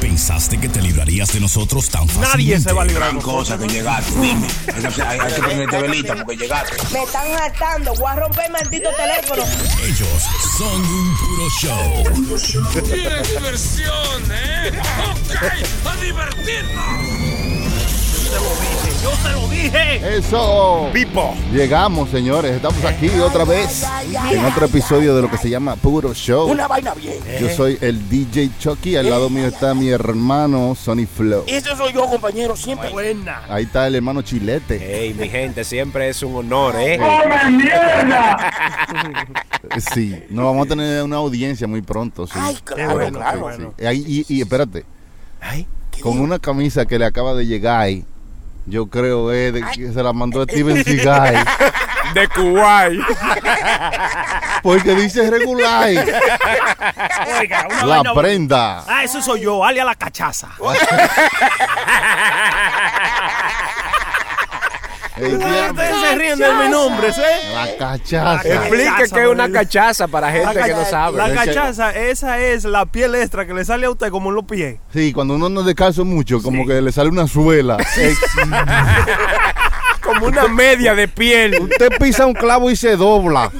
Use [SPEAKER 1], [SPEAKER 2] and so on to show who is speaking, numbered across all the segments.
[SPEAKER 1] pensaste que te librarías de nosotros tan fácilmente?
[SPEAKER 2] Nadie se va a librar.
[SPEAKER 3] Gran cosa que llegaste, dime. Hay que, hay- hay que ponerte velita porque llegaste.
[SPEAKER 4] Me están matando. Voy a romper el maldito teléfono.
[SPEAKER 1] Ellos son un puro show.
[SPEAKER 5] ¡Qué diversión, eh! ¡Ok! ¡A divertirnos!
[SPEAKER 2] Yo se lo dije.
[SPEAKER 6] Eso.
[SPEAKER 2] Pipo.
[SPEAKER 6] Llegamos, señores. Estamos aquí otra vez en otro episodio de lo que se llama Puro Show.
[SPEAKER 7] Una vaina bien.
[SPEAKER 2] Eh.
[SPEAKER 6] Yo soy el DJ Chucky. Al lado mío está mi hermano Sonny Flow.
[SPEAKER 7] Eso soy yo, compañero, siempre.
[SPEAKER 2] Buena.
[SPEAKER 6] Ahí está el hermano Chilete.
[SPEAKER 8] Hey, mi gente, siempre es un honor, ¿eh?
[SPEAKER 6] Sí. No vamos a tener una audiencia muy pronto. Sí. Ah,
[SPEAKER 7] Ay, claro,
[SPEAKER 2] bueno,
[SPEAKER 7] claro.
[SPEAKER 2] qué bueno.
[SPEAKER 6] Sí. Ahí- y, y espérate. Con una camisa que le acaba de llegar, yo creo eh, de que se la mandó Steven Seagal.
[SPEAKER 8] De Kuwait.
[SPEAKER 6] Porque dice regular
[SPEAKER 2] Oiga, una
[SPEAKER 6] la
[SPEAKER 2] vaina-
[SPEAKER 6] prenda.
[SPEAKER 2] Ah, eso soy yo, alia la cachaza.
[SPEAKER 6] El diablo.
[SPEAKER 2] Ustedes se ríen de ¿eh? mi nombre, ¿sí?
[SPEAKER 6] La cachaza.
[SPEAKER 2] Expli-
[SPEAKER 8] Explique
[SPEAKER 2] Cachaza,
[SPEAKER 8] qué es una
[SPEAKER 2] Manuel.
[SPEAKER 8] cachaza para gente que no sabe.
[SPEAKER 2] La
[SPEAKER 6] Es que-
[SPEAKER 2] cachaza, esa es la piel extra que le sale a usted como en los pies.
[SPEAKER 6] Sí, cuando uno no descansa mucho, como que le sale una suela. Eh,
[SPEAKER 8] Como una media de piel.
[SPEAKER 6] Usted pisa un clavo y se dobla.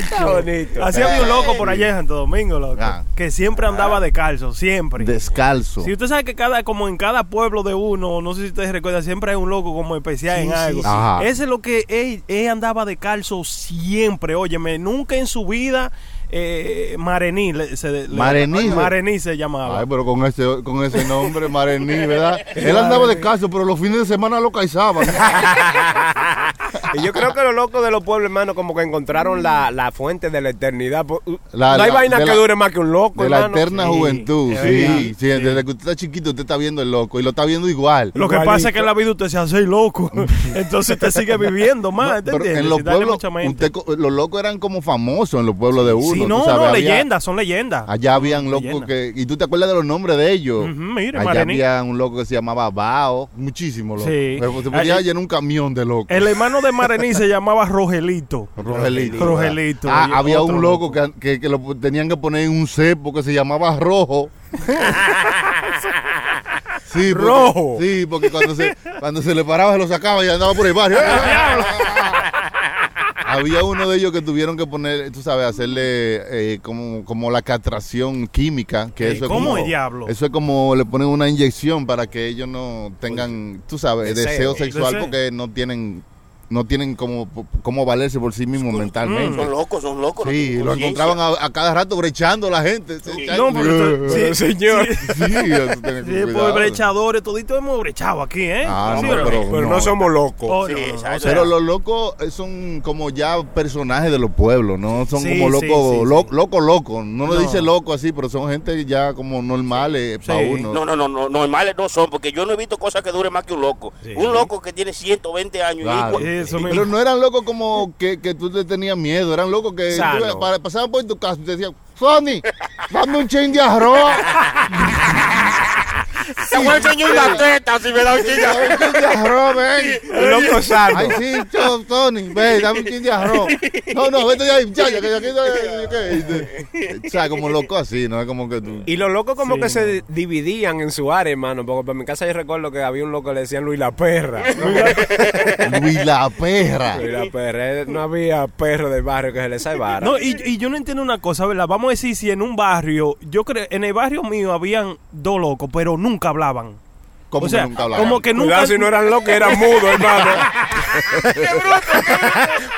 [SPEAKER 8] Está bonito.
[SPEAKER 2] Así había un loco por allá en Santo Domingo, loco,
[SPEAKER 6] Ah.
[SPEAKER 2] que siempre andaba de calzo, siempre.
[SPEAKER 6] Descalzo.
[SPEAKER 2] Si usted sabe que cada, como en cada pueblo de uno, no sé si ustedes recuerdan, siempre hay un loco como especial en algo.
[SPEAKER 6] sí. Ajá.
[SPEAKER 2] Ese es lo que él, él andaba de calzo siempre, óyeme, nunca en su vida eh, Marení le- se le-
[SPEAKER 6] Marení.
[SPEAKER 2] Marení se llamaba.
[SPEAKER 6] Ay, pero con ese, con ese nombre, Marení, ¿verdad? Él andaba descalzo, pero los fines de semana lo caizaban.
[SPEAKER 8] Y yo creo que los locos de los pueblos, hermano, como que encontraron la, la fuente de la eternidad. Por-
[SPEAKER 6] La-
[SPEAKER 8] no hay
[SPEAKER 6] la-
[SPEAKER 8] vaina
[SPEAKER 6] de
[SPEAKER 8] que
[SPEAKER 6] la-
[SPEAKER 8] dure más que un loco,
[SPEAKER 6] De la
[SPEAKER 8] hermano.
[SPEAKER 6] eterna
[SPEAKER 8] Sí.
[SPEAKER 6] juventud.
[SPEAKER 2] es verdad.
[SPEAKER 6] Sí, sí, desde que usted está chiquito, usted está viendo el loco y lo está viendo igual.
[SPEAKER 2] Lo que
[SPEAKER 8] Igualito.
[SPEAKER 2] pasa es que en la vida usted se hace loco, entonces usted sigue viviendo más, ¿te
[SPEAKER 6] Pero
[SPEAKER 2] entiendes?
[SPEAKER 6] en los
[SPEAKER 2] Sin darle
[SPEAKER 6] pueblos,
[SPEAKER 2] mucha mente.
[SPEAKER 6] usted co- los locos eran como famosos en los pueblos de uno.
[SPEAKER 2] Sí,
[SPEAKER 6] tú
[SPEAKER 2] no,
[SPEAKER 6] sabes,
[SPEAKER 2] no,
[SPEAKER 6] había-
[SPEAKER 2] leyendas, son leyendas.
[SPEAKER 6] Allá habían locos
[SPEAKER 2] Leyenda.
[SPEAKER 6] que. ¿Y tú te acuerdas de los nombres de ellos?
[SPEAKER 2] Ujú, mire,
[SPEAKER 6] Allá
[SPEAKER 2] Marení.
[SPEAKER 6] había un loco que se llamaba Bao. Muchísimo loco.
[SPEAKER 2] Sí.
[SPEAKER 6] Pero se podía
[SPEAKER 2] Ay,
[SPEAKER 6] llenar un camión de locos.
[SPEAKER 2] El hermano de Marení se llamaba Rogelito.
[SPEAKER 6] Rogelito.
[SPEAKER 2] Rogelito.
[SPEAKER 6] Ah,
[SPEAKER 2] Y
[SPEAKER 6] había
[SPEAKER 2] otro
[SPEAKER 6] un loco que, que- que lo tenían que poner en un cepo que se llamaba Rojo. Sí, porque-
[SPEAKER 2] Rojo.
[SPEAKER 6] Sí, porque cuando se, cuando se le paraba se lo sacaba y andaba por el
[SPEAKER 2] ¡Eh,
[SPEAKER 6] barrio. Había uno de ellos que tuvieron que poner, tú sabes, hacerle eh, como, como la castración química. Que
[SPEAKER 2] Eh,
[SPEAKER 6] eso es
[SPEAKER 2] ¿cómo
[SPEAKER 6] como,
[SPEAKER 2] el diablo?
[SPEAKER 6] Eso es como le ponen una inyección para que ellos no tengan, tú sabes, deseo,
[SPEAKER 8] Deseo.
[SPEAKER 6] sexual
[SPEAKER 2] Pues, Deseo.
[SPEAKER 6] porque no tienen no tienen como, como valerse por sí mismos
[SPEAKER 2] Mm.
[SPEAKER 6] mentalmente.
[SPEAKER 7] Son locos, son locos.
[SPEAKER 6] Sí, lo encontraban a, a cada rato brechando la gente. Sí, ya-
[SPEAKER 2] No, pero usted- sí,
[SPEAKER 8] señor.
[SPEAKER 2] sí.
[SPEAKER 6] Sí, eso tiene que
[SPEAKER 2] Sí,
[SPEAKER 6] cuidado.
[SPEAKER 2] pues brechadores, todito hemos brechado aquí, ¿eh?
[SPEAKER 6] Ah,
[SPEAKER 2] ¿Sí
[SPEAKER 6] no,
[SPEAKER 2] o no?
[SPEAKER 6] pero,
[SPEAKER 8] Pero no,
[SPEAKER 6] no.
[SPEAKER 8] somos locos.
[SPEAKER 2] Oh, no, no,
[SPEAKER 7] Sí,
[SPEAKER 2] no,
[SPEAKER 7] exacto.
[SPEAKER 2] o sea,
[SPEAKER 6] Pero los locos eh, son como ya personajes de los pueblos, ¿no? Son
[SPEAKER 2] Sí,
[SPEAKER 6] como
[SPEAKER 2] sí,
[SPEAKER 6] locos,
[SPEAKER 2] sí, sí.
[SPEAKER 6] lo- loco, loco. No lo
[SPEAKER 2] No.
[SPEAKER 6] dice loco así, pero son gente ya como normales
[SPEAKER 2] Sí.
[SPEAKER 6] para uno.
[SPEAKER 7] No, no, no, no, normales no son, porque yo no he visto cosas que duren más que un loco. Un loco que tiene 120 años. y
[SPEAKER 6] Claro.
[SPEAKER 7] cu-
[SPEAKER 2] eh, Eso mismo.
[SPEAKER 6] Pero no eran locos como que, que tú te tenías miedo, eran locos que tú
[SPEAKER 8] Sano.
[SPEAKER 6] le- pa- pasaban por tu casa y te decían, Sonny, dame un chain de arroz.
[SPEAKER 7] Te voy a enseñar una teta si me da un chica.
[SPEAKER 6] Dame un chain de arroz, ven.
[SPEAKER 8] Un loco sano.
[SPEAKER 6] Ay, sí, yo, Tony, ve, dame un chin de arroz. No, no, vete de ahí, ya, ya, que ya, que ya, que- que- que- O sea, como loco así, ¿no? Es como que tú.
[SPEAKER 8] Y los locos como
[SPEAKER 2] Sí,
[SPEAKER 8] que se dividían en su área, hermano. Porque en mi casa yo recuerdo que había un loco que le decían Luis la perra.
[SPEAKER 6] Luis la perra.
[SPEAKER 8] Luis la perra. eh, No había perro del barrio que se le salvara.
[SPEAKER 2] No, y, y yo no entiendo una cosa, ¿verdad? Vamos a decir si en un barrio, yo creo, en el barrio mío habían dos locos, pero nunca hablaban.
[SPEAKER 6] Como
[SPEAKER 2] o sea,
[SPEAKER 6] que nunca hablaba.
[SPEAKER 2] como que nunca...
[SPEAKER 8] Cuidado si no eran locos, eran mudos, hermano.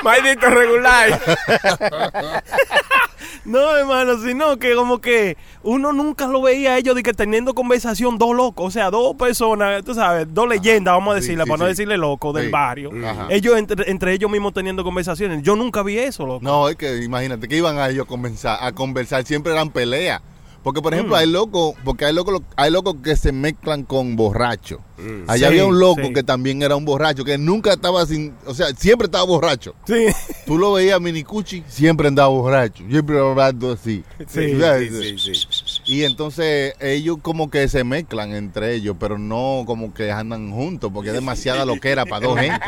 [SPEAKER 8] Maldito regular.
[SPEAKER 2] No, hermano, sino que como que uno nunca lo veía a ellos de que teniendo conversación dos locos, o sea, dos personas, tú sabes, dos leyendas, vamos a
[SPEAKER 6] sí,
[SPEAKER 2] decirle,
[SPEAKER 6] sí,
[SPEAKER 2] para no
[SPEAKER 6] sí.
[SPEAKER 2] decirle loco, del
[SPEAKER 6] Sí.
[SPEAKER 2] barrio.
[SPEAKER 6] Ajá.
[SPEAKER 2] Ellos entre, entre ellos mismos teniendo conversaciones. Yo nunca vi eso, loco.
[SPEAKER 6] No, es que imagínate que iban a ellos a comenzar, a conversar, siempre eran peleas. Porque, por
[SPEAKER 2] Mm.
[SPEAKER 6] ejemplo, hay locos, porque hay locos, hay locos que se mezclan con borrachos. Allá
[SPEAKER 2] Mm. Sí,
[SPEAKER 6] había un loco
[SPEAKER 2] sí.
[SPEAKER 6] que también era un borracho, que nunca estaba sin, o sea, siempre estaba borracho.
[SPEAKER 2] Sí.
[SPEAKER 6] Tú lo veías a Minicuchi, siempre andaba borracho, siempre hablando así.
[SPEAKER 2] Sí,
[SPEAKER 6] O sea,
[SPEAKER 8] Sí, sí, sí.
[SPEAKER 6] Y entonces ellos como que se mezclan entre ellos, pero no como que andan juntos, porque es demasiada loquera para dos gente.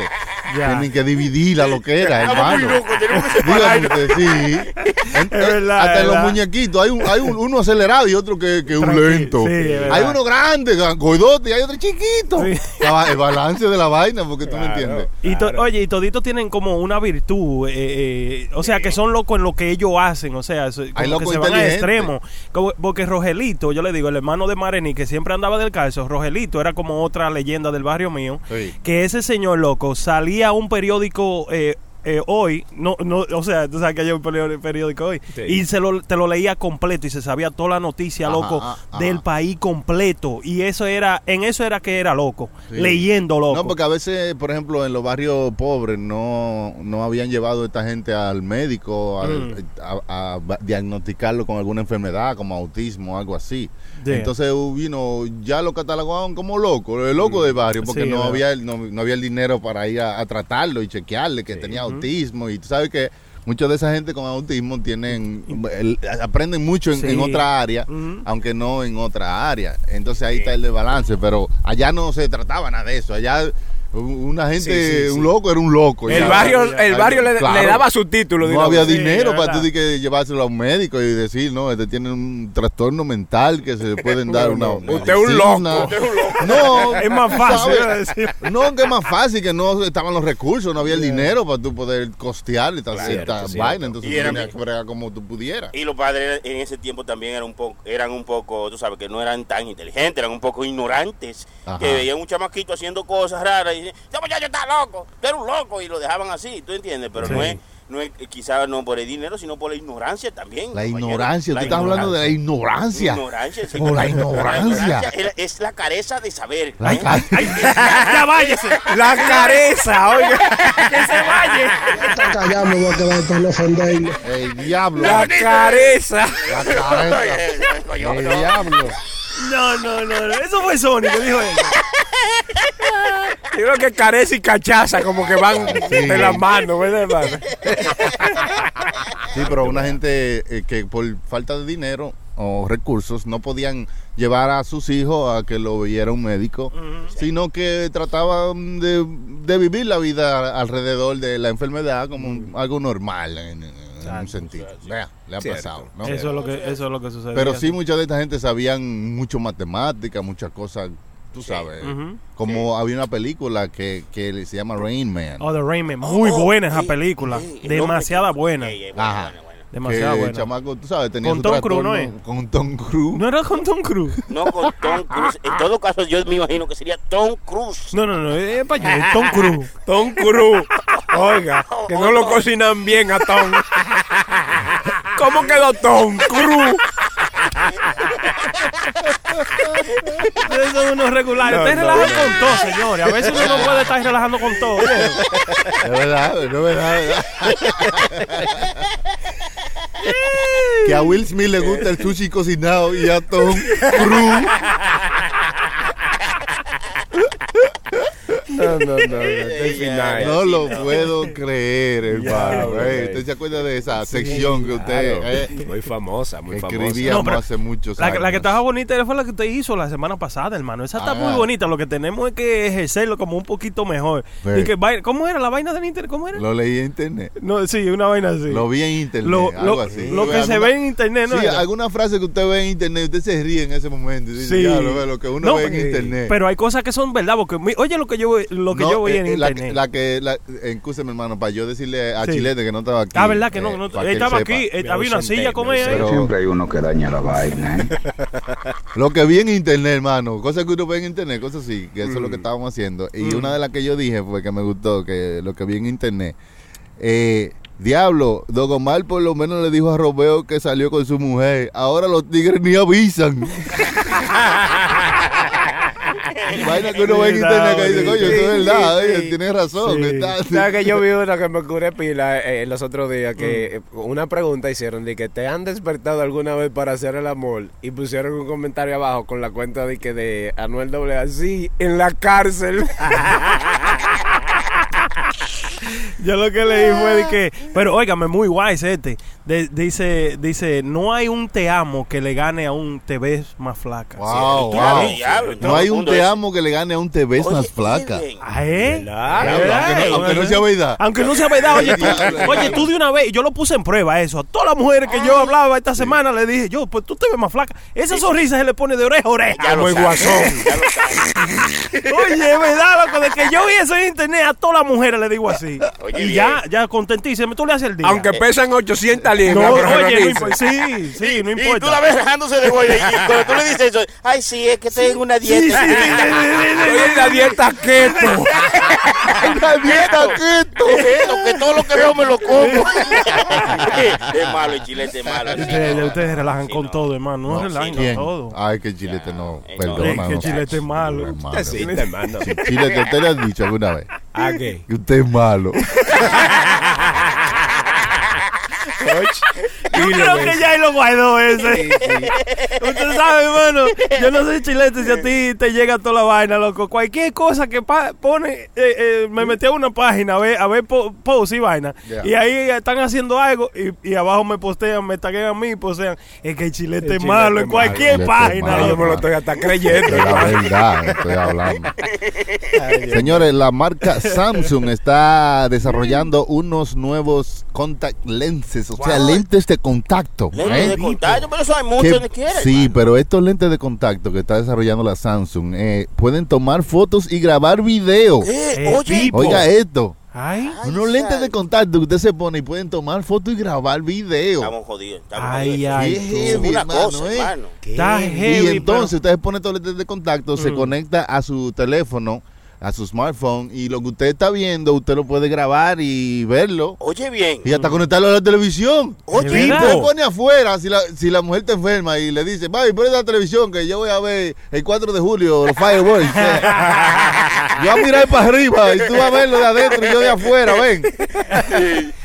[SPEAKER 2] Ya.
[SPEAKER 6] Tienen que dividir la loquera,
[SPEAKER 7] Estamos muy
[SPEAKER 6] hermano.
[SPEAKER 7] locos, tenemos que
[SPEAKER 6] Dígame usted, sí. En- eh,
[SPEAKER 2] Es verdad,
[SPEAKER 6] hasta
[SPEAKER 2] es
[SPEAKER 6] en los
[SPEAKER 2] verdad.
[SPEAKER 6] muñequitos hay, un, hay un- uno acelerado y otro que, que un
[SPEAKER 2] Tranquilo,
[SPEAKER 6] lento.
[SPEAKER 2] sí, es verdad.
[SPEAKER 6] hay uno grande, goidote, y hay otro chiquito.
[SPEAKER 2] Sí.
[SPEAKER 6] La- El balance de la vaina, porque tú me entiendes.
[SPEAKER 2] Y to-
[SPEAKER 8] Claro.
[SPEAKER 2] Oye, y toditos tienen como una virtud, eh, eh, o sea, que son locos en lo que ellos hacen, o sea, so- como que
[SPEAKER 6] locos
[SPEAKER 2] se van al
[SPEAKER 6] inteligentes.
[SPEAKER 2] extremo. Como- porque Rogelito, yo le digo, el hermano de Mareni, que siempre andaba del calzo, Rogelito era como otra leyenda del barrio mío,
[SPEAKER 6] Sí.
[SPEAKER 2] que ese señor loco salía a un periódico... eh, eh, hoy, no, no, o sea, tú sabes que hay un peri- periódico hoy,
[SPEAKER 8] Sí.
[SPEAKER 2] y se lo, te lo leía completo y se sabía toda la noticia,
[SPEAKER 6] Ajá,
[SPEAKER 2] loco,
[SPEAKER 6] ajá.
[SPEAKER 2] del país completo. Y eso era, en eso era que era loco,
[SPEAKER 6] Sí.
[SPEAKER 2] leyendo loco.
[SPEAKER 6] No, porque a veces, por ejemplo, en los barrios pobres no, no habían llevado a esta gente al médico a,
[SPEAKER 2] Mm.
[SPEAKER 6] a- a va- diagnosticarlo con alguna enfermedad, como autismo, algo así.
[SPEAKER 2] Yeah.
[SPEAKER 6] Entonces uh, vino, ya lo catalogaban como loco, el loco del barrio, porque
[SPEAKER 2] Mm. Sí,
[SPEAKER 6] no,
[SPEAKER 2] ¿verdad?
[SPEAKER 6] había, el- no, no había el dinero para ir a, a tratarlo y chequearle que tenía autismo. Y tú sabes que mucha de esa gente con autismo tienen el- aprenden mucho en,
[SPEAKER 2] Sí.
[SPEAKER 6] en otra área,
[SPEAKER 2] Ujú.
[SPEAKER 6] aunque no en otra área. Entonces ahí está el desbalance, pero allá no se trataba nada de eso. Allá u- una gente,
[SPEAKER 8] Sí, sí, sí.
[SPEAKER 6] un loco era un loco.
[SPEAKER 8] El
[SPEAKER 6] Ya,
[SPEAKER 8] barrio,
[SPEAKER 6] ya,
[SPEAKER 8] el barrio le,
[SPEAKER 6] claro.
[SPEAKER 8] le daba su título.
[SPEAKER 6] No
[SPEAKER 8] digamos.
[SPEAKER 6] había
[SPEAKER 2] Sí,
[SPEAKER 6] dinero
[SPEAKER 2] es
[SPEAKER 6] para tú
[SPEAKER 2] verdad.
[SPEAKER 6] di que llevárselo a un médico y decir, no, este tiene un trastorno mental que se le pueden dar una.
[SPEAKER 8] no, no. Usted es un loco, usted es un
[SPEAKER 6] loco. No,
[SPEAKER 2] Es más fácil,
[SPEAKER 6] ¿sabes?
[SPEAKER 2] iba a decir.
[SPEAKER 6] No, que es más fácil, que no estaban los recursos, no había el dinero para tú poder costear esta, esta
[SPEAKER 8] cierto.
[SPEAKER 6] vaina. Entonces
[SPEAKER 7] Y
[SPEAKER 6] tú
[SPEAKER 7] era
[SPEAKER 6] tenías
[SPEAKER 7] mi-
[SPEAKER 6] que bregar como tú pudieras.
[SPEAKER 7] Y los padres en ese tiempo también eran un poco, eran un poco, tú sabes, que no eran tan inteligentes, eran un poco ignorantes,
[SPEAKER 6] Ajá.
[SPEAKER 7] que veían un chamaquito haciendo cosas raras y decían, "Este muchacho está loco, tú eres un loco, y lo dejaban así, ¿tú entiendes? Pero no
[SPEAKER 2] Sí.
[SPEAKER 7] es, no es, eh, quizás no por el dinero, sino por la ignorancia también.
[SPEAKER 6] La
[SPEAKER 7] compañero.
[SPEAKER 6] ignorancia,
[SPEAKER 7] La
[SPEAKER 6] tú estás hablando de la ignorancia.
[SPEAKER 7] Ignorancia, sí.
[SPEAKER 6] Oh, la ignorancia.
[SPEAKER 7] es- Es la careza de saber.
[SPEAKER 6] La
[SPEAKER 7] ¿eh?
[SPEAKER 6] ca-
[SPEAKER 2] ya váyase.
[SPEAKER 8] La careza, oye.
[SPEAKER 9] Callado me voy a quedar con los fandangos.
[SPEAKER 6] el diablo.
[SPEAKER 8] La careza.
[SPEAKER 6] La cabeza.
[SPEAKER 7] Eh, coño,
[SPEAKER 6] El
[SPEAKER 7] no.
[SPEAKER 6] diablo.
[SPEAKER 2] No, no, no, no. Eso fue Sony que dijo eso.
[SPEAKER 8] Yo creo que careza y cachaza como que van de las manos, ¿verdad, hermano?
[SPEAKER 6] Sí, pero una gente eh, que por falta de dinero o recursos no podían llevar a sus hijos a que lo viera un médico, sino que trataban de, de vivir la vida alrededor de la enfermedad como
[SPEAKER 2] Mm.
[SPEAKER 6] un- algo normal en, en un sentido. Vea, le ha
[SPEAKER 8] Cierto.
[SPEAKER 6] pasado. ¿no?
[SPEAKER 2] Eso es lo que, eso es lo que sucedió.
[SPEAKER 6] Pero sí, mucha de esta gente sabían mucho matemática, muchas cosas, tú sabes.
[SPEAKER 2] Ujú.
[SPEAKER 6] Como había una película que, que se llama Rain Man.
[SPEAKER 2] Oh, The Rain Man. Muy
[SPEAKER 7] Oh,
[SPEAKER 2] buena esa
[SPEAKER 7] sí,
[SPEAKER 2] película.
[SPEAKER 7] sí, el
[SPEAKER 2] Demasiada
[SPEAKER 7] hombre que-
[SPEAKER 2] buena.
[SPEAKER 7] Ey, ey, buena,
[SPEAKER 6] Ajá.
[SPEAKER 7] buena, buena.
[SPEAKER 2] Demasiada
[SPEAKER 6] que el
[SPEAKER 2] buena.
[SPEAKER 6] chamaco, tú sabes, tenía
[SPEAKER 2] Con
[SPEAKER 6] su
[SPEAKER 2] Tom Cruise, ¿no
[SPEAKER 6] trastorno
[SPEAKER 2] es?
[SPEAKER 6] Con Tom Cruise.
[SPEAKER 2] ¿No era con Tom Cruise?
[SPEAKER 7] No con Tom Cruise. En todo caso, yo me imagino que sería Tom Cruise.
[SPEAKER 2] No, no, no. Es para allá. Tom Cruise.
[SPEAKER 8] Tom Cruise. Oiga, que no lo cocinan bien a Tom. ¿Cómo quedó Tom Cruise?
[SPEAKER 2] Ustedes son unos regulares.
[SPEAKER 8] No,
[SPEAKER 2] Ustedes
[SPEAKER 8] no,
[SPEAKER 2] relajan
[SPEAKER 8] no.
[SPEAKER 2] con todo, señores. A veces uno no puede estar relajando con todo. oye.
[SPEAKER 6] Es verdad, no es verdad, es verdad. que a Will Smith le gusta el sushi cocinado y a Tom Cruise.
[SPEAKER 8] No, no, no, no. Este final.
[SPEAKER 6] No lo puedo creer, hermano.
[SPEAKER 8] Ya,
[SPEAKER 6] Ey,
[SPEAKER 8] güey.
[SPEAKER 6] ¿Usted se acuerda de esa sección que usted eh,
[SPEAKER 8] Muy famosa, muy famosa.
[SPEAKER 6] escribíamos
[SPEAKER 2] No, pero
[SPEAKER 6] hace muchos
[SPEAKER 2] La, que-
[SPEAKER 6] años?
[SPEAKER 2] la que estaba bonita fue la que usted hizo la semana pasada, hermano. Esa está
[SPEAKER 6] Ah.
[SPEAKER 2] muy bonita. Lo que tenemos es que ejercerlo como un poquito mejor.
[SPEAKER 6] Sí.
[SPEAKER 2] Y que, vaina- ¿Cómo era la vaina del internet? ¿Cómo era?
[SPEAKER 6] Lo leí en internet.
[SPEAKER 2] No, sí, una vaina así.
[SPEAKER 6] Lo vi en internet,
[SPEAKER 2] Lo-
[SPEAKER 6] algo
[SPEAKER 2] lo-
[SPEAKER 6] así.
[SPEAKER 2] lo que se ve en internet, ¿no
[SPEAKER 6] Sí,
[SPEAKER 2] era?
[SPEAKER 6] alguna frase que usted ve en internet, usted se ríe en ese momento. y dice,
[SPEAKER 2] Sí.
[SPEAKER 6] "Diablo, ve lo que uno
[SPEAKER 2] No,
[SPEAKER 6] ve en
[SPEAKER 2] pero-
[SPEAKER 6] internet.
[SPEAKER 2] Pero hay cosas que son verdad, porque mi- oye lo que yo lo que
[SPEAKER 6] No,
[SPEAKER 2] yo voy
[SPEAKER 6] eh,
[SPEAKER 2] en
[SPEAKER 6] eh, la,
[SPEAKER 2] internet.
[SPEAKER 6] La que, la, eh, excúseme, hermano, para yo decirle a
[SPEAKER 2] Sí.
[SPEAKER 6] Chilete que no estaba aquí.
[SPEAKER 2] ah, verdad que no,
[SPEAKER 6] eh,
[SPEAKER 2] no-
[SPEAKER 6] para que él
[SPEAKER 2] estaba
[SPEAKER 6] sepa.
[SPEAKER 2] aquí, eh,
[SPEAKER 8] Me
[SPEAKER 2] había una
[SPEAKER 8] ausenté,
[SPEAKER 2] silla
[SPEAKER 8] me
[SPEAKER 2] con ella.
[SPEAKER 6] ausenté.
[SPEAKER 2] ¿eh?
[SPEAKER 6] Siempre
[SPEAKER 10] hay uno que daña la eh. vaina,
[SPEAKER 6] Lo que vi en internet, hermano, cosas que uno ve en internet, cosas así, que eso es lo que estábamos haciendo. Y una de las que yo dije fue que me gustó, que lo que vi en internet. Eh, Diablo, Dogomar por lo menos le dijo a Robeo que salió con su mujer. Ahora los tigres ni avisan. Vaina que uno ve en
[SPEAKER 2] Sí,
[SPEAKER 6] internet que dice,
[SPEAKER 2] está
[SPEAKER 6] coño,
[SPEAKER 2] bonito.
[SPEAKER 6] eso es verdad,
[SPEAKER 8] Sí,
[SPEAKER 6] oye,
[SPEAKER 8] sí.
[SPEAKER 6] tienes razón.
[SPEAKER 2] Sí.
[SPEAKER 6] está-
[SPEAKER 8] ¿Sabes que yo vi una que me curé pila eh, los otros días? Que eh, una pregunta hicieron de que te han despertado alguna vez para hacer el amor y pusieron un comentario abajo con la cuenta de que de Anuel doble así en la cárcel.
[SPEAKER 2] Yo lo que leí fue de que, pero óigame, muy guay es este. De- dice, dice, no hay un te amo que le gane a un te ves más flaca.
[SPEAKER 6] Wow,
[SPEAKER 7] Claro,
[SPEAKER 6] wow.
[SPEAKER 7] diablo,
[SPEAKER 6] No hay
[SPEAKER 7] todo el
[SPEAKER 6] un
[SPEAKER 7] mundo
[SPEAKER 6] te
[SPEAKER 7] es-
[SPEAKER 6] amo que le gane a un te ves
[SPEAKER 7] Oye,
[SPEAKER 6] más flaca.
[SPEAKER 7] Irving,
[SPEAKER 2] Ah, ¿Eh?
[SPEAKER 6] Diablo, aunque no- aunque no sea verdad.
[SPEAKER 2] Aunque no sea verdad, oye, tú,
[SPEAKER 6] Diablo.
[SPEAKER 2] oye, tú de una vez, yo lo puse en prueba eso. A todas las mujeres que yo hablaba esta semana le dije, yo, pues tú te ves más flaca. Esa sonrisa se le pone de oreja a oreja.
[SPEAKER 7] Ya lo
[SPEAKER 8] muy
[SPEAKER 7] sabe,
[SPEAKER 8] guasón.
[SPEAKER 7] ya lo sabe.
[SPEAKER 2] Oye, es verdad, loco, de que yo vi eso en internet, a todas las mujeres le digo así.
[SPEAKER 7] Oye,
[SPEAKER 2] y
[SPEAKER 7] bien.
[SPEAKER 2] ya, ya contentísimo, tú le haces el día.
[SPEAKER 8] Aunque pesan 800 libras.
[SPEAKER 2] no,
[SPEAKER 8] pero
[SPEAKER 2] oye, no
[SPEAKER 8] realiza.
[SPEAKER 2] importa. Sí, sí, no importa.
[SPEAKER 7] Y tú la ves dejándose de güey. Y cuando tú le dices eso, ay, sí, es que estoy en una dieta.
[SPEAKER 8] Estoy en la dieta keto.
[SPEAKER 6] La dieta keto.
[SPEAKER 7] Lo que todo lo que veo me lo como. es malo el chilete, es malo. sí,
[SPEAKER 2] Ustedes,
[SPEAKER 7] no.
[SPEAKER 2] ustedes relajan
[SPEAKER 7] Sí,
[SPEAKER 2] con
[SPEAKER 7] no.
[SPEAKER 2] todo, hermano. No,
[SPEAKER 7] No, sí,
[SPEAKER 2] relajan con
[SPEAKER 6] ¿Quién?
[SPEAKER 2] todo.
[SPEAKER 6] Ay, que chilete no.
[SPEAKER 7] Ya,
[SPEAKER 6] Perdona.
[SPEAKER 2] no, que
[SPEAKER 6] no.
[SPEAKER 2] Chilete es malo.
[SPEAKER 6] No, es malo.
[SPEAKER 8] Sí, Ah, hermano.
[SPEAKER 6] Chilete, usted le ha dicho alguna vez
[SPEAKER 8] ¿A qué?
[SPEAKER 6] que usted es malo.
[SPEAKER 2] Yo
[SPEAKER 8] Dilo,
[SPEAKER 2] creo
[SPEAKER 8] güey.
[SPEAKER 2] que ya hay los guaidos ese. Usted sabe, hermano. Yo no sé chilete si a ti te llega toda la vaina, loco. Cualquier cosa que pa- pone, eh, eh, me metí a una página a ver, a ver po- posts y vaina.
[SPEAKER 6] Ya.
[SPEAKER 2] Y ahí están haciendo algo y, y abajo me postean, me taguean a mí y postean. Es que el chilete es
[SPEAKER 8] chilete
[SPEAKER 2] malo
[SPEAKER 8] es
[SPEAKER 2] en
[SPEAKER 8] malo.
[SPEAKER 2] cualquier
[SPEAKER 6] Chilete es
[SPEAKER 2] página.
[SPEAKER 6] malo.
[SPEAKER 8] Ay, yo
[SPEAKER 2] loco.
[SPEAKER 8] me lo estoy hasta creyendo.
[SPEAKER 6] La verdad, estoy hablando. Señores, la marca Samsung está desarrollando unos nuevos contact lenses, o sea, lentes de contacto.
[SPEAKER 7] Lente
[SPEAKER 6] ¿eh?
[SPEAKER 7] de contacto, pero eso hay
[SPEAKER 6] Que-
[SPEAKER 7] mucho donde quiera.
[SPEAKER 6] sí,
[SPEAKER 7] hermano.
[SPEAKER 6] pero estos lentes de contacto que está desarrollando la Samsung eh, pueden tomar fotos y grabar video.
[SPEAKER 7] Eh,
[SPEAKER 2] Eh,
[SPEAKER 7] oye,
[SPEAKER 2] tipo.
[SPEAKER 6] Oiga esto.
[SPEAKER 2] Ay,
[SPEAKER 7] Ay,
[SPEAKER 6] unos
[SPEAKER 7] sal.
[SPEAKER 6] lentes de contacto que usted se pone y pueden tomar fotos y grabar video. Ah,
[SPEAKER 7] estamos jodidos. Estamos
[SPEAKER 2] ay,
[SPEAKER 7] jodidos.
[SPEAKER 2] ay.
[SPEAKER 6] Qué
[SPEAKER 2] tú.
[SPEAKER 6] heavy,
[SPEAKER 7] una
[SPEAKER 6] hermano,
[SPEAKER 7] cosa,
[SPEAKER 6] ¿eh?
[SPEAKER 7] hermano.
[SPEAKER 2] Está heavy.
[SPEAKER 6] y entonces
[SPEAKER 2] pero- Mm.
[SPEAKER 6] usted pone estos lentes de contacto, se conecta a su teléfono, a su smartphone y lo que usted está viendo, usted lo puede grabar y verlo.
[SPEAKER 7] Oye, bien.
[SPEAKER 6] Y hasta conectarlo a la televisión.
[SPEAKER 2] ¿De
[SPEAKER 6] Y
[SPEAKER 7] Mm. Oye,
[SPEAKER 2] verdad?
[SPEAKER 6] usted pone afuera si la, si la mujer está enferma y le dice, papi, pon la televisión que yo voy a ver el 4 de julio los fireworks. yo a mirar para arriba y tú vas a verlo de adentro y yo de afuera, ven.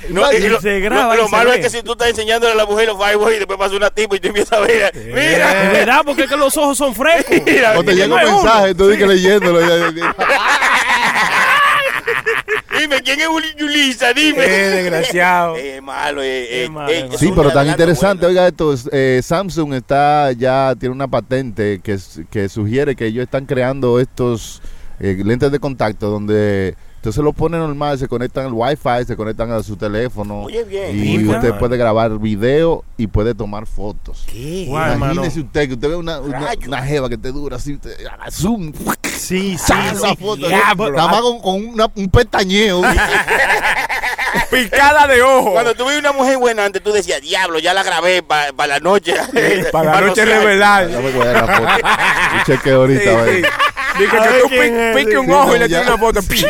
[SPEAKER 7] No,
[SPEAKER 6] Y
[SPEAKER 7] Eh, y lo,
[SPEAKER 2] se
[SPEAKER 7] lo-
[SPEAKER 2] graba y
[SPEAKER 7] lo
[SPEAKER 2] se
[SPEAKER 7] malo
[SPEAKER 2] ve.
[SPEAKER 7] es que si tú estás enseñándole a la mujer los fireworks y después pasa una tipa y tú empiezas a ver.
[SPEAKER 2] De
[SPEAKER 7] Mira,
[SPEAKER 2] verdad, porque es que los ojos son frescos.
[SPEAKER 7] mira.
[SPEAKER 6] O te llega
[SPEAKER 7] mira,
[SPEAKER 6] un
[SPEAKER 7] no es uno.
[SPEAKER 6] mensaje, tú dices leyéndolo. y- y-
[SPEAKER 7] Dime, ¿quién es Uli- Yulisa? Dime.
[SPEAKER 8] Qué desgraciado.
[SPEAKER 7] Eh, malo, eh,
[SPEAKER 2] Qué
[SPEAKER 7] eh,
[SPEAKER 2] malo,
[SPEAKER 7] eh,
[SPEAKER 2] malo.
[SPEAKER 7] es
[SPEAKER 6] Sí,
[SPEAKER 7] un
[SPEAKER 6] pero tan
[SPEAKER 7] adelanto
[SPEAKER 6] interesante,
[SPEAKER 7] bueno.
[SPEAKER 6] oiga esto, es, eh, Samsung está ya tiene una patente que, s- que sugiere que ellos están creando estos eh, lentes de contacto donde entonces lo ponen normal, se conectan al wifi, se conectan a su teléfono
[SPEAKER 7] Oye, bien.
[SPEAKER 6] y
[SPEAKER 2] Mira.
[SPEAKER 6] usted puede grabar video y puede tomar fotos.
[SPEAKER 2] Guau, Ah, hermano.
[SPEAKER 6] Imagínese usted que usted ve una, una,
[SPEAKER 7] Rayo.
[SPEAKER 6] una jeva que te dura así, usted, ah, zoom,
[SPEAKER 2] Sí, sí.
[SPEAKER 6] ¡zas! la foto,
[SPEAKER 8] diablo.
[SPEAKER 6] nada más con, con una- un pestañeo.
[SPEAKER 8] Picada de ojo.
[SPEAKER 7] Cuando tú ves una mujer buena antes, tú decías, diablo, ya la grabé para la noche.
[SPEAKER 8] Para la
[SPEAKER 7] Pa'
[SPEAKER 8] noche
[SPEAKER 7] rociar.
[SPEAKER 8] revelar.
[SPEAKER 6] Ya me voy a dar la foto. Un cheque
[SPEAKER 8] Sí,
[SPEAKER 6] ahorita, a ver.
[SPEAKER 8] sí. Digo
[SPEAKER 2] A
[SPEAKER 8] que
[SPEAKER 2] ver
[SPEAKER 8] tú
[SPEAKER 2] quién
[SPEAKER 8] pi-
[SPEAKER 2] es,
[SPEAKER 8] pique
[SPEAKER 2] sí,
[SPEAKER 8] un
[SPEAKER 6] sí,
[SPEAKER 8] ojo
[SPEAKER 6] no,
[SPEAKER 8] y le
[SPEAKER 6] ya.
[SPEAKER 8] tiras una foto. ¡Piu!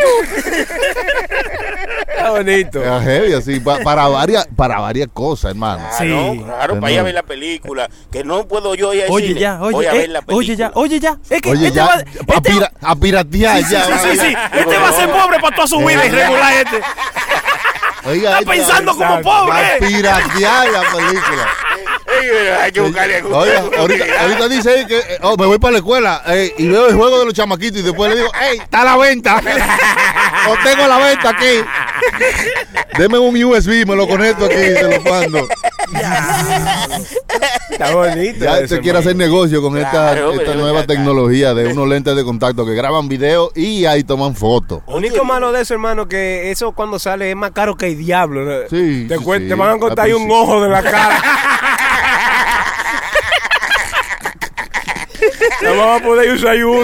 [SPEAKER 8] Está bonito.
[SPEAKER 6] Es heavy, así, pa- para, varias, para varias cosas, hermano.
[SPEAKER 7] Claro,
[SPEAKER 2] Sí.
[SPEAKER 7] Ah, claro, para ir a ver la película. Que no puedo yo ir al
[SPEAKER 2] Oye
[SPEAKER 7] cine.
[SPEAKER 2] ya,
[SPEAKER 7] Voy
[SPEAKER 2] oye,
[SPEAKER 7] a
[SPEAKER 2] eh,
[SPEAKER 7] ver la película.
[SPEAKER 2] oye ya, oye ya. Es que
[SPEAKER 6] Oye,
[SPEAKER 2] este
[SPEAKER 6] ya,
[SPEAKER 2] va,
[SPEAKER 6] a,
[SPEAKER 2] este-
[SPEAKER 6] pira- a piratear ya.
[SPEAKER 2] sí, sí, sí, este va a ser pobre para toda su vida irregular este. Está
[SPEAKER 6] Oiga, esto,
[SPEAKER 2] pensando como
[SPEAKER 8] exacto.
[SPEAKER 6] va a
[SPEAKER 2] pobre.
[SPEAKER 6] piratear la película.
[SPEAKER 7] Ey, pero hay que buscarle algún-
[SPEAKER 6] Oiga,
[SPEAKER 7] algún
[SPEAKER 6] ahorita,
[SPEAKER 7] lugar.
[SPEAKER 6] ahorita dice ahí que eh, oh, me voy para la escuela eh, y veo el juego de los chamaquitos y después le digo, ¡Ey, está a la venta! ¡O tengo la venta aquí! Deme un USB, me lo conecto aquí y se lo mando.
[SPEAKER 8] Está bonito.
[SPEAKER 6] Ya
[SPEAKER 8] eso,
[SPEAKER 6] usted quiere hacer
[SPEAKER 8] hermano.
[SPEAKER 6] negocio con esta,
[SPEAKER 7] Claro,
[SPEAKER 6] esta
[SPEAKER 7] pero
[SPEAKER 6] nueva
[SPEAKER 7] acá.
[SPEAKER 6] tecnología de unos lentes de contacto que graban video y ahí toman fotos.
[SPEAKER 8] Lo único malo de eso, hermano, que eso cuando sale es más caro que el diablo. ¿no?
[SPEAKER 6] Sí,
[SPEAKER 8] Te,
[SPEAKER 6] sí,
[SPEAKER 8] cuen-
[SPEAKER 6] sí.
[SPEAKER 8] te van a cortar
[SPEAKER 6] Al
[SPEAKER 8] ahí un
[SPEAKER 6] principio.
[SPEAKER 8] ojo de la cara. No vamos a poder usar uno.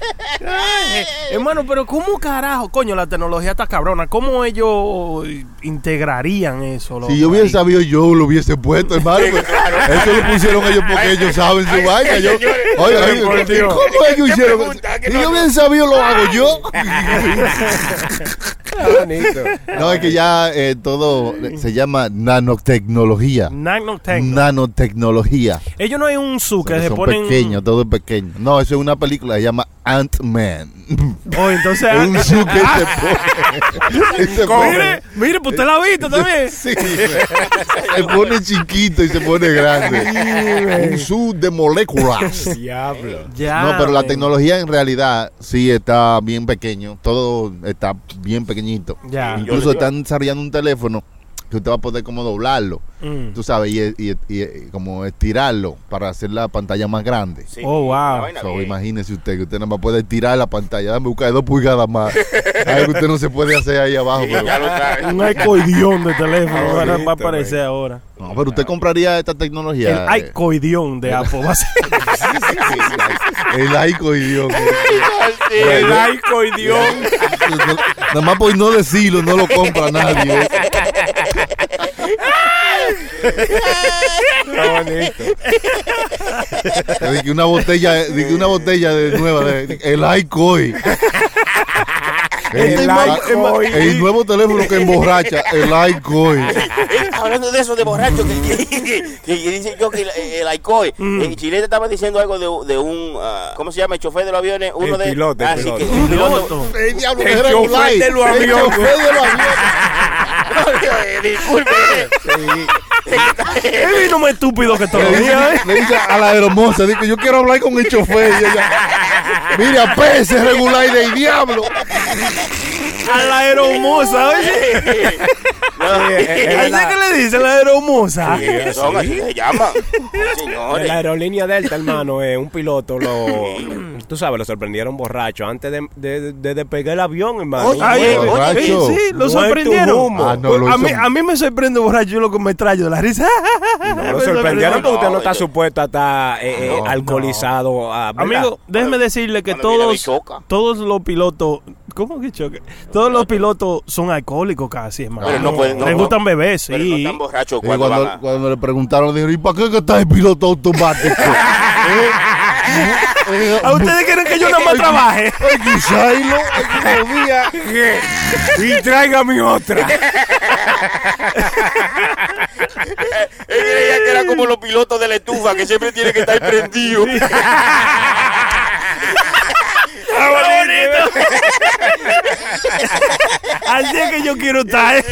[SPEAKER 7] Ya volviste.
[SPEAKER 2] Hermano, pero ¿cómo carajo? Coño, la tecnología está cabrona. ¿Cómo ellos integrarían eso? loco,
[SPEAKER 6] Si yo hubiese
[SPEAKER 2] ahí?
[SPEAKER 6] sabido, yo lo hubiese puesto, hermano. pues, Eso lo pusieron ellos porque ellos saben su vaina. Yo,
[SPEAKER 7] señores,
[SPEAKER 6] oye,
[SPEAKER 8] señores,
[SPEAKER 6] oye,
[SPEAKER 8] por Dios.
[SPEAKER 6] ¿cómo ellos
[SPEAKER 7] ¿Qué
[SPEAKER 6] hicieron?
[SPEAKER 7] pregunta? ¿Qué
[SPEAKER 6] Si
[SPEAKER 7] no-
[SPEAKER 6] yo hubiese sabido, lo hago yo.
[SPEAKER 8] Está bonito.
[SPEAKER 6] No, es que ya eh, todo se llama nanotecnología.
[SPEAKER 2] Nanotech.
[SPEAKER 6] Nanotecnología.
[SPEAKER 2] Ellos no hay un su
[SPEAKER 6] O sea,
[SPEAKER 2] que
[SPEAKER 6] que
[SPEAKER 2] se
[SPEAKER 6] son
[SPEAKER 2] ponen.
[SPEAKER 6] pequeños, todo es pequeño. No, eso es una película, se llama Ant-Man.
[SPEAKER 2] Oh, entonces.
[SPEAKER 6] Es un
[SPEAKER 2] ah,
[SPEAKER 6] zoo que se pone. y se
[SPEAKER 2] mire, mire, pues usted la ha visto también.
[SPEAKER 6] Sí, güey. se pone chiquito y se pone grande. Un zoo de moléculas.
[SPEAKER 8] Diablo.
[SPEAKER 2] Ya.
[SPEAKER 6] No, pero la
[SPEAKER 2] men.
[SPEAKER 6] tecnología en realidad sí está bien pequeño. Todo está bien pequeñito.
[SPEAKER 2] Ya.
[SPEAKER 6] Incluso están desarrollando un teléfono que usted va a poder como doblarlo,
[SPEAKER 2] Mm.
[SPEAKER 6] tú sabes, y, y- y como estirarlo para hacer la pantalla más grande.
[SPEAKER 7] Sí,
[SPEAKER 2] Oh, wow.
[SPEAKER 7] una vaina
[SPEAKER 6] So,
[SPEAKER 7] bien.
[SPEAKER 6] imagínese usted que usted nada más puede estirar la pantalla, dame buscar dos pulgadas más. Algo que usted no se puede hacer ahí abajo.
[SPEAKER 7] Sí,
[SPEAKER 6] pero-
[SPEAKER 7] ya lo sabes.
[SPEAKER 2] Un ecoidión de teléfono ahora va a
[SPEAKER 8] Ahorita,
[SPEAKER 6] pues.
[SPEAKER 2] aparecer ahora.
[SPEAKER 6] No, pero usted compraría esta tecnología. eh,
[SPEAKER 2] El ecoidión de Apple va a ser.
[SPEAKER 6] El laico idiota.
[SPEAKER 8] El laico idioma.
[SPEAKER 6] Nada más por no decirlo, no lo compra nadie. ¿eh?
[SPEAKER 8] Está bonito.
[SPEAKER 6] Dije una botella, dije una botella de nueva, de- el Icoy.
[SPEAKER 8] El Icoy.
[SPEAKER 6] El nuevo teléfono que emborracha, el Icoy.
[SPEAKER 7] Eh, Hablando de eso de borracho que, que- que- que dice yo que el, el alcohol,
[SPEAKER 2] Mm.
[SPEAKER 7] eh, Chilete estaba diciendo algo de, de un ah, ¿cómo se llama? el chofer de los aviones, uno
[SPEAKER 8] El
[SPEAKER 7] de
[SPEAKER 8] piloto, el
[SPEAKER 7] Ah, sí,
[SPEAKER 8] piloto.
[SPEAKER 7] que-
[SPEAKER 8] Un
[SPEAKER 2] Piloto.
[SPEAKER 6] El diablo
[SPEAKER 8] El chofer de los
[SPEAKER 6] El
[SPEAKER 8] aviones.
[SPEAKER 6] chofer de los aviones.
[SPEAKER 7] Eh, Disculpe.
[SPEAKER 2] Qué vino más estúpido que
[SPEAKER 6] Le
[SPEAKER 2] todavía, ¿eh?
[SPEAKER 6] dice, le dice a la hermosa, dice, yo quiero hablar con el chofer. Y ella, mira, peces regular y del diablo.
[SPEAKER 2] A la aeromosa, oye.
[SPEAKER 7] No,
[SPEAKER 8] Sí, eh, eh.
[SPEAKER 2] ¿Así que le dice la aeromosa?
[SPEAKER 7] que son así que se llaman.
[SPEAKER 8] En
[SPEAKER 7] Señores.
[SPEAKER 8] la aerolínea Delta, hermano, eh, un piloto lo. Tú sabes, lo sorprendieron borracho antes de, de- de despegar el avión, hermano.
[SPEAKER 6] Oh,
[SPEAKER 7] Oye,
[SPEAKER 2] Ay,
[SPEAKER 7] Oye,
[SPEAKER 2] oye, sí,
[SPEAKER 6] borracho.
[SPEAKER 2] sí, lo
[SPEAKER 8] Muerto
[SPEAKER 2] sorprendieron.
[SPEAKER 8] humo.
[SPEAKER 6] Ah, no, lo
[SPEAKER 2] a,
[SPEAKER 6] hizo-
[SPEAKER 2] mí, a mí me sorprende borracho, yo lo que me traigo de la risa.
[SPEAKER 8] No, lo
[SPEAKER 2] Me
[SPEAKER 8] sorprendieron
[SPEAKER 2] sorprende.
[SPEAKER 8] porque usted no está
[SPEAKER 7] No, yo-
[SPEAKER 8] supuesto a estar eh, eh,
[SPEAKER 6] No,
[SPEAKER 8] alcoholizado. ah, ¿verdad?
[SPEAKER 2] Amigo, déjeme decirle que
[SPEAKER 7] cuando viene
[SPEAKER 2] todos,
[SPEAKER 7] bichoca.
[SPEAKER 2] todos los pilotos, ¿cómo que choque? Todos los pilotos son alcohólicos casi, hermano.
[SPEAKER 7] Pero no pueden- no,
[SPEAKER 2] Les
[SPEAKER 7] no.
[SPEAKER 2] gustan beber,
[SPEAKER 7] Pero no
[SPEAKER 2] sí.
[SPEAKER 7] están borrachos
[SPEAKER 6] Y
[SPEAKER 7] cuando, van
[SPEAKER 6] cuando,
[SPEAKER 7] a-
[SPEAKER 6] cuando le preguntaron, dijeron, ¿y para qué que está el piloto automático? Eh,
[SPEAKER 2] ¿A ustedes quieren que yo nada más trabaje?
[SPEAKER 6] Hay que usarlo, hay que mover.
[SPEAKER 8] Y tráigame otra.
[SPEAKER 7] Él creía que era como los pilotos de la estufa que siempre tienen que estar prendidos.
[SPEAKER 6] Ah,
[SPEAKER 2] Así es que yo quiero estar. ¿eh?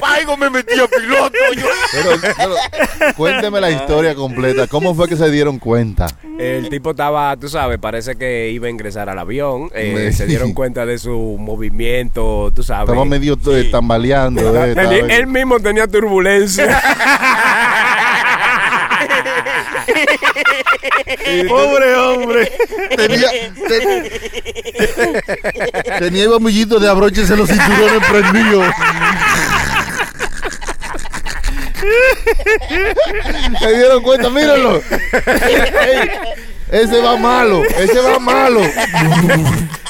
[SPEAKER 7] Paigo me metí a piloto. Yo,
[SPEAKER 6] Pero, pero, cuénteme la historia completa. ¿Cómo fue que se dieron cuenta?
[SPEAKER 8] El tipo estaba, tú sabes, parece que iba a ingresar al avión. eh,
[SPEAKER 6] Me-
[SPEAKER 8] se dieron cuenta de su movimiento, tú sabes.
[SPEAKER 6] Estaba medio to- tambaleando. eh, estaba-
[SPEAKER 8] Tenía- él mismo tenía turbulencia.
[SPEAKER 2] Pobre hombre.
[SPEAKER 6] tenía, ten- tenía el bombillito de abróchese los cinturones prendidos. Se dieron cuenta, mírenlo. Ey, ese va malo, ese va malo.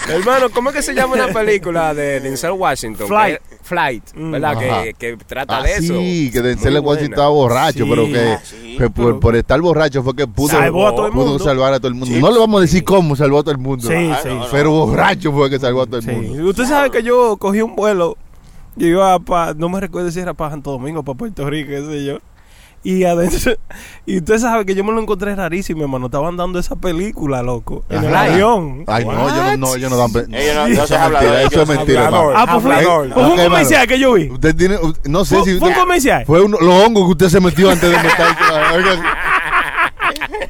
[SPEAKER 8] Hermano, ¿cómo es que se llama una película de Denzel Washington?
[SPEAKER 2] Flight.
[SPEAKER 8] Que- Flight, Mm. ¿verdad?
[SPEAKER 6] Ajá.
[SPEAKER 8] Que, que trata de eso.
[SPEAKER 6] Así Ah, que Denzel
[SPEAKER 8] Muy
[SPEAKER 6] Washington
[SPEAKER 8] buena.
[SPEAKER 6] estaba borracho,
[SPEAKER 2] Sí.
[SPEAKER 6] pero que,
[SPEAKER 7] Ah, sí,
[SPEAKER 6] que por, por estar borracho fue que pudo,
[SPEAKER 2] Salvó a todo el
[SPEAKER 6] pudo
[SPEAKER 2] mundo.
[SPEAKER 6] salvar a todo el mundo. no le vamos a decir cómo salvó a todo el mundo.
[SPEAKER 2] Sí,
[SPEAKER 6] Ah,
[SPEAKER 2] sí.
[SPEAKER 6] no, no. Pero borracho fue que salvó a todo el
[SPEAKER 2] Sí.
[SPEAKER 6] mundo.
[SPEAKER 2] Usted sabe que yo cogí un vuelo. Yo iba para, no me recuerdo si era para Santo Domingo, para Puerto Rico, qué sé yo. Y adentro, y usted sabe que yo me lo encontré rarísimo, hermano. Estaban dando esa película, loco, en el
[SPEAKER 6] Ajá.
[SPEAKER 2] avión.
[SPEAKER 6] Ay, no, yo no, no, yo no dan pe-
[SPEAKER 7] Ellos no- no
[SPEAKER 6] Eso
[SPEAKER 7] se
[SPEAKER 6] es
[SPEAKER 7] hablan
[SPEAKER 6] mentira,
[SPEAKER 7] de
[SPEAKER 6] eso es
[SPEAKER 7] ellos.
[SPEAKER 6] mentira,
[SPEAKER 8] Hablador.
[SPEAKER 6] hermano.
[SPEAKER 2] Ah, pues fue,
[SPEAKER 8] Hablador.
[SPEAKER 2] pues fue
[SPEAKER 6] Ok,
[SPEAKER 2] un
[SPEAKER 6] hermano.
[SPEAKER 2] comercial que yo vi.
[SPEAKER 6] Usted tiene, u- no sé
[SPEAKER 2] ¿Fue-
[SPEAKER 6] si
[SPEAKER 2] fue
[SPEAKER 6] usted-
[SPEAKER 2] un comercial?
[SPEAKER 6] Fue uno- los hongos que usted se metió antes de meterse. Oiga,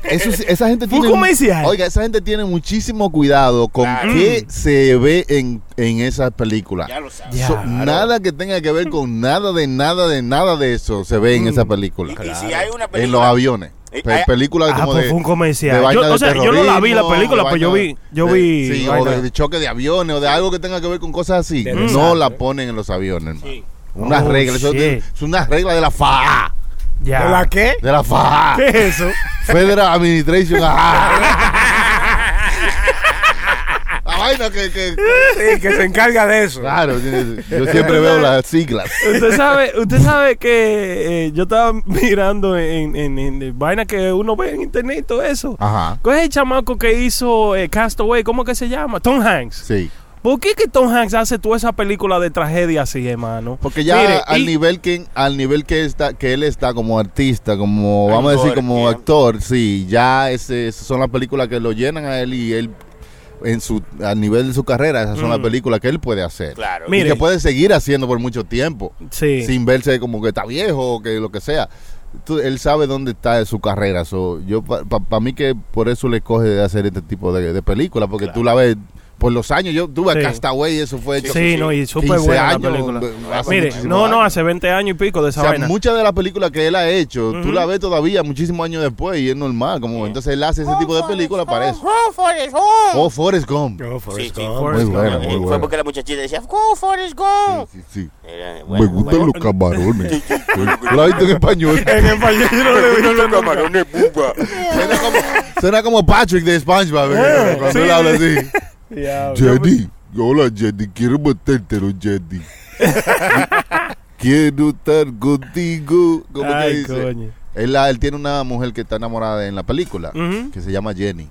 [SPEAKER 6] eso sí, esa gente
[SPEAKER 2] ¿Fue un
[SPEAKER 6] tiene mu-
[SPEAKER 2] comercial?
[SPEAKER 6] Oiga, esa gente tiene muchísimo cuidado con
[SPEAKER 7] Claro.
[SPEAKER 6] qué se ve en, en esas películas.
[SPEAKER 7] ya lo sabes.
[SPEAKER 2] Ya.
[SPEAKER 6] So, nada que tenga que ver con nada de nada de nada de eso se
[SPEAKER 2] Mm.
[SPEAKER 6] ve en esa película.
[SPEAKER 7] Y- y si hay una
[SPEAKER 6] En los
[SPEAKER 7] película-
[SPEAKER 6] aviones.
[SPEAKER 7] Eh,
[SPEAKER 6] Pe-
[SPEAKER 7] hay-
[SPEAKER 6] películas
[SPEAKER 2] Ah,
[SPEAKER 6] como
[SPEAKER 2] pues
[SPEAKER 6] de,
[SPEAKER 2] fue un comercial.
[SPEAKER 6] de
[SPEAKER 2] Yo-
[SPEAKER 6] vaina
[SPEAKER 2] o
[SPEAKER 6] de
[SPEAKER 2] sea, yo no la vi la
[SPEAKER 6] terrorismo,
[SPEAKER 2] película,
[SPEAKER 6] de
[SPEAKER 2] pues yo
[SPEAKER 6] vaina
[SPEAKER 2] vi- yo
[SPEAKER 6] de-
[SPEAKER 2] vi
[SPEAKER 6] sí,
[SPEAKER 2] vaina.
[SPEAKER 6] o de, de choque de aviones o de algo que tenga que ver con cosas así.
[SPEAKER 8] De
[SPEAKER 6] no
[SPEAKER 8] desastre.
[SPEAKER 6] la ponen en los aviones, hermano. Unas
[SPEAKER 2] Oh,
[SPEAKER 6] reglas. Eso
[SPEAKER 2] shit.
[SPEAKER 6] tiene- es una regla de la FAA.
[SPEAKER 2] Ya.
[SPEAKER 8] qué?
[SPEAKER 6] De la FAA.
[SPEAKER 2] ¿Qué es eso?
[SPEAKER 6] Federal Administration. ajá. La vaina que- que
[SPEAKER 8] Sí, que se encarga de eso.
[SPEAKER 6] Claro, yo siempre veo las siglas.
[SPEAKER 2] Usted sabe, usted sabe que eh, yo estaba mirando en, en, en- en vaina que uno ve en internet y todo eso.
[SPEAKER 6] Ajá.
[SPEAKER 2] ¿Cuál es el chamaco que hizo eh, Castaway? ¿Cómo que se llama? Tom Hanks.
[SPEAKER 6] Sí.
[SPEAKER 2] ¿Por qué que Tom Hanks hace toda esa película de tragedia así, hermano?
[SPEAKER 6] Porque ya
[SPEAKER 2] Mire,
[SPEAKER 6] al
[SPEAKER 2] y-
[SPEAKER 6] nivel que al nivel que está que él está como artista, como vamos a decir
[SPEAKER 7] Actor,
[SPEAKER 6] como
[SPEAKER 7] bien.
[SPEAKER 6] actor, sí, ya ese, esas son las películas que lo llenan a él y él en su al nivel de su carrera, esas son las películas que él puede hacer.
[SPEAKER 7] Claro.
[SPEAKER 2] Mm. Mire.
[SPEAKER 6] Y que puede seguir haciendo por mucho tiempo.
[SPEAKER 2] Sí.
[SPEAKER 6] Sin verse como que está viejo o que lo que sea. Tú- él sabe dónde está su carrera. So, yo Para mí que por eso le coge de hacer este tipo de, de películas, porque tú la ves por los años. Yo tuve
[SPEAKER 2] Sí.
[SPEAKER 6] Castaway, eso fue hecho
[SPEAKER 2] Sí, no, y
[SPEAKER 6] 15
[SPEAKER 2] súper buena la
[SPEAKER 6] años,
[SPEAKER 2] película.
[SPEAKER 6] eh, hace
[SPEAKER 2] Mire,
[SPEAKER 6] muchísimos
[SPEAKER 2] no, no,
[SPEAKER 6] años.
[SPEAKER 2] hace 20 años y pico de
[SPEAKER 6] O
[SPEAKER 2] esa
[SPEAKER 6] sea,
[SPEAKER 2] vaina.
[SPEAKER 6] muchas de las películas que él ha hecho, tú
[SPEAKER 2] Ujú.
[SPEAKER 6] la ves todavía muchísimos años después y es normal. como Entonces él hace ese tipo de películas para eso.
[SPEAKER 7] Go Forrest Gump.
[SPEAKER 6] Oh, Forrest Gump.
[SPEAKER 7] Sí, sí.
[SPEAKER 6] Muy buena,
[SPEAKER 7] Eh,
[SPEAKER 6] muy
[SPEAKER 7] Fue
[SPEAKER 6] buena.
[SPEAKER 7] porque la muchachita decía, go Forrest Gump.
[SPEAKER 6] Sí, sí.
[SPEAKER 7] Era, bueno,
[SPEAKER 6] Me gustan
[SPEAKER 7] bueno.
[SPEAKER 6] los camarones. la viste en español.
[SPEAKER 7] Camarones, buba.
[SPEAKER 6] Suena como, suena como Patrick de SpongeBob. ¿eh? Cuando él habla así. Jenny, hola Jenny, quiero metértelo, Jenny. quiero estar contigo. ¿Cómo que
[SPEAKER 2] Ay,
[SPEAKER 6] dice?
[SPEAKER 2] coño.
[SPEAKER 6] Él, ah, él tiene una mujer que está enamorada de- en la película,
[SPEAKER 2] Ujú.
[SPEAKER 6] que se llama Jenny.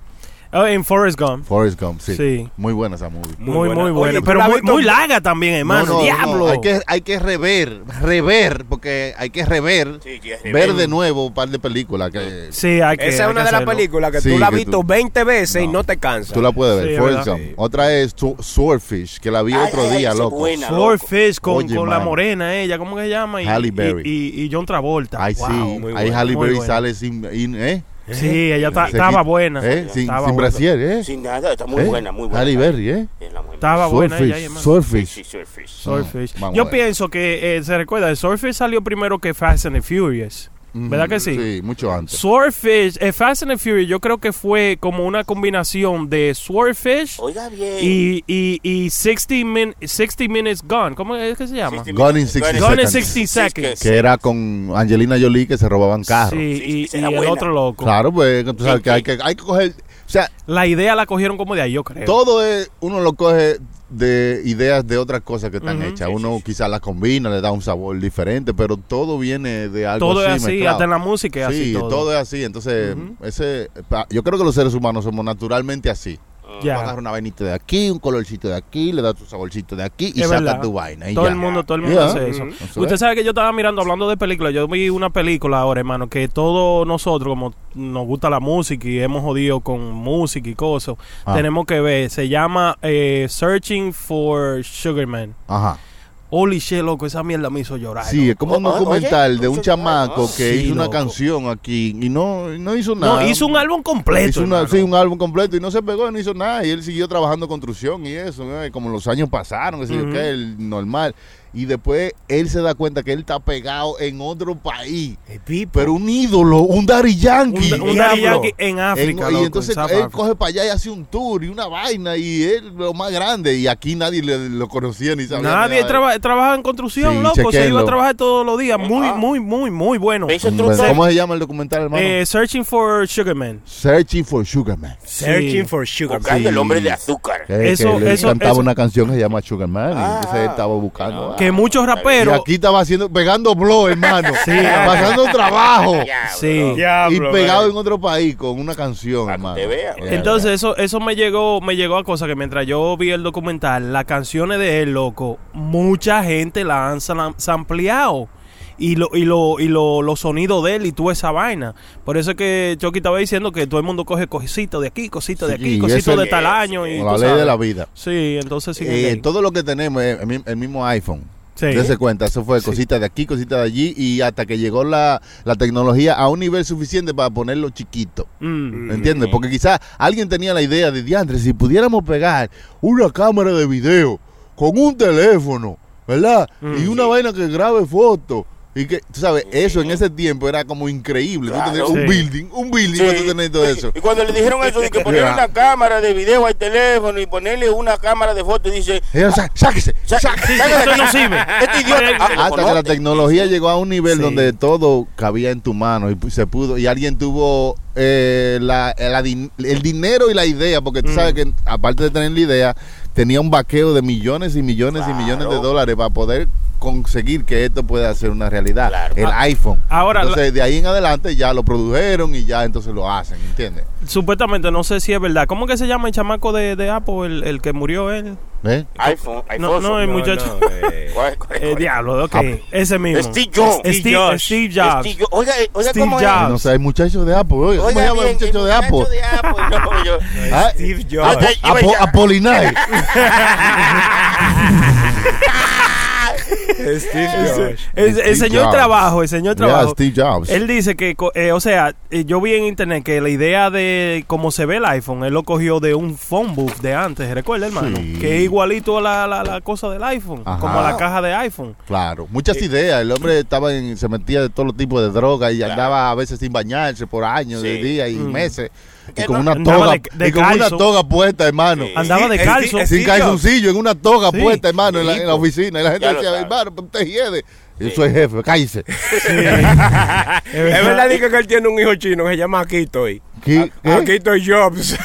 [SPEAKER 2] Oh, en Forrest Gump.
[SPEAKER 6] Forrest Gump, sí.
[SPEAKER 2] Sí.
[SPEAKER 6] Muy buena esa movie.
[SPEAKER 2] Muy, muy
[SPEAKER 8] buena.
[SPEAKER 2] buena.
[SPEAKER 8] Oye,
[SPEAKER 2] Pero
[SPEAKER 8] ¿tú la
[SPEAKER 2] muy,
[SPEAKER 8] has visto?
[SPEAKER 2] muy larga también, hermano.
[SPEAKER 6] No, no,
[SPEAKER 2] ¡Diablo!
[SPEAKER 6] no, Hay, que, hay que rever, rever, porque hay que rever,
[SPEAKER 7] Sí, sí, es
[SPEAKER 6] ver de nuevo un par de películas que
[SPEAKER 2] Sí, hay que
[SPEAKER 8] Esa
[SPEAKER 2] hay
[SPEAKER 8] es una
[SPEAKER 2] que
[SPEAKER 8] de las
[SPEAKER 2] hacerlo.
[SPEAKER 8] películas que
[SPEAKER 6] Sí,
[SPEAKER 8] tú la has
[SPEAKER 6] que tú-
[SPEAKER 8] visto 20 veces y no te cansas.
[SPEAKER 6] tú la puedes
[SPEAKER 2] Sí,
[SPEAKER 6] ver.
[SPEAKER 2] es
[SPEAKER 6] Forrest
[SPEAKER 2] verdad.
[SPEAKER 6] Gump. Otra es Sw- Swordfish, que la vi
[SPEAKER 7] Ay,
[SPEAKER 6] otro
[SPEAKER 7] ay,
[SPEAKER 6] día,
[SPEAKER 7] esa es
[SPEAKER 6] loco.
[SPEAKER 7] buena.
[SPEAKER 2] Swordfish con,
[SPEAKER 6] Oye,
[SPEAKER 2] con la
[SPEAKER 6] mano.
[SPEAKER 2] morena ella, ¿cómo que se llama? Y,
[SPEAKER 6] Halle Berry.
[SPEAKER 2] Y, y- y John Travolta.
[SPEAKER 6] Ay,
[SPEAKER 2] Wow.
[SPEAKER 6] sí.
[SPEAKER 8] muy
[SPEAKER 6] Ahí
[SPEAKER 8] buena.
[SPEAKER 6] Halle
[SPEAKER 2] Muy
[SPEAKER 6] Berry
[SPEAKER 2] buena.
[SPEAKER 6] sale sin, in- ¿eh?
[SPEAKER 2] Sí, ella ta-
[SPEAKER 6] Se
[SPEAKER 2] estaba
[SPEAKER 6] quita-
[SPEAKER 2] buena.
[SPEAKER 6] ¿eh? Sin,
[SPEAKER 2] Estaba
[SPEAKER 6] sin
[SPEAKER 2] buena.
[SPEAKER 6] brasier, ¿eh?
[SPEAKER 7] Sin nada, está muy
[SPEAKER 6] ¿Eh?
[SPEAKER 7] buena, muy buena.
[SPEAKER 6] Halle Berry, ¿eh?
[SPEAKER 7] Es la muy
[SPEAKER 2] Estaba buena ella, ahí,
[SPEAKER 6] Swordfish,
[SPEAKER 2] hermano.
[SPEAKER 7] Sí,
[SPEAKER 6] Swordfish.
[SPEAKER 7] sí, Surface.
[SPEAKER 2] Swordfish.
[SPEAKER 6] Ah, vamos a
[SPEAKER 2] Yo
[SPEAKER 6] ver.
[SPEAKER 2] pienso que, eh, se recuerda, Swordfish salió primero que Fast and the Furious. ¿Verdad que sí?
[SPEAKER 6] Mm, Sí, mucho antes.
[SPEAKER 2] Swordfish, eh, Fast and the Furious, yo creo que fue como una combinación de Swordfish
[SPEAKER 7] Oiga bien.
[SPEAKER 2] y, y, y 60, min- 60 Minutes Gone. ¿Cómo es que se llama?
[SPEAKER 7] 60
[SPEAKER 6] Gone in 60
[SPEAKER 2] Gone in
[SPEAKER 6] Seconds.
[SPEAKER 2] 60 Seconds.
[SPEAKER 6] Que era con Angelina Jolie que se robaban carros.
[SPEAKER 2] Sí,
[SPEAKER 7] Sí,
[SPEAKER 2] y,
[SPEAKER 7] esa
[SPEAKER 2] y
[SPEAKER 7] era
[SPEAKER 2] el
[SPEAKER 7] buena.
[SPEAKER 2] otro loco.
[SPEAKER 6] Claro, pues, tú sabes
[SPEAKER 7] Sí,
[SPEAKER 6] que hay que, hay que coger. O sea,
[SPEAKER 2] La idea la cogieron como de ahí, yo creo.
[SPEAKER 6] todo es, uno lo coge de ideas de otras cosas que están hechas. Uno quizás las combina, le da un sabor diferente, pero todo viene de algo
[SPEAKER 2] Todo es
[SPEAKER 6] así.
[SPEAKER 2] así,
[SPEAKER 6] mezclado.
[SPEAKER 2] hasta en la música es así
[SPEAKER 6] Sí,
[SPEAKER 2] todo.
[SPEAKER 6] es así. Entonces, ese, pa- yo creo que los seres humanos somos naturalmente así.
[SPEAKER 2] Ya.
[SPEAKER 6] Tú agarras una vainita de aquí, un colorcito de aquí, le das tu saborcito de aquí y
[SPEAKER 2] Es
[SPEAKER 6] sacas
[SPEAKER 2] verdad.
[SPEAKER 6] tu vaina. y
[SPEAKER 2] Todo
[SPEAKER 6] Eh, ya.
[SPEAKER 2] el mundo, todo el mundo
[SPEAKER 6] Ya.
[SPEAKER 2] hace eso.
[SPEAKER 6] Ujú. Eso
[SPEAKER 2] Usted
[SPEAKER 6] es.
[SPEAKER 2] sabe que yo estaba mirando, hablando de películas, yo vi una película ahora, hermano, que todos nosotros, como nos gusta la música y hemos jodido con música y cosas,
[SPEAKER 6] Ah.
[SPEAKER 2] tenemos que ver. Se llama eh, Searching for Sugar Man.
[SPEAKER 6] Ajá.
[SPEAKER 2] Holy shit, loco, esa mierda me hizo llorar.
[SPEAKER 6] Sí, es como un
[SPEAKER 7] O- oye,
[SPEAKER 6] documental de un
[SPEAKER 7] oye,
[SPEAKER 6] chamaco
[SPEAKER 2] ah.
[SPEAKER 6] que
[SPEAKER 2] Sí,
[SPEAKER 6] hizo una
[SPEAKER 2] loco.
[SPEAKER 6] canción aquí y no, y no hizo
[SPEAKER 2] No,
[SPEAKER 6] nada.
[SPEAKER 2] hizo un álbum completo.
[SPEAKER 6] Hizo una-
[SPEAKER 2] hermano.
[SPEAKER 6] sí, un álbum completo y no se pegó, no hizo nada. Y él siguió trabajando construcción y eso, ¿no? Y como los años pasaron, que sé yo
[SPEAKER 2] Ujú.
[SPEAKER 6] qué, el normal. Y después él se da cuenta que él está pegado en otro país. Pero un ídolo, un Daddy Yankee.
[SPEAKER 2] Un- un
[SPEAKER 6] En-
[SPEAKER 2] Daddy
[SPEAKER 8] Diablo.
[SPEAKER 2] Yankee en África,
[SPEAKER 6] y
[SPEAKER 2] loco,
[SPEAKER 6] entonces
[SPEAKER 2] en South
[SPEAKER 6] él
[SPEAKER 2] Africa.
[SPEAKER 6] coge para allá y hace un tour y una vaina y él lo más grande. Y aquí nadie le- lo conocía ni sabía.
[SPEAKER 2] Nadie
[SPEAKER 6] nada.
[SPEAKER 2] traba- trabajaba en construcción,
[SPEAKER 6] Sí,
[SPEAKER 2] loco. Se iba a
[SPEAKER 6] chequéenlo.
[SPEAKER 2] trabajar todos los días. Muy,
[SPEAKER 7] Ah.
[SPEAKER 2] muy, muy, muy bueno.
[SPEAKER 7] Me hizo
[SPEAKER 6] Bueno,
[SPEAKER 7] truco.
[SPEAKER 6] ¿Cómo se llama el documental, hermano?
[SPEAKER 2] Eh, Searching for Sugar Man.
[SPEAKER 6] Searching for Sugar Man.
[SPEAKER 2] Sí.
[SPEAKER 8] Searching for Sugar.
[SPEAKER 7] Buscando
[SPEAKER 6] Sí.
[SPEAKER 7] el hombre de azúcar.
[SPEAKER 6] Que-
[SPEAKER 2] Eso-
[SPEAKER 6] que le
[SPEAKER 2] eso-
[SPEAKER 6] cantaba
[SPEAKER 2] eso.
[SPEAKER 6] una canción que se llama Sugar Man. y entonces él estaba buscando. ah.
[SPEAKER 2] Que muchos
[SPEAKER 6] y
[SPEAKER 2] raperos.
[SPEAKER 6] aquí estaba haciendo, pegando blow, hermano. pasando trabajo.
[SPEAKER 7] Diablo.
[SPEAKER 2] Sí.
[SPEAKER 6] y pegado en otro país con una canción, hermano. Eh,
[SPEAKER 7] te vea.
[SPEAKER 6] Yeah.
[SPEAKER 2] Entonces eso eso me llegó me llegó a cosa que mientras yo vi el documental, las canciones de él, loco, mucha gente la han sam- sampleado. Y lo y lo y lo, los sonidos de él y toda esa vaina. Por eso es que Chucky estaba diciendo que todo el mundo coge cositas de aquí, cositas de
[SPEAKER 6] Sí,
[SPEAKER 2] aquí,
[SPEAKER 6] y
[SPEAKER 2] cositas
[SPEAKER 6] eso
[SPEAKER 2] de
[SPEAKER 6] es-
[SPEAKER 2] tal año y
[SPEAKER 6] la
[SPEAKER 2] tú
[SPEAKER 6] ley de
[SPEAKER 2] sabes.
[SPEAKER 6] la vida.
[SPEAKER 2] Sí, entonces sí.
[SPEAKER 6] Eh,
[SPEAKER 2] que-
[SPEAKER 6] todo lo que tenemos es el mi- el mismo iPhone.
[SPEAKER 2] Sí.
[SPEAKER 6] Dese cuenta, eso fue cosita de aquí, cosita de allí, y hasta que llegó la, la tecnología a un nivel suficiente para ponerlo chiquito.
[SPEAKER 2] Mm.
[SPEAKER 6] ¿Me entiendes? Porque quizás alguien tenía la idea de diantre, si pudiéramos pegar una cámara de video con un teléfono, ¿verdad?
[SPEAKER 2] Mm.
[SPEAKER 6] Y una vaina que grabe fotos. Y que, tú sabes, eso en ese tiempo era como increíble. Tú
[SPEAKER 7] Claro.
[SPEAKER 6] tenías un
[SPEAKER 2] Sí.
[SPEAKER 6] building, un building
[SPEAKER 7] Sí.
[SPEAKER 6] para tú tener todo eso.
[SPEAKER 7] Y cuando le dijeron eso, de que ponerle
[SPEAKER 6] Ya.
[SPEAKER 7] una cámara de video al teléfono y ponerle una cámara de foto, dice.
[SPEAKER 6] Y yo, "Sá- sáquese,
[SPEAKER 7] "Sa-
[SPEAKER 6] sáquese.
[SPEAKER 7] sácala de
[SPEAKER 2] eso no
[SPEAKER 7] aquí".
[SPEAKER 2] sirve.
[SPEAKER 7] Este idiota. Ah,
[SPEAKER 6] Hasta que la
[SPEAKER 7] telefonote.
[SPEAKER 6] tecnología llegó a un nivel
[SPEAKER 2] Sí.
[SPEAKER 6] donde todo cabía en tu mano y se pudo y alguien tuvo eh, la- la din- el dinero y la idea porque tú sabes que aparte de tener la idea tenía un vaqueo de millones y millones y millones de
[SPEAKER 7] Claro.
[SPEAKER 6] dólares para poder conseguir que esto pueda ser una realidad.
[SPEAKER 7] Claro.
[SPEAKER 6] El iPhone.
[SPEAKER 2] ahora,
[SPEAKER 6] entonces, de ahí en adelante ya lo produjeron y ya entonces lo hacen, ¿entiendes?
[SPEAKER 2] Supuestamente, no sé si es verdad. ¿Cómo que se llama el chamaco de, de Apple, el, el que murió él?
[SPEAKER 6] ¿Eh?
[SPEAKER 7] iPhone,
[SPEAKER 2] No,
[SPEAKER 7] iPhone.
[SPEAKER 2] no, el
[SPEAKER 8] No,
[SPEAKER 2] muchacho.
[SPEAKER 8] no, eh,
[SPEAKER 7] ¿Cuál- cuál-
[SPEAKER 2] Eh,
[SPEAKER 7] cuál?
[SPEAKER 2] diablo, ok.
[SPEAKER 6] Apple.
[SPEAKER 2] Ese mismo.
[SPEAKER 7] Steve Jobs.
[SPEAKER 2] Steve,
[SPEAKER 8] Jobs.
[SPEAKER 2] Steve Jobs.
[SPEAKER 7] Steve Jobs. Oiga, eh, oiga
[SPEAKER 2] Steve
[SPEAKER 7] cómo
[SPEAKER 2] Jobs.
[SPEAKER 6] No sé, hay muchachos de Apple. Oye,
[SPEAKER 7] es.
[SPEAKER 6] ¿Cómo se
[SPEAKER 7] Oiga
[SPEAKER 6] llama el
[SPEAKER 7] bien,
[SPEAKER 6] muchacho de Apple?
[SPEAKER 7] de Apple. No, yo.
[SPEAKER 6] Ah,
[SPEAKER 8] Steve
[SPEAKER 6] Apo-
[SPEAKER 8] Jobs.
[SPEAKER 7] iba
[SPEAKER 6] Apo-
[SPEAKER 7] ya.
[SPEAKER 6] Apolinar.
[SPEAKER 8] Steve Jobs.
[SPEAKER 2] El, el
[SPEAKER 6] Steve
[SPEAKER 2] señor
[SPEAKER 6] Jobs.
[SPEAKER 2] trabajo, el señor
[SPEAKER 6] Yeah,
[SPEAKER 2] trabajo.
[SPEAKER 6] Steve Jobs.
[SPEAKER 2] Él dice que, co- eh, o sea, eh, yo vi en internet que la idea de cómo se ve el iPhone, él lo cogió de un phone booth de antes, recuerda hermano,
[SPEAKER 6] Sí.
[SPEAKER 2] que es igualito a la, la, la cosa del iPhone,
[SPEAKER 6] Ajá.
[SPEAKER 2] como a la caja de iPhone.
[SPEAKER 6] Claro, muchas ideas. El hombre estaba en, se metía de todos los tipos de drogas y andaba a veces sin bañarse por años, de
[SPEAKER 7] Sí.
[SPEAKER 6] días y meses. Y con una
[SPEAKER 2] Mm. Andaba
[SPEAKER 6] toga,
[SPEAKER 2] de- de
[SPEAKER 6] y con una
[SPEAKER 2] calzo.
[SPEAKER 6] toga puesta, hermano.
[SPEAKER 2] Andaba de
[SPEAKER 8] Sí,
[SPEAKER 2] calzo.
[SPEAKER 8] es-
[SPEAKER 6] Sin
[SPEAKER 8] Steve Jobs.
[SPEAKER 6] calzoncillo, en una toga
[SPEAKER 2] Sí.
[SPEAKER 6] puesta, hermano, en la, en la
[SPEAKER 7] Sí.
[SPEAKER 6] oficina. Y la gente
[SPEAKER 7] Ya lo
[SPEAKER 6] decía,
[SPEAKER 7] sabe. Ah,
[SPEAKER 6] hermano, pero usted hiede. Yo soy jefe, cállese.
[SPEAKER 8] Es verdad dice que él tiene un hijo chino que se llama Akito. y-
[SPEAKER 6] ¿Qué? ¿Qué?
[SPEAKER 7] ah,
[SPEAKER 8] Akito Jobs.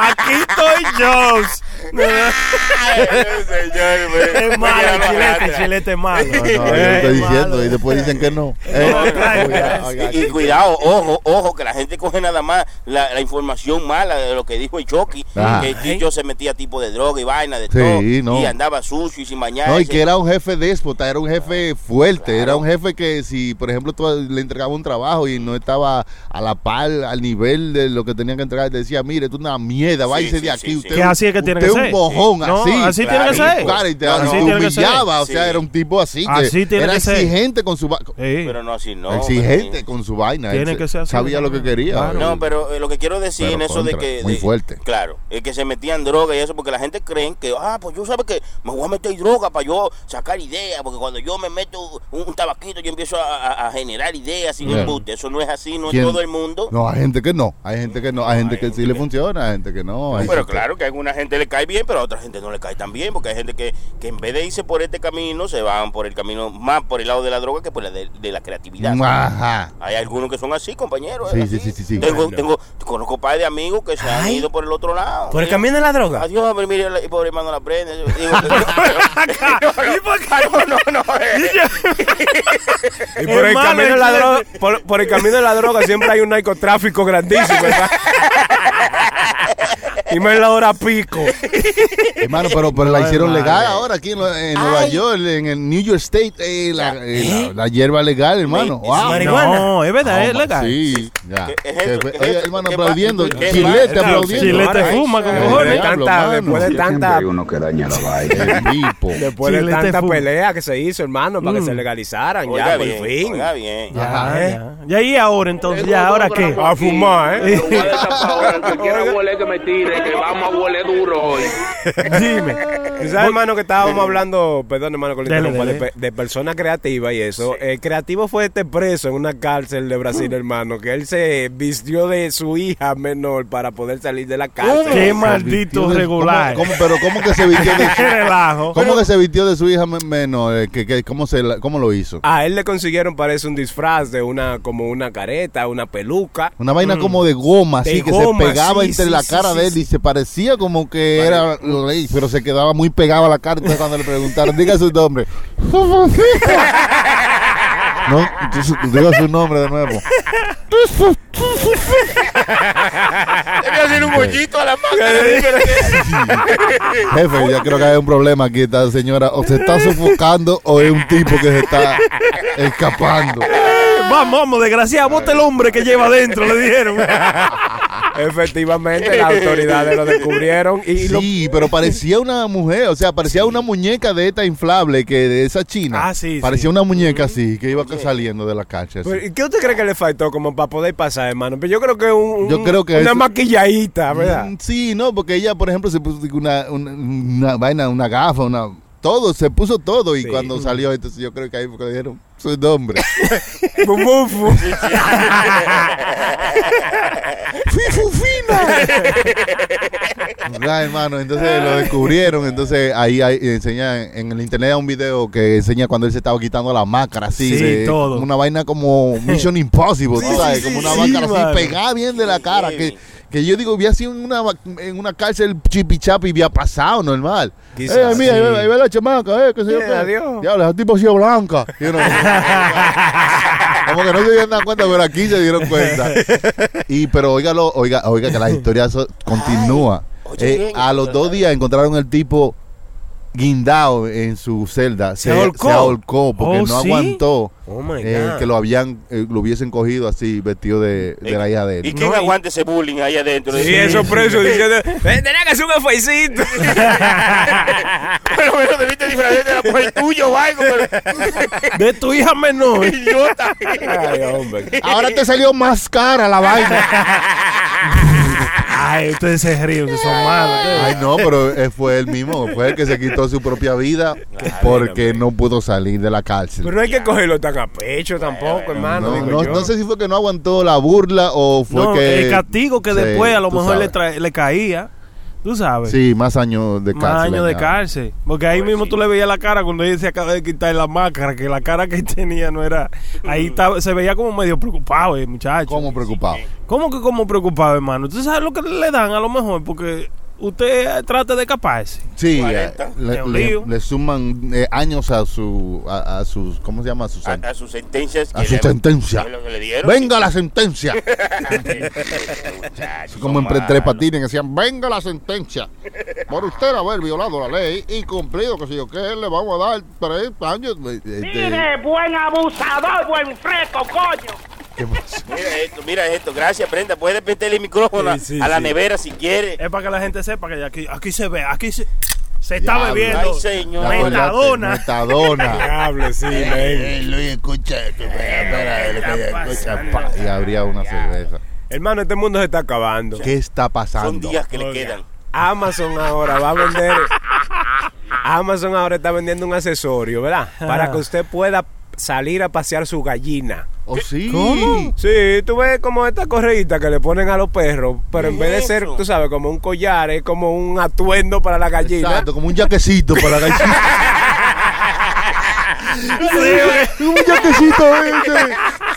[SPEAKER 2] Aquí estoy Jobs.
[SPEAKER 7] Ay, señor, me-
[SPEAKER 2] es malo,
[SPEAKER 7] me
[SPEAKER 2] el chilete,
[SPEAKER 7] atrás.
[SPEAKER 2] el chilete es malo.
[SPEAKER 6] Ah, No, no,
[SPEAKER 2] Es
[SPEAKER 6] yo le estoy
[SPEAKER 2] malo.
[SPEAKER 6] diciendo y después dicen que no. Eh,
[SPEAKER 2] claro,
[SPEAKER 6] oiga,
[SPEAKER 2] claro.
[SPEAKER 6] oiga,
[SPEAKER 7] Y, y cuidado, ojo, ojo, que la gente coge nada más la, la información mala de lo que dijo el Chucky,
[SPEAKER 6] Ah.
[SPEAKER 7] que el Chicho se metía tipo de droga y vaina, de
[SPEAKER 6] Sí,
[SPEAKER 7] todo,
[SPEAKER 6] no.
[SPEAKER 7] y andaba sucio y sin bañarse.
[SPEAKER 6] No, y que era un jefe déspota, era un jefe
[SPEAKER 7] Ah,
[SPEAKER 6] fuerte, era un jefe que si, por ejemplo, tú le entregaba un trabajo y no estaba a la par, al nivel de lo que tenían que entregar, te decía, mire, tú una mierda,
[SPEAKER 7] Sí,
[SPEAKER 6] váyase
[SPEAKER 7] sí,
[SPEAKER 6] de aquí.
[SPEAKER 7] sí,
[SPEAKER 6] usted
[SPEAKER 7] sí.
[SPEAKER 2] Que así es que
[SPEAKER 6] usted
[SPEAKER 2] tiene que
[SPEAKER 6] un
[SPEAKER 2] ser.
[SPEAKER 6] mojón,
[SPEAKER 2] No,
[SPEAKER 6] así.
[SPEAKER 2] así tiene
[SPEAKER 7] Claro,
[SPEAKER 2] que ser.
[SPEAKER 7] claro,
[SPEAKER 6] Y te,
[SPEAKER 2] Así
[SPEAKER 6] y te
[SPEAKER 2] tiene que ser.
[SPEAKER 6] humillaba, o
[SPEAKER 7] Sí.
[SPEAKER 6] sea, era un tipo así que
[SPEAKER 2] Así tiene
[SPEAKER 6] era
[SPEAKER 2] que ser.
[SPEAKER 6] exigente con su va-
[SPEAKER 2] Sí.
[SPEAKER 7] pero no así, no.
[SPEAKER 6] exigente
[SPEAKER 7] pero-
[SPEAKER 6] con su vaina. él
[SPEAKER 2] Tiene
[SPEAKER 6] se-
[SPEAKER 2] que ser así,
[SPEAKER 6] Sabía lo que quería.
[SPEAKER 2] claro.
[SPEAKER 7] No, pero eh, lo que quiero decir
[SPEAKER 6] Pero
[SPEAKER 7] en eso
[SPEAKER 6] contra,
[SPEAKER 7] de que...
[SPEAKER 6] muy
[SPEAKER 7] de-
[SPEAKER 6] fuerte.
[SPEAKER 7] Claro, es que se metían droga y eso, porque la gente cree que, ah, pues yo sabes que me voy a meter droga para yo sacar ideas, porque cuando yo me meto un, un tabaquito yo empiezo a, a- a generar ideas y
[SPEAKER 6] Claro.
[SPEAKER 7] embuste. Eso no es así, no es
[SPEAKER 6] ¿Quién?
[SPEAKER 7] todo el mundo.
[SPEAKER 6] No, hay gente que no, hay gente que no, hay gente
[SPEAKER 7] hay
[SPEAKER 6] que sí
[SPEAKER 7] gente
[SPEAKER 6] le
[SPEAKER 7] que-
[SPEAKER 6] funciona, hay gente que no. hay
[SPEAKER 7] Pero
[SPEAKER 6] gente-
[SPEAKER 7] claro que a alguna gente le cae bien, pero a otra gente no le cae tan bien, porque hay gente que, que en vez de irse por este camino, se van por el camino más por el lado de la droga que por el de, de la creatividad.
[SPEAKER 6] Ajá.
[SPEAKER 7] Hay algunos que son así, compañeros.
[SPEAKER 6] Sí,
[SPEAKER 7] es
[SPEAKER 6] sí,
[SPEAKER 7] así.
[SPEAKER 6] sí, sí, sí.
[SPEAKER 7] Tengo,
[SPEAKER 6] Claro.
[SPEAKER 7] tengo, conozco padres de amigos que se han
[SPEAKER 8] Ay.
[SPEAKER 7] ido por el otro lado.
[SPEAKER 8] ¿Por el
[SPEAKER 7] Sí.
[SPEAKER 8] camino de la droga?
[SPEAKER 7] Adiós, pero mire, el pobre hermano la prende. Digo, no, no, no, no, eh.
[SPEAKER 8] Y por el,
[SPEAKER 2] Hermano,
[SPEAKER 8] camino de la
[SPEAKER 2] el
[SPEAKER 8] droga, por, por el camino de la droga siempre hay un narcotráfico grandísimo, ¿verdad? Y más en la hora pico.
[SPEAKER 6] Hermano, pero, pero la hicieron
[SPEAKER 2] hermano.
[SPEAKER 6] legal ahora aquí en, en Nueva York, en el New York State, eh, la, eh, la- la hierba legal, hermano.
[SPEAKER 7] Sí,
[SPEAKER 6] Wow.
[SPEAKER 8] marihuana.
[SPEAKER 2] No, es verdad,
[SPEAKER 6] No,
[SPEAKER 2] es legal.
[SPEAKER 6] Sí, ya.
[SPEAKER 7] ¿Qué es eso?
[SPEAKER 6] Que-
[SPEAKER 7] ¿Qué es
[SPEAKER 6] oye,
[SPEAKER 7] eso?
[SPEAKER 6] hermano,
[SPEAKER 7] ¿Qué
[SPEAKER 6] aplaudiendo.
[SPEAKER 7] va- qué
[SPEAKER 6] Chilete
[SPEAKER 7] va-
[SPEAKER 6] aplaudiendo.
[SPEAKER 2] Chilete
[SPEAKER 6] Ay,
[SPEAKER 2] fuma con
[SPEAKER 6] eh,
[SPEAKER 2] cojones.
[SPEAKER 6] diablo,
[SPEAKER 8] Tanta-
[SPEAKER 6] mano.
[SPEAKER 8] después de tanta,
[SPEAKER 10] uno que daña la vaina.
[SPEAKER 6] El tipo.
[SPEAKER 8] después de
[SPEAKER 2] Chile te
[SPEAKER 8] tanta
[SPEAKER 2] fu-
[SPEAKER 8] pelea que se hizo, hermano, para
[SPEAKER 2] Mm.
[SPEAKER 8] que se legalizaran,
[SPEAKER 7] Oiga
[SPEAKER 8] ya, por
[SPEAKER 7] bien,
[SPEAKER 8] fin.
[SPEAKER 7] oiga bien.
[SPEAKER 2] Ya,
[SPEAKER 6] Ajá.
[SPEAKER 2] ¿Eh? ya. Y ahí ahora entonces, ya ahora qué.
[SPEAKER 8] A fumar, ¿eh?
[SPEAKER 2] Dime.
[SPEAKER 8] ¿Tú sabes, hermano, que estábamos hablando, perdón, hermano, con la
[SPEAKER 2] Dele,
[SPEAKER 8] interrumpa,
[SPEAKER 2] dele.
[SPEAKER 8] De, pe- de personas creativas y eso. El creativo fue este preso en una cárcel de Brasil,
[SPEAKER 6] Uh.
[SPEAKER 8] hermano, que él se vistió de su hija menor para poder salir de la cárcel.
[SPEAKER 2] Qué
[SPEAKER 6] Se
[SPEAKER 2] maldito
[SPEAKER 6] vistió de-
[SPEAKER 2] regular.
[SPEAKER 6] ¿Cómo- cómo- pero ¿cómo que se vistió de
[SPEAKER 2] Qué relajo.
[SPEAKER 6] ¿Cómo que se vistió de su hija men- menor? Eh, que- que- ¿Cómo, se la- ¿Cómo lo hizo?
[SPEAKER 8] A él le consiguieron, parece, un disfraz de una, como una careta, una peluca.
[SPEAKER 6] Una vaina como de goma,
[SPEAKER 8] Mm. De
[SPEAKER 6] así, que
[SPEAKER 8] goma,
[SPEAKER 6] se pegaba
[SPEAKER 8] sí,
[SPEAKER 6] entre
[SPEAKER 8] sí,
[SPEAKER 6] la
[SPEAKER 8] sí,
[SPEAKER 6] cara
[SPEAKER 8] sí,
[SPEAKER 6] de él y se parecía como que era ley, pero se quedaba muy pegado a la cara entonces cuando le preguntaron, diga su nombre. no, entonces, diga su nombre de nuevo.
[SPEAKER 7] Debe hacer un bollito a la
[SPEAKER 6] Jefe, yo creo que hay un problema aquí, esta señora o se está sofocando o es un tipo que se está escapando.
[SPEAKER 2] Eh, Vamos, vamos, desgraciado, bota el hombre que lleva adentro, le dijeron.
[SPEAKER 8] Efectivamente, las autoridades lo descubrieron y lo
[SPEAKER 6] Sí, pero parecía una mujer, o sea, parecía una muñeca de esta inflable que de esa china.
[SPEAKER 2] Ah, sí,
[SPEAKER 6] Parecía
[SPEAKER 2] sí.
[SPEAKER 6] una muñeca así, que iba saliendo de la cancha. así.
[SPEAKER 8] Pero, ¿y ¿Qué usted cree que le faltó como para poder pasar, hermano? Pero yo creo que un,
[SPEAKER 6] Yo
[SPEAKER 8] un-
[SPEAKER 6] creo que
[SPEAKER 8] una
[SPEAKER 6] eso-
[SPEAKER 8] maquilladita, ah, ¿verdad?
[SPEAKER 6] Mm, Sí, no, porque ella, por ejemplo, se puso una, una, una vaina, una gafa, una todo, se puso todo y cuando salió, entonces yo creo que ahí fue cuando dijeron su nombre.
[SPEAKER 8] Bumufu.
[SPEAKER 6] Fifu fin, Ah, hermano, entonces lo descubrieron. Entonces ahí, hay- enseña en el internet hay un video que enseña cuando él se estaba quitando la máscara así.
[SPEAKER 2] Sí,
[SPEAKER 6] de-
[SPEAKER 2] todo.
[SPEAKER 6] Como una vaina como Mission Impossible, tú sabes, como una
[SPEAKER 2] sí,
[SPEAKER 6] máscara
[SPEAKER 2] mano.
[SPEAKER 6] así pegada bien de la cara. Que, que yo digo, había sido en una, va- en una cárcel chipichapi y había pasado normal.
[SPEAKER 8] Quizás,
[SPEAKER 6] eh, mira,
[SPEAKER 8] sí.
[SPEAKER 6] ahí va- ahí va la chamaca, eh, qué sé yo
[SPEAKER 8] Eh,
[SPEAKER 6] qué.
[SPEAKER 8] adiós.
[SPEAKER 6] Diablo, esa tipo sí es blanca. You know. como que no se dieron cuenta, pero aquí se dieron cuenta. Y pero óigalo, oiga, oiga que la historia so- continúa.
[SPEAKER 7] oye,
[SPEAKER 6] Eh,
[SPEAKER 7] bien,
[SPEAKER 6] a los dos días encontraron el tipo guindado en su celda.
[SPEAKER 2] ¿Se ahorcó?
[SPEAKER 6] ahorcó porque
[SPEAKER 2] Oh,
[SPEAKER 6] no
[SPEAKER 2] ¿sí?
[SPEAKER 6] aguantó
[SPEAKER 2] Oh my
[SPEAKER 6] eh,
[SPEAKER 2] God.
[SPEAKER 6] que lo habían, eh, lo hubiesen cogido así vestido de, de
[SPEAKER 2] Eh,
[SPEAKER 6] la hija de
[SPEAKER 7] ¿Y
[SPEAKER 6] él.
[SPEAKER 7] quién aguanta ese bullying ahí adentro?
[SPEAKER 8] Y esos presos diciendo, "Eh, tenía que hacer un afeicito.
[SPEAKER 7] Pero bueno, debiste disfrazarte de la mujer tuyo o algo, pero
[SPEAKER 2] De tu hija menor.
[SPEAKER 7] idiota.
[SPEAKER 8] Ay, hombre.
[SPEAKER 6] Ahora te salió más cara la vaina.
[SPEAKER 2] Ay, ustedes se ríen, que son malos.
[SPEAKER 6] Ay, no, pero eh, fue él mismo, fue el que se quitó su propia vida porque no pudo salir de la cárcel.
[SPEAKER 8] Pero no hay que cogerlo tan a pecho tampoco, hermano.
[SPEAKER 6] No,
[SPEAKER 8] digo
[SPEAKER 6] no-
[SPEAKER 8] yo.
[SPEAKER 6] no sé si fue que no aguantó la burla o fue
[SPEAKER 2] No,
[SPEAKER 6] que...
[SPEAKER 2] el castigo que
[SPEAKER 6] Sí,
[SPEAKER 2] después a lo
[SPEAKER 6] tú
[SPEAKER 2] mejor le, tra-
[SPEAKER 6] sabes.
[SPEAKER 2] le caía. Tú sabes.
[SPEAKER 6] Sí, más años de cárcel.
[SPEAKER 2] pues. Más años de
[SPEAKER 6] ya. Pues
[SPEAKER 2] cárcel. Porque ahí mismo tú le veías la cara cuando ella se acaba de quitar la máscara, que la cara que tenía no era. Ahí estaba- se veía como medio preocupado, el muchacho.
[SPEAKER 6] ¿Cómo preocupado?
[SPEAKER 2] ¿Cómo que como preocupado, hermano? ¿Tú sabes lo que le dan a lo mejor? Porque usted eh, trata de escaparse.
[SPEAKER 6] Sí,
[SPEAKER 7] 40,
[SPEAKER 6] eh, le,
[SPEAKER 2] un
[SPEAKER 6] le-
[SPEAKER 2] lío.
[SPEAKER 6] le suman eh, años a su a, a sus ¿cómo se llama? A su
[SPEAKER 7] A,
[SPEAKER 6] sen-
[SPEAKER 7] a sus sentencias.
[SPEAKER 6] a
[SPEAKER 7] que
[SPEAKER 6] su
[SPEAKER 7] le-
[SPEAKER 6] sentencia.
[SPEAKER 7] que lo que le dieron.
[SPEAKER 6] Venga la sentencia.
[SPEAKER 7] Muchachos,
[SPEAKER 6] Como en
[SPEAKER 7] son
[SPEAKER 6] Pre- tres
[SPEAKER 7] malos.
[SPEAKER 6] patines que decían, "Venga la sentencia." Por usted haber violado la ley y cumplido que si yo qué le vamos a dar tres años. eh, eh, de-
[SPEAKER 4] buen abusador, buen fresco, coño.
[SPEAKER 6] ¿Qué pasó?
[SPEAKER 7] Mira esto, mira esto. Gracias, Brenda. Puedes meterle el micrófono
[SPEAKER 2] Sí, sí,
[SPEAKER 7] a la
[SPEAKER 2] sí.
[SPEAKER 7] nevera si quieres.
[SPEAKER 2] Es para que la gente sepa que aquí, aquí se ve, aquí se, se está
[SPEAKER 6] Diablo.
[SPEAKER 2] bebiendo.
[SPEAKER 7] Ay, señor.
[SPEAKER 6] Ya colgaste,
[SPEAKER 2] Metadona.
[SPEAKER 6] Metadona.
[SPEAKER 8] Diablo, sí,
[SPEAKER 6] Eh,
[SPEAKER 8] men.
[SPEAKER 6] Luis, escucha, y habría una cerveza.
[SPEAKER 8] Hermano, este mundo se está acabando.
[SPEAKER 6] ¿Qué está
[SPEAKER 7] Son
[SPEAKER 6] pasando?
[SPEAKER 7] días que le quedan.
[SPEAKER 8] Amazon ahora va a vender. Amazon ahora está vendiendo un accesorio, ¿verdad? Para que usted pueda salir a pasear su gallina.
[SPEAKER 6] ¿Oh, sí?
[SPEAKER 8] Sí, tú ves como estas correitas que le ponen a los perros, pero en
[SPEAKER 7] ¿Qué
[SPEAKER 8] vez de
[SPEAKER 7] es
[SPEAKER 8] ser,
[SPEAKER 7] eso?
[SPEAKER 8] tú sabes, como un collar, es como un atuendo para la gallina.
[SPEAKER 6] Exacto, como un jaquecito para la gallina. un eh, jaquecito, ¿viste?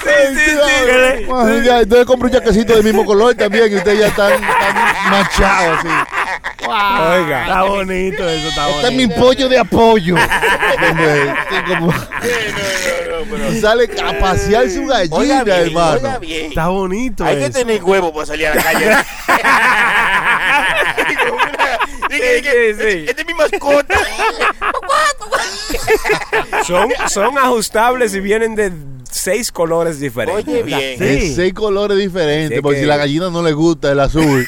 [SPEAKER 8] Sí, sí, sí.
[SPEAKER 6] Ah, ya, Entonces compro un jaquecito del mismo color también y ustedes ya están, están machados. sí. Ah,
[SPEAKER 8] Oiga,
[SPEAKER 2] Está bonito eso, está
[SPEAKER 6] Este es
[SPEAKER 2] bonito.
[SPEAKER 6] mi pollo de apoyo. Hombre, este como- Sale a pasear su gallina,
[SPEAKER 7] Oiga bien,
[SPEAKER 6] hermano.
[SPEAKER 7] oiga bien.
[SPEAKER 2] Está pues. bonito
[SPEAKER 7] Hay que
[SPEAKER 2] eso.
[SPEAKER 7] tener huevo para salir a la calle. Dije, dije,
[SPEAKER 8] Sí, sí, sí.
[SPEAKER 7] Este es mi mascota.
[SPEAKER 8] son, son ajustables y vienen de seis colores diferentes.
[SPEAKER 7] Oye, bien.
[SPEAKER 2] Sí.
[SPEAKER 6] En seis colores diferentes,
[SPEAKER 8] Sí,
[SPEAKER 6] porque
[SPEAKER 8] que-
[SPEAKER 6] si la gallina no le gusta el azul.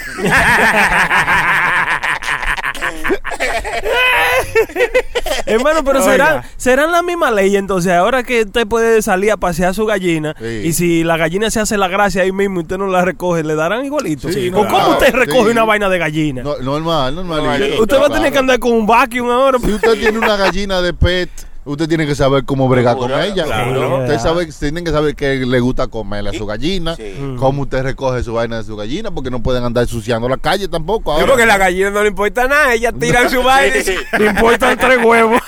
[SPEAKER 2] Hermano, pero
[SPEAKER 8] Oiga.
[SPEAKER 2] serán, serán la misma ley entonces. Ahora que usted puede salir a pasear su gallina
[SPEAKER 6] Sí.
[SPEAKER 2] y si la gallina se hace la gracia ahí mismo y usted no la recoge, le darán igualito.
[SPEAKER 6] Sí,
[SPEAKER 2] ¿O
[SPEAKER 6] claro.
[SPEAKER 2] cómo usted recoge
[SPEAKER 6] Sí.
[SPEAKER 2] una vaina de gallina?
[SPEAKER 6] No, normal, normal.
[SPEAKER 2] usted va a tener que andar con un vacuum ahora.
[SPEAKER 6] Si usted tiene una gallina de pet, usted tiene que saber cómo bregar con
[SPEAKER 7] Claro,
[SPEAKER 6] ella.
[SPEAKER 2] claro.
[SPEAKER 6] Usted sabe, tienen que saber qué le gusta comerle a su gallina,
[SPEAKER 7] Sí.
[SPEAKER 6] cómo usted recoge su vaina de su gallina, porque no pueden andar ensuciando la calle tampoco.
[SPEAKER 8] Sí,
[SPEAKER 6] Ahora.
[SPEAKER 8] porque la gallina no le importa nada, ella tira su baile.
[SPEAKER 7] Sí.
[SPEAKER 2] Le importan tres huevos.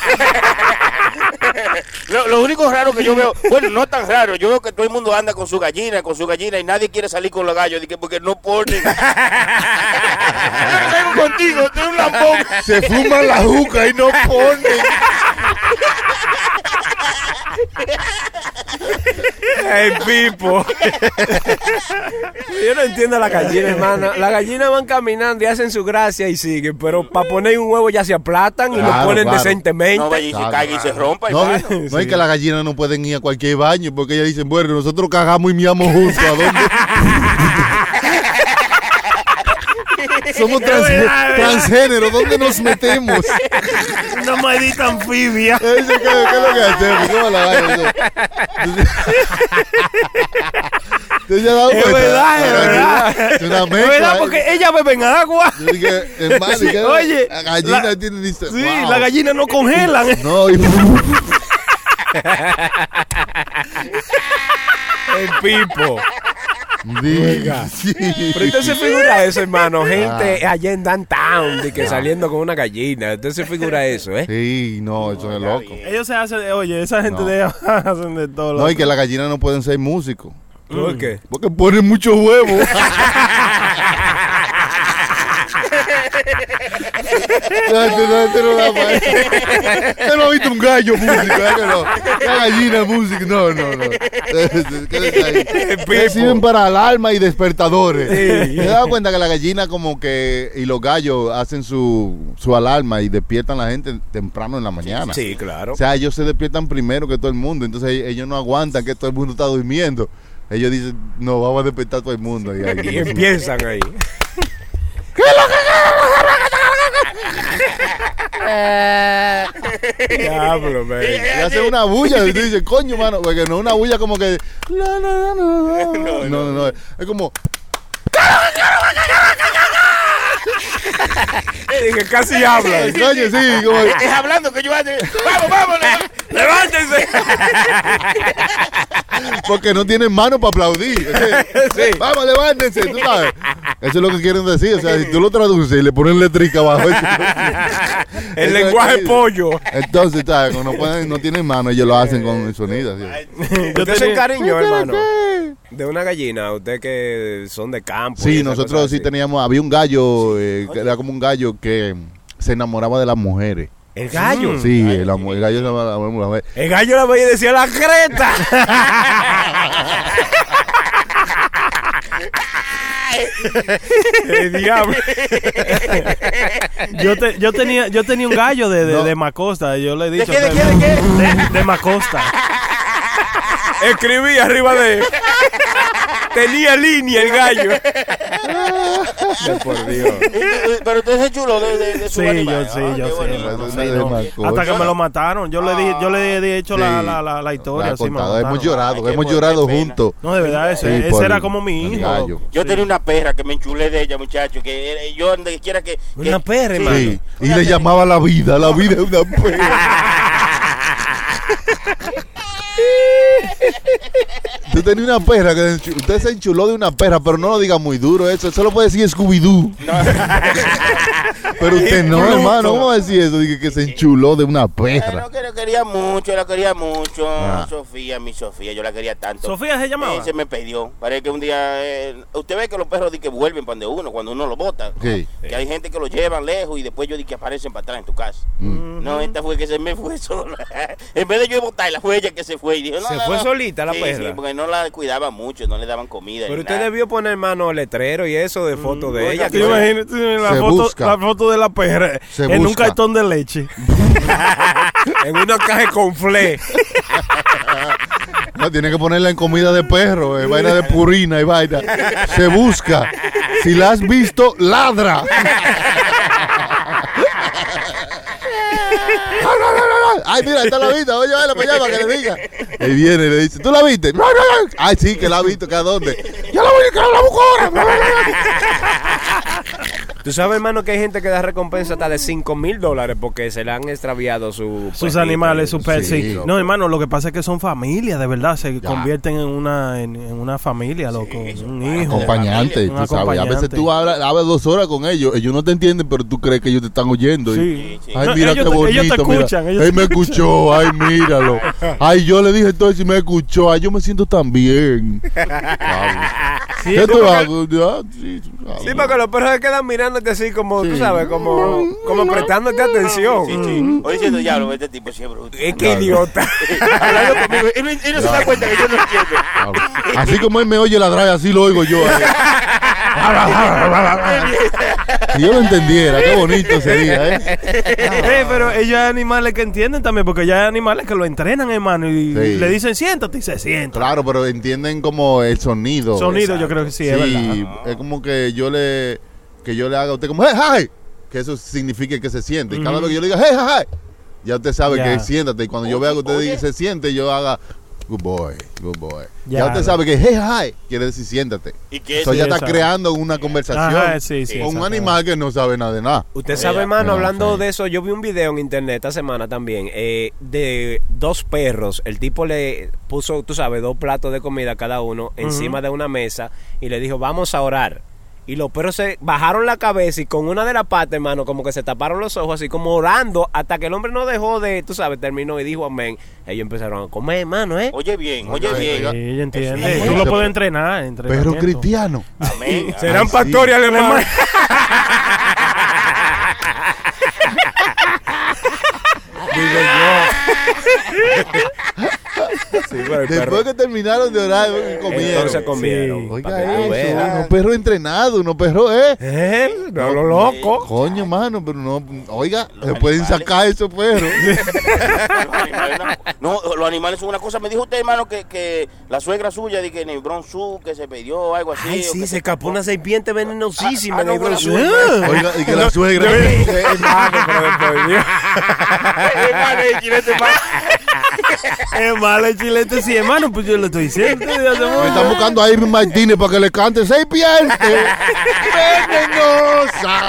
[SPEAKER 7] Lo, lo único raro que yo veo, bueno, no tan raro, yo veo que todo el mundo anda con su gallina, con su gallina y nadie quiere salir con los gallos, dije, porque no ponen. Yo no salgo contigo, tú eres un lambón.
[SPEAKER 6] Se fuman la juca y no ponen.
[SPEAKER 8] El pipo. Yo no entiendo a la gallina, hermano. Las gallinas van caminando y hacen su gracia y siguen, pero para poner un huevo ya se aplatan y lo
[SPEAKER 6] Claro,
[SPEAKER 8] ponen
[SPEAKER 6] claro.
[SPEAKER 8] decentemente.
[SPEAKER 7] No vaya y se
[SPEAKER 6] Claro.
[SPEAKER 7] caiga y se rompa,
[SPEAKER 6] No,
[SPEAKER 7] hermano.
[SPEAKER 6] no es que las gallinas no pueden ir a cualquier baño porque ellas dicen, bueno, nosotros cagamos y miamos juntos. ¿A dónde? Somos trans- transgénero, ¿dónde nos metemos?
[SPEAKER 2] una maldita anfibia.
[SPEAKER 6] Ese, ¿Qué, qué es lo que hacemos? ¿Cómo la vaina? Eso. Entonces, ya damos
[SPEAKER 2] Es
[SPEAKER 6] cuenta.
[SPEAKER 2] verdad, es
[SPEAKER 6] La
[SPEAKER 2] verdad.
[SPEAKER 6] gallina Es una
[SPEAKER 2] Es
[SPEAKER 6] mezcla.
[SPEAKER 2] verdad, porque ellas beben agua.
[SPEAKER 6] Yo dije, hermano,
[SPEAKER 2] Sí,
[SPEAKER 6] ¿qué?
[SPEAKER 2] oye,
[SPEAKER 6] la gallina
[SPEAKER 2] la-
[SPEAKER 6] tiene... Dice,
[SPEAKER 2] Sí,
[SPEAKER 6] wow.
[SPEAKER 2] las gallinas no congelan.
[SPEAKER 6] No, y-
[SPEAKER 8] El pipo.
[SPEAKER 6] Diga. Sí. Ah.
[SPEAKER 8] Pero usted se figura eso, hermano. Gente allá en downtown, de que saliendo con una gallina. Usted se figura eso, ¿eh?
[SPEAKER 6] Sí, no, eso es loco.
[SPEAKER 2] Ellos se hacen, oye, esa gente
[SPEAKER 6] No.
[SPEAKER 2] de hacen de todo.
[SPEAKER 6] No, y que las gallinas no pueden ser músicos.
[SPEAKER 8] ¿Por qué?
[SPEAKER 6] Porque ponen mucho huevo. Date, date, este no la pa- Usted no ha visto un gallo músico, ¿verdad que no? Una gallina músico, no, no, no. Quédese ahí. Que sirven para alarma y despertadores.
[SPEAKER 8] Sí.
[SPEAKER 6] Me he dado cuenta que la gallina como que y los gallos hacen su, su alarma y despiertan a la gente temprano en la mañana.
[SPEAKER 8] Sí, claro.
[SPEAKER 6] O sea, ellos se despiertan primero que todo el mundo, entonces e- ellos no aguantan que todo el mundo está durmiendo. Ellos dicen, no, vamos a despertar a todo el mundo. Y, ahí-
[SPEAKER 8] Y empiezan ahí. Diablo, man.
[SPEAKER 6] y hacen una bulla, y tú dices, coño, mano, porque no es una bulla como que... No, no, no, no, no, no, no, es como...
[SPEAKER 8] Dije, casi habla.
[SPEAKER 6] Coño, sí, como...
[SPEAKER 7] Es hablando que yo ande. Vamos, vamos.
[SPEAKER 8] ¡Levántense!
[SPEAKER 6] Porque no tienen mano para aplaudir. o sea,
[SPEAKER 8] Sí.
[SPEAKER 6] Vamos, levántense, tú sabes. Eso es lo que quieren decir. O sea, si tú lo traduces y le pones letrica abajo.
[SPEAKER 8] El lenguaje pollo.
[SPEAKER 6] Entonces, ¿sabes? Como no, pueden, no tienen mano, ellos lo hacen con el sonido. así.
[SPEAKER 8] Yo te
[SPEAKER 2] tenía-
[SPEAKER 8] cariño, hermano. De una gallina, usted que son de campo. y
[SPEAKER 6] Sí,
[SPEAKER 8] esas
[SPEAKER 6] nosotros
[SPEAKER 8] cosas
[SPEAKER 6] sí
[SPEAKER 8] así.
[SPEAKER 6] teníamos, había un gallo, eh, que era como un gallo que se enamoraba de las mujeres. Mm.
[SPEAKER 8] El gallo.
[SPEAKER 6] Sí, el, amo- el gallo se enamoraba de las mujeres.
[SPEAKER 8] El gallo la veía y decía la creta. El diablo.
[SPEAKER 2] Yo, te- yo tenía, yo tenía un gallo de, de,
[SPEAKER 6] No.
[SPEAKER 2] de Macosta, yo le he dicho.
[SPEAKER 7] qué, de
[SPEAKER 2] que-
[SPEAKER 7] qué, de
[SPEAKER 2] de- de Macosta.
[SPEAKER 8] Escribí arriba de. Tenía línea el gallo. por Dios.
[SPEAKER 7] Eh, Pero usted es chulo de, de, de su
[SPEAKER 2] Sí,
[SPEAKER 7] animal.
[SPEAKER 2] yo sí,
[SPEAKER 7] Ah,
[SPEAKER 2] yo
[SPEAKER 7] qué
[SPEAKER 2] sí.
[SPEAKER 7] bonito.
[SPEAKER 2] hermano,
[SPEAKER 6] Una
[SPEAKER 2] sí,
[SPEAKER 6] de
[SPEAKER 2] no.
[SPEAKER 6] Macosta.
[SPEAKER 2] Hasta que me lo mataron. Yo le di, yo le he hecho la,
[SPEAKER 6] Sí.
[SPEAKER 2] la, la, la
[SPEAKER 6] La
[SPEAKER 2] historia.
[SPEAKER 6] he
[SPEAKER 2] sí, me lo
[SPEAKER 6] contado, hemos
[SPEAKER 2] mataron.
[SPEAKER 6] llorado,
[SPEAKER 7] Ay,
[SPEAKER 6] hemos
[SPEAKER 7] qué
[SPEAKER 6] llorado
[SPEAKER 7] pena.
[SPEAKER 6] juntos.
[SPEAKER 2] No, de verdad, ese,
[SPEAKER 6] Sí,
[SPEAKER 2] ese
[SPEAKER 6] por
[SPEAKER 2] era
[SPEAKER 6] el-
[SPEAKER 2] como mi
[SPEAKER 6] el
[SPEAKER 2] hijo.
[SPEAKER 6] gallo.
[SPEAKER 7] Yo tenía una perra que me enchulé de ella, muchacho. Que era- yo donde quiera que.
[SPEAKER 2] Una
[SPEAKER 7] que-
[SPEAKER 2] perra, hermano.
[SPEAKER 6] Sí, y le llamaba la vida, la vida es una perra. Tú tenías una perra, que se enchu- usted se enchuló de una perra, pero no lo diga muy duro eso, eso lo puede decir Scooby-Doo. Pero usted no, hermano, ¿cómo va a decir eso? Dije que se enchuló de una
[SPEAKER 7] Ah,
[SPEAKER 6] perra.
[SPEAKER 7] no, que la quería mucho, la quería mucho.
[SPEAKER 6] Ah.
[SPEAKER 7] Sofía, mi Sofía, yo la quería tanto.
[SPEAKER 2] Sofía se llamaba.
[SPEAKER 7] Eh, se me perdió. Parece que un día. eh, usted ve que los perros di que vuelven para donde uno, cuando uno los bota.
[SPEAKER 6] Sí.
[SPEAKER 7] Que hay gente que los llevan lejos y después yo di que aparecen para atrás en tu casa.
[SPEAKER 6] Mm.
[SPEAKER 7] No, esta fue que se me fue sola. en vez de yo botarla, fue ella que se fue y dijo: no,
[SPEAKER 8] Se
[SPEAKER 7] no,
[SPEAKER 8] fue
[SPEAKER 7] no.
[SPEAKER 8] solita la
[SPEAKER 7] Sí,
[SPEAKER 8] perra.
[SPEAKER 7] Sí, porque no la cuidaba mucho, no le daban comida.
[SPEAKER 8] Pero
[SPEAKER 7] ni
[SPEAKER 8] usted
[SPEAKER 7] nada.
[SPEAKER 8] debió poner, hermano, letrero y eso de foto de ella.
[SPEAKER 2] Tú
[SPEAKER 8] que-
[SPEAKER 2] imaginas, tú imaginas
[SPEAKER 6] Se
[SPEAKER 2] la, foto,
[SPEAKER 6] busca.
[SPEAKER 2] la foto de la perra
[SPEAKER 6] Se
[SPEAKER 2] en un
[SPEAKER 6] busca.
[SPEAKER 2] cartón de leche.
[SPEAKER 8] en una caja con fle.
[SPEAKER 6] No, tiene que ponerla en comida de perro, eh, vaina de purina y vaina. Se busca. Si la has visto, ladra. Ay, mira, está la vista. Voy a llevarla para allá para que le diga. Y viene y le dice, ¿tú la viste? Ay, sí, que la ha visto, que a dónde. Yo la voy a la busco ahora.
[SPEAKER 8] Tú sabes, hermano, que hay gente que da recompensa hasta de 5 mil dólares porque se le han extraviado su
[SPEAKER 2] Sus
[SPEAKER 8] perrito
[SPEAKER 2] animales,
[SPEAKER 8] y-
[SPEAKER 2] sus pets,
[SPEAKER 6] Sí,
[SPEAKER 2] sí.
[SPEAKER 6] loco.
[SPEAKER 2] No, hermano, lo que pasa es que son familias, de verdad. Se
[SPEAKER 6] Ya.
[SPEAKER 2] convierten en una, en, en una familia, loco. un hijo.
[SPEAKER 6] Acompañante,
[SPEAKER 2] Un
[SPEAKER 6] tú sabes. A veces
[SPEAKER 2] acompañante.
[SPEAKER 6] tú hablas, hablas dos horas con ellos. Ellos no te entienden, pero tú crees que ellos te están oyendo. Y-
[SPEAKER 2] Sí.
[SPEAKER 6] Ay,
[SPEAKER 2] No,
[SPEAKER 6] mira
[SPEAKER 2] ellos
[SPEAKER 6] qué
[SPEAKER 2] te-
[SPEAKER 6] bonito.
[SPEAKER 2] ellos te
[SPEAKER 6] mira.
[SPEAKER 2] escuchan, ellos
[SPEAKER 6] Él
[SPEAKER 2] te
[SPEAKER 6] me escuchó, ay, míralo. Ay, yo le dije entonces y me escuchó. Ay, yo me siento tan bien.
[SPEAKER 2] Sí,
[SPEAKER 6] ¿Qué
[SPEAKER 2] como
[SPEAKER 6] tú
[SPEAKER 2] que-
[SPEAKER 6] hago? Ah, sí, ah,
[SPEAKER 8] Sí, porque los perros se quedan mirándote así como, tú
[SPEAKER 6] Sí.
[SPEAKER 8] sabes, como, como prestándote atención.
[SPEAKER 7] Sí, sí. O diciendo, ya, lo este tipo siempre. bruto.
[SPEAKER 8] Mm. Es que idiota.
[SPEAKER 7] Hablando conmigo, él, no- él no se da cuenta que yo no entiendo.
[SPEAKER 6] ah. Así como él me oye ladrar, así lo oigo yo. ahí. Si yo lo entendiera, qué bonito sería, ¿eh?
[SPEAKER 2] Eh, pero ellos hay animales que entienden también, porque ya hay animales que lo entrenan, hermano, y
[SPEAKER 6] Sí.
[SPEAKER 2] le dicen siéntate y se sienta.
[SPEAKER 6] Claro, pero entienden como el sonido.
[SPEAKER 2] Sonido, yo creo que sí,
[SPEAKER 6] Sí,
[SPEAKER 2] es verdad.
[SPEAKER 6] es como que yo le que yo le haga a usted como hey, hi", que eso signifique que se siente. Y cada vez que yo le diga hey, hi", hi", ya usted sabe
[SPEAKER 2] Ya.
[SPEAKER 6] que siéntate y cuando yo vea que usted dice, se siente, yo haga Good boy, good boy. Ya,
[SPEAKER 2] Ya,
[SPEAKER 6] usted
[SPEAKER 2] no.
[SPEAKER 6] sabe que hey, hi quiere decir siéntate.
[SPEAKER 7] ¿Y qué es?
[SPEAKER 6] Eso ya
[SPEAKER 2] Sí,
[SPEAKER 6] está
[SPEAKER 2] exacto.
[SPEAKER 6] creando una conversación
[SPEAKER 2] Ajá, sí, sí,
[SPEAKER 6] con un
[SPEAKER 2] exacto.
[SPEAKER 6] animal que no sabe nada de nada.
[SPEAKER 8] Usted sabe, hermano,
[SPEAKER 6] no,
[SPEAKER 8] hablando
[SPEAKER 6] sí.
[SPEAKER 8] de eso, yo vi un video en internet esta semana también eh, de dos perros. El tipo le puso, tú sabes, dos platos de comida a cada uno encima de una mesa y le dijo, vamos a orar. Y los perros se bajaron la cabeza y con una de las patas, hermano, como que se taparon los ojos, así como orando, hasta que el hombre no dejó de, tú sabes, terminó y dijo amén. Ellos empezaron a comer, hermano, ¿eh?
[SPEAKER 7] Oye bien, oye
[SPEAKER 6] Oiga,
[SPEAKER 7] bien.
[SPEAKER 6] oiga.
[SPEAKER 2] Sí, yo entiendo.
[SPEAKER 6] Sí.
[SPEAKER 2] Tú lo
[SPEAKER 6] Sí.
[SPEAKER 2] puedes entrenar. entrenamiento.
[SPEAKER 6] Pero cristiano.
[SPEAKER 7] Amén.
[SPEAKER 6] Serán pastores
[SPEAKER 2] alemanes.
[SPEAKER 6] Después que terminaron de orar, comieron.
[SPEAKER 8] Entonces comieron.
[SPEAKER 2] Sí.
[SPEAKER 8] pa' que tú
[SPEAKER 6] Oiga
[SPEAKER 8] veas.
[SPEAKER 6] eso, unos perros entrenados, unos perros, ¿eh?
[SPEAKER 2] ¿Eh? No, lo loco.
[SPEAKER 6] Coño, mano, pero no. Oiga, se pueden sacar esos perros.
[SPEAKER 7] Los animales, no, No, los animales son una cosa. Me dijo usted, hermano, que, que la suegra suya, de que en el Bronx Zoo, que se pidió algo así.
[SPEAKER 8] Ay,
[SPEAKER 7] o que
[SPEAKER 8] sí, se escapó una serpiente venenosísima
[SPEAKER 7] Ah,
[SPEAKER 8] en
[SPEAKER 7] ah,
[SPEAKER 8] el
[SPEAKER 7] no,
[SPEAKER 8] Bronx.
[SPEAKER 7] bueno,
[SPEAKER 6] Oiga, y que la suegra. "Eh,
[SPEAKER 8] Ah,
[SPEAKER 2] Es malo el chilete, sí, hermano. Pues yo lo estoy diciendo. desde hace
[SPEAKER 6] Me están
[SPEAKER 2] mucho.
[SPEAKER 6] buscando a Irving Martínez para que le cante seis pientes. ¡Venenosa!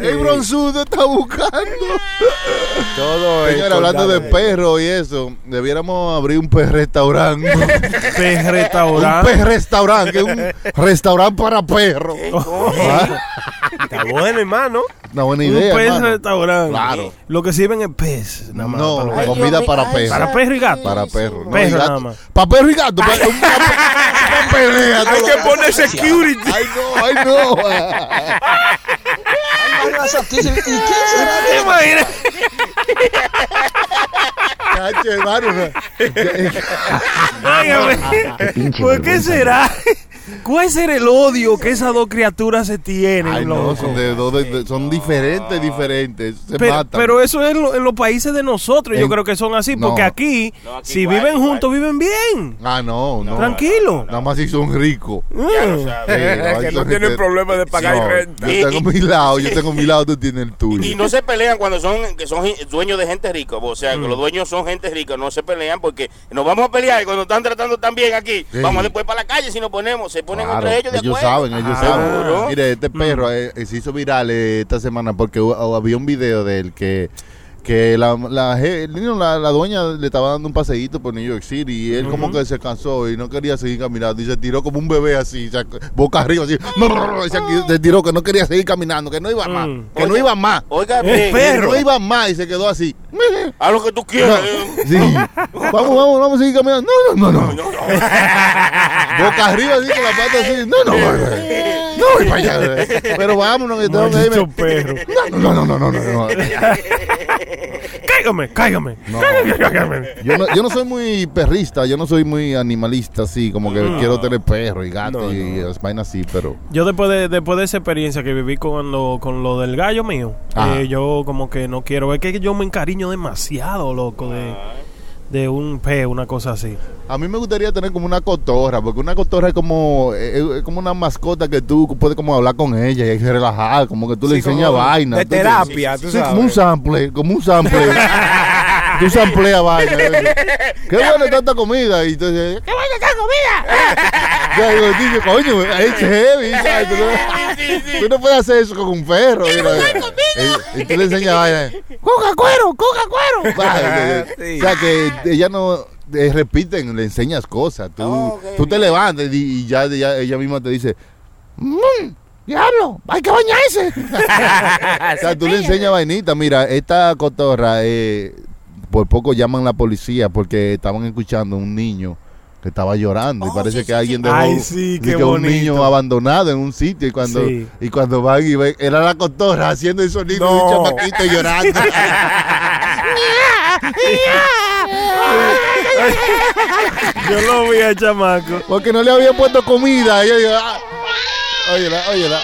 [SPEAKER 6] El bronzudo está buscando.
[SPEAKER 8] Todo
[SPEAKER 6] Señora, hablando de perro y eso, debiéramos abrir un pez restaurante.
[SPEAKER 2] Pez
[SPEAKER 6] un
[SPEAKER 2] restaurante.
[SPEAKER 6] pez restaurante, que es un restaurante para perros. Ah,
[SPEAKER 8] Está bueno, hermano.
[SPEAKER 6] Una buena
[SPEAKER 2] Un
[SPEAKER 6] idea.
[SPEAKER 2] pez
[SPEAKER 6] hermano.
[SPEAKER 2] restaurante. Eh,
[SPEAKER 6] Claro.
[SPEAKER 2] Lo que sirven es pez. Nada más.
[SPEAKER 6] No, eh.
[SPEAKER 2] para los-
[SPEAKER 6] comida para perros.
[SPEAKER 2] Para perro y gato.
[SPEAKER 6] Para perros. No,
[SPEAKER 2] Perro
[SPEAKER 6] y gato.
[SPEAKER 2] nada más.
[SPEAKER 6] Para perro y gato. pa- una pelea, todo.
[SPEAKER 2] poner security.
[SPEAKER 6] Ay, no, ay, no.
[SPEAKER 2] ¿Te imaginas?
[SPEAKER 6] Cacho, hermano.
[SPEAKER 2] ah, Óigame, ¿Por qué será? ¿Cuál será el odio que esas dos criaturas se tienen,
[SPEAKER 6] Ay, no,
[SPEAKER 2] loco?
[SPEAKER 6] son, de- do- de- de- son diferentes, diferentes. Se
[SPEAKER 2] Pero,
[SPEAKER 6] matan.
[SPEAKER 2] pero eso es lo- en los países de nosotros, yo
[SPEAKER 6] En-
[SPEAKER 2] creo que son así,
[SPEAKER 6] no.
[SPEAKER 2] porque aquí,
[SPEAKER 7] No, aquí
[SPEAKER 2] si
[SPEAKER 7] igual,
[SPEAKER 2] viven
[SPEAKER 7] igual.
[SPEAKER 2] juntos, viven bien.
[SPEAKER 6] ah, no, no.
[SPEAKER 2] Tranquilo.
[SPEAKER 6] Nada más si son ricos.
[SPEAKER 7] sea,
[SPEAKER 8] que no tienen problema de pagar
[SPEAKER 6] No,
[SPEAKER 8] renta.
[SPEAKER 6] Yo tengo mi lado, yo tengo mi lado, tú tienes el
[SPEAKER 7] Y
[SPEAKER 6] tuyo.
[SPEAKER 7] no se pelean cuando son que son dueños de gente rica, o sea, que los dueños son gente rica, no se pelean porque nos vamos a pelear y cuando están tratando tan bien aquí,
[SPEAKER 6] Sí.
[SPEAKER 7] vamos después para la calle si nos ponemos, se ponen
[SPEAKER 6] Claro,
[SPEAKER 7] entre ellos de acuerdo.
[SPEAKER 6] saben, ellos
[SPEAKER 7] Ah,
[SPEAKER 6] saben.
[SPEAKER 7] ¿no?
[SPEAKER 6] Mire, este perro eh, eh, se hizo viral eh, esta semana porque hu- había un video de él que que la, la, je- la- la dueña le estaba dando un paseíto por New York City y él como que se cansó y no quería seguir caminando y se tiró como un bebé así, se ac- boca arriba así, y se, aquí- se tiró que no quería seguir caminando, que no iba más, que no
[SPEAKER 7] Oye,
[SPEAKER 6] iba más,
[SPEAKER 7] Oiga,
[SPEAKER 6] que
[SPEAKER 7] bien,
[SPEAKER 6] no iba más y se quedó así.
[SPEAKER 7] haz lo que tú
[SPEAKER 6] No,
[SPEAKER 7] quieras. eh.
[SPEAKER 6] sí. Vamos, vamos, vamos a seguir caminando. No, no, no, no. Boca arriba, así con la pata así. No, no, güey. no, voy para allá. güey. Pero vámonos, que tengo que
[SPEAKER 2] Maldito
[SPEAKER 6] irme.
[SPEAKER 2] perro.
[SPEAKER 6] No, no, no, no, no, no.
[SPEAKER 2] Cáigame, cáigame. cáigame, cáigame.
[SPEAKER 6] Yo, no yo no soy muy perrista, yo no soy muy animalista, así como que quiero tener perro y gato y las vainas así, pero.
[SPEAKER 2] Yo después de, después de esa experiencia que viví con lo, con lo del gallo mío,
[SPEAKER 6] Ajá.
[SPEAKER 2] eh, yo como que no quiero, es que yo me encariño demasiado, loco, de, de un pez, una cosa así.
[SPEAKER 6] A mí me gustaría tener como una cotorra, porque una cotorra es como, es, es como una mascota que tú puedes como hablar con ella y relajar, como que tú le
[SPEAKER 8] Sí, como
[SPEAKER 6] enseñas vainas.
[SPEAKER 8] de
[SPEAKER 6] ¿tú entiendes?
[SPEAKER 8] terapia, tú
[SPEAKER 6] Sí, como un
[SPEAKER 8] sabes.
[SPEAKER 6] sample, como un sample. tú sampleas vainas. ¿eh? Qué bueno está esta comida. Y entonces, ¡Qué buena esta comida! Yo digo, dice, coño, es heavy. ¿sabes? Tú, no, tú no puedes hacer eso con un perro. mira. eh. Y, y tú le enseñas vainas. ¡Coca cuero, coca cuero! Vale,
[SPEAKER 8] Sí.
[SPEAKER 6] O sea que ella no eh, repiten, le enseñas cosas. Tú,
[SPEAKER 7] Ok.
[SPEAKER 6] tú te levantas y, y ya, ya ella misma te dice, "Mm, diablo, hay que bañarse. o sea, tú le enseñas vainita. Mira, esta cotorra, eh, por poco llaman la policía porque estaban escuchando a un niño que estaba llorando y parece que alguien dejó
[SPEAKER 2] Ay, sí, qué
[SPEAKER 6] que un
[SPEAKER 2] bonito.
[SPEAKER 6] niño abandonado en un sitio y cuando
[SPEAKER 2] Sí.
[SPEAKER 6] y cuando van y ven era la cotorra haciendo el sonido de
[SPEAKER 2] No.
[SPEAKER 6] un chamaquito llorando
[SPEAKER 2] Yo lo vi a chamaco.
[SPEAKER 6] porque no le habían puesto comida y ella ah, óyela, óyela.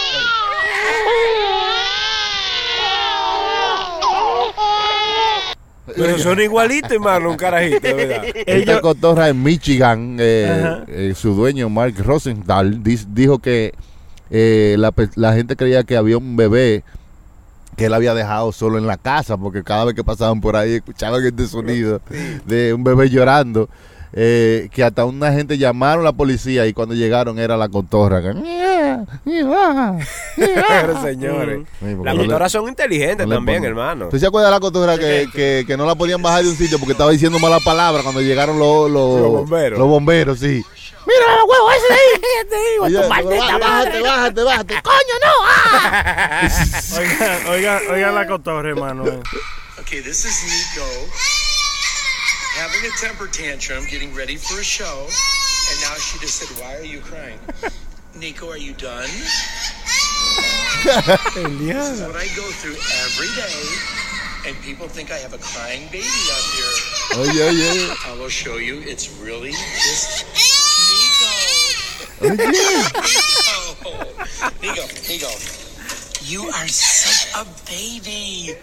[SPEAKER 8] Pero son igualitos, hermano, un carajito, de verdad.
[SPEAKER 6] Esta
[SPEAKER 2] Ellos-
[SPEAKER 6] cotorra en Michigan, eh,
[SPEAKER 2] Ajá.
[SPEAKER 6] eh, su dueño Mark Rosenthal dis- dijo que eh, la, pe- la gente creía que había un bebé que él había dejado solo en la casa, porque cada vez que pasaban por ahí escuchaban este sonido de un bebé llorando. eh, que hasta una gente llamaron a la policía y cuando llegaron era la cotorra. que, "Mia, mia, mia".
[SPEAKER 8] Pero, señores.
[SPEAKER 6] Sí, porque
[SPEAKER 8] Las
[SPEAKER 6] no le-
[SPEAKER 8] motoras son inteligentes
[SPEAKER 6] no le
[SPEAKER 8] también,
[SPEAKER 6] pongo.
[SPEAKER 8] hermano.
[SPEAKER 6] ¿Tú se acuerdas de la cotorra que, que, que no la podían bajar de un sitio porque estaba diciendo mala palabra cuando llegaron los, los,
[SPEAKER 8] Los bomberos.
[SPEAKER 6] Los bomberos, sí.
[SPEAKER 10] Mira, huevo, ese de ahí, ese de ahí,
[SPEAKER 6] Y
[SPEAKER 10] tu
[SPEAKER 6] ya,
[SPEAKER 10] maldita
[SPEAKER 6] bájate,
[SPEAKER 10] madre.
[SPEAKER 6] bájate, bájate, bájate.
[SPEAKER 10] Coño, no. Ah.
[SPEAKER 2] Oiga, oiga, oiga la cotorra, hermano. eh.
[SPEAKER 5] Okay, this is Nico having a temper tantrum, getting ready for a show, and now she just said, "Why are you crying?" Nico, are you done? this is what I go through every day, and people think I have a crying baby out here.
[SPEAKER 6] Oye, oye, oye.
[SPEAKER 5] I will show you. It's really just Nico. Nico, Nico, you are such a baby.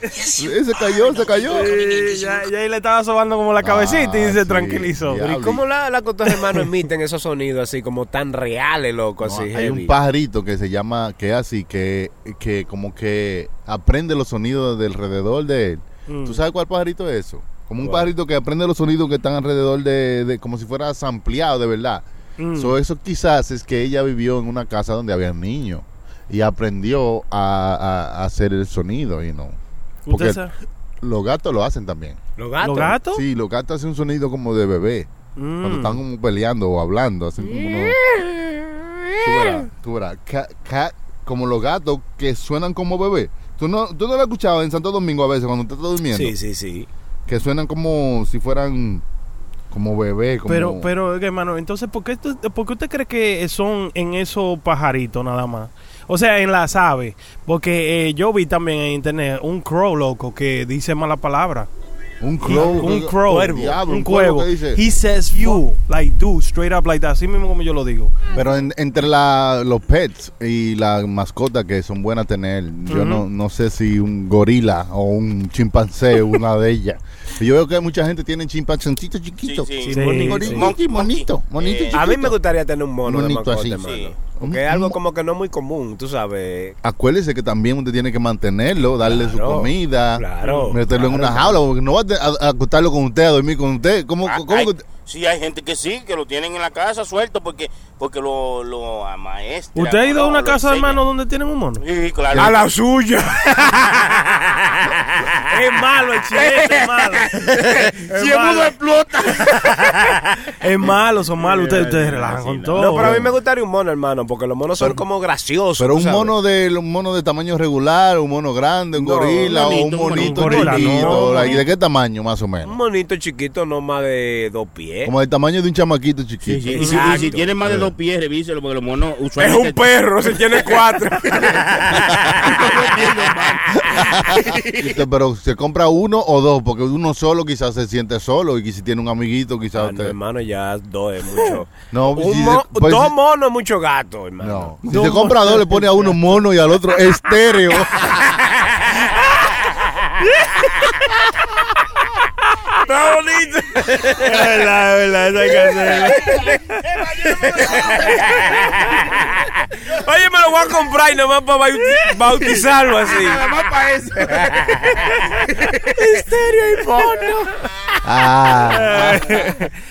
[SPEAKER 5] Yes, you
[SPEAKER 6] Eh, se cayó,
[SPEAKER 5] are.
[SPEAKER 6] se cayó.
[SPEAKER 2] Sí, ya, ya ahí le estaba sobando como la cabecita y se
[SPEAKER 6] Ah, sí,
[SPEAKER 2] tranquilizó.
[SPEAKER 6] ya.
[SPEAKER 8] ¿Y cómo la, la cotorra, hermano, emiten esos sonidos así como tan reales, loco?
[SPEAKER 6] No,
[SPEAKER 8] así,
[SPEAKER 6] hay
[SPEAKER 8] heavy?
[SPEAKER 6] un pajarito que se llama, que es así, que, que como que aprende los sonidos de alrededor de él.
[SPEAKER 2] Mm,
[SPEAKER 6] ¿Tú sabes cuál pajarito es eso? Como un pajarito que aprende los sonidos que están alrededor de, de- como si fuera ampliado de verdad.
[SPEAKER 2] mm.
[SPEAKER 6] So, eso quizás es que ella vivió en una casa donde había niños y aprendió a, a- a hacer el sonido, y no. Porque
[SPEAKER 2] ¿Usted sabe?
[SPEAKER 6] los gatos lo hacen también.
[SPEAKER 8] ¿Los gatos?
[SPEAKER 2] ¿Los gatos?
[SPEAKER 6] Sí, los gatos hacen un sonido como de bebé.
[SPEAKER 2] Mm.
[SPEAKER 6] Cuando están como peleando o hablando, hacen como unos- Tú verás, tú verás. Ca- ca- como los gatos que suenan como bebé. ¿Tú no, tú no lo has escuchado en Santo Domingo a veces cuando tú estás durmiendo?
[SPEAKER 8] Sí, sí, sí.
[SPEAKER 6] Que suenan como si fueran como bebé. Como...
[SPEAKER 2] Pero, pero, oiga, hermano, entonces, ¿por qué, tú- ¿por qué usted cree que son en esos pajaritos nada más? O sea, en las aves. Porque eh, yo vi también en internet un crow loco que dice mala palabra.
[SPEAKER 6] Un crow.
[SPEAKER 2] un crow,
[SPEAKER 6] Diablo,
[SPEAKER 2] un,
[SPEAKER 6] un cuervo
[SPEAKER 2] cuervo.
[SPEAKER 6] que dice-
[SPEAKER 2] He says you, like do, straight up like that. Así mismo como yo lo digo.
[SPEAKER 6] Pero en- entre la- los pets y las mascotas que son buenas tener, yo no, no sé si un gorila o un chimpancé, una de ellas. Yo veo que mucha gente tiene chimpancito chiquito.
[SPEAKER 7] Sí, sí.
[SPEAKER 2] Sí,
[SPEAKER 6] Gorila-
[SPEAKER 2] sí.
[SPEAKER 7] Monkey,
[SPEAKER 6] Monito, monito
[SPEAKER 7] Eh,
[SPEAKER 8] A mí
[SPEAKER 6] chiquito.
[SPEAKER 8] me gustaría tener un mono de
[SPEAKER 6] Monito
[SPEAKER 8] mascota,
[SPEAKER 6] así.
[SPEAKER 8] hermano.
[SPEAKER 7] Sí.
[SPEAKER 6] Un-
[SPEAKER 8] Porque es algo
[SPEAKER 6] un-
[SPEAKER 8] como que no es muy común, tú sabes.
[SPEAKER 6] acuérdese que también usted tiene que mantenerlo, darle
[SPEAKER 8] Claro,
[SPEAKER 6] su comida,
[SPEAKER 8] claro,
[SPEAKER 6] meterlo en
[SPEAKER 8] claro.
[SPEAKER 6] una jaula, porque no va a te- a, a acostarlo con usted, a dormir con usted. ¿Cómo,
[SPEAKER 7] Ah,
[SPEAKER 6] cómo
[SPEAKER 7] hay-
[SPEAKER 6] que usted-
[SPEAKER 7] sí, hay gente que sí, que lo tienen en la casa suelto porque, porque lo, lo amaestra.
[SPEAKER 2] ¿Usted ha ido a
[SPEAKER 7] no,
[SPEAKER 2] una
[SPEAKER 7] lo
[SPEAKER 2] casa,
[SPEAKER 7] enseña.
[SPEAKER 2] hermano, donde tienen un mono?
[SPEAKER 7] Sí, claro.
[SPEAKER 8] la suya!
[SPEAKER 2] Es malo, el chilete, es malo. Es
[SPEAKER 7] Si el mundo
[SPEAKER 2] malo,
[SPEAKER 7] explota.
[SPEAKER 2] es malo, son malos. Ustedes, ustedes relajan con todo.
[SPEAKER 8] No, pero a mí me gustaría un mono, hermano, porque los monos son como graciosos.
[SPEAKER 6] Pero
[SPEAKER 8] tú
[SPEAKER 6] un
[SPEAKER 8] sabes.
[SPEAKER 6] mono de un mono de tamaño regular, un mono grande, un
[SPEAKER 8] No,
[SPEAKER 6] gorila o un
[SPEAKER 7] un monito, un
[SPEAKER 6] monito
[SPEAKER 2] gorila,
[SPEAKER 6] chiquito,
[SPEAKER 2] no.
[SPEAKER 6] like, ¿de qué tamaño más o
[SPEAKER 8] Un
[SPEAKER 6] menos?
[SPEAKER 8] monito chiquito, no más de dos pies.
[SPEAKER 6] Como del tamaño de un chamaquito chiquito.
[SPEAKER 7] Y si, y si tiene más de dos pies, revíselo, porque los monos usualmente...
[SPEAKER 8] perro, se tiene cuatro.
[SPEAKER 6] Usted, Este, Pero se compra uno o dos, porque uno solo quizás se siente solo y si tiene un amiguito quizás
[SPEAKER 8] Ah, no,
[SPEAKER 6] usted-
[SPEAKER 8] hermano, ya dos es mucho.
[SPEAKER 6] No,
[SPEAKER 8] Un
[SPEAKER 6] si
[SPEAKER 8] mo-
[SPEAKER 6] se- pues,
[SPEAKER 8] dos
[SPEAKER 6] si-
[SPEAKER 8] monos es mucho gato, hermano.
[SPEAKER 6] No. Si se compra dos, le pone a uno mono y al otro estéreo.
[SPEAKER 8] Está bonito.
[SPEAKER 2] Es verdad, es verdad, eso hay que hacerlo.
[SPEAKER 8] Oye, me lo voy a comprar y nomás para bauti- bautizarlo así.
[SPEAKER 6] Ah.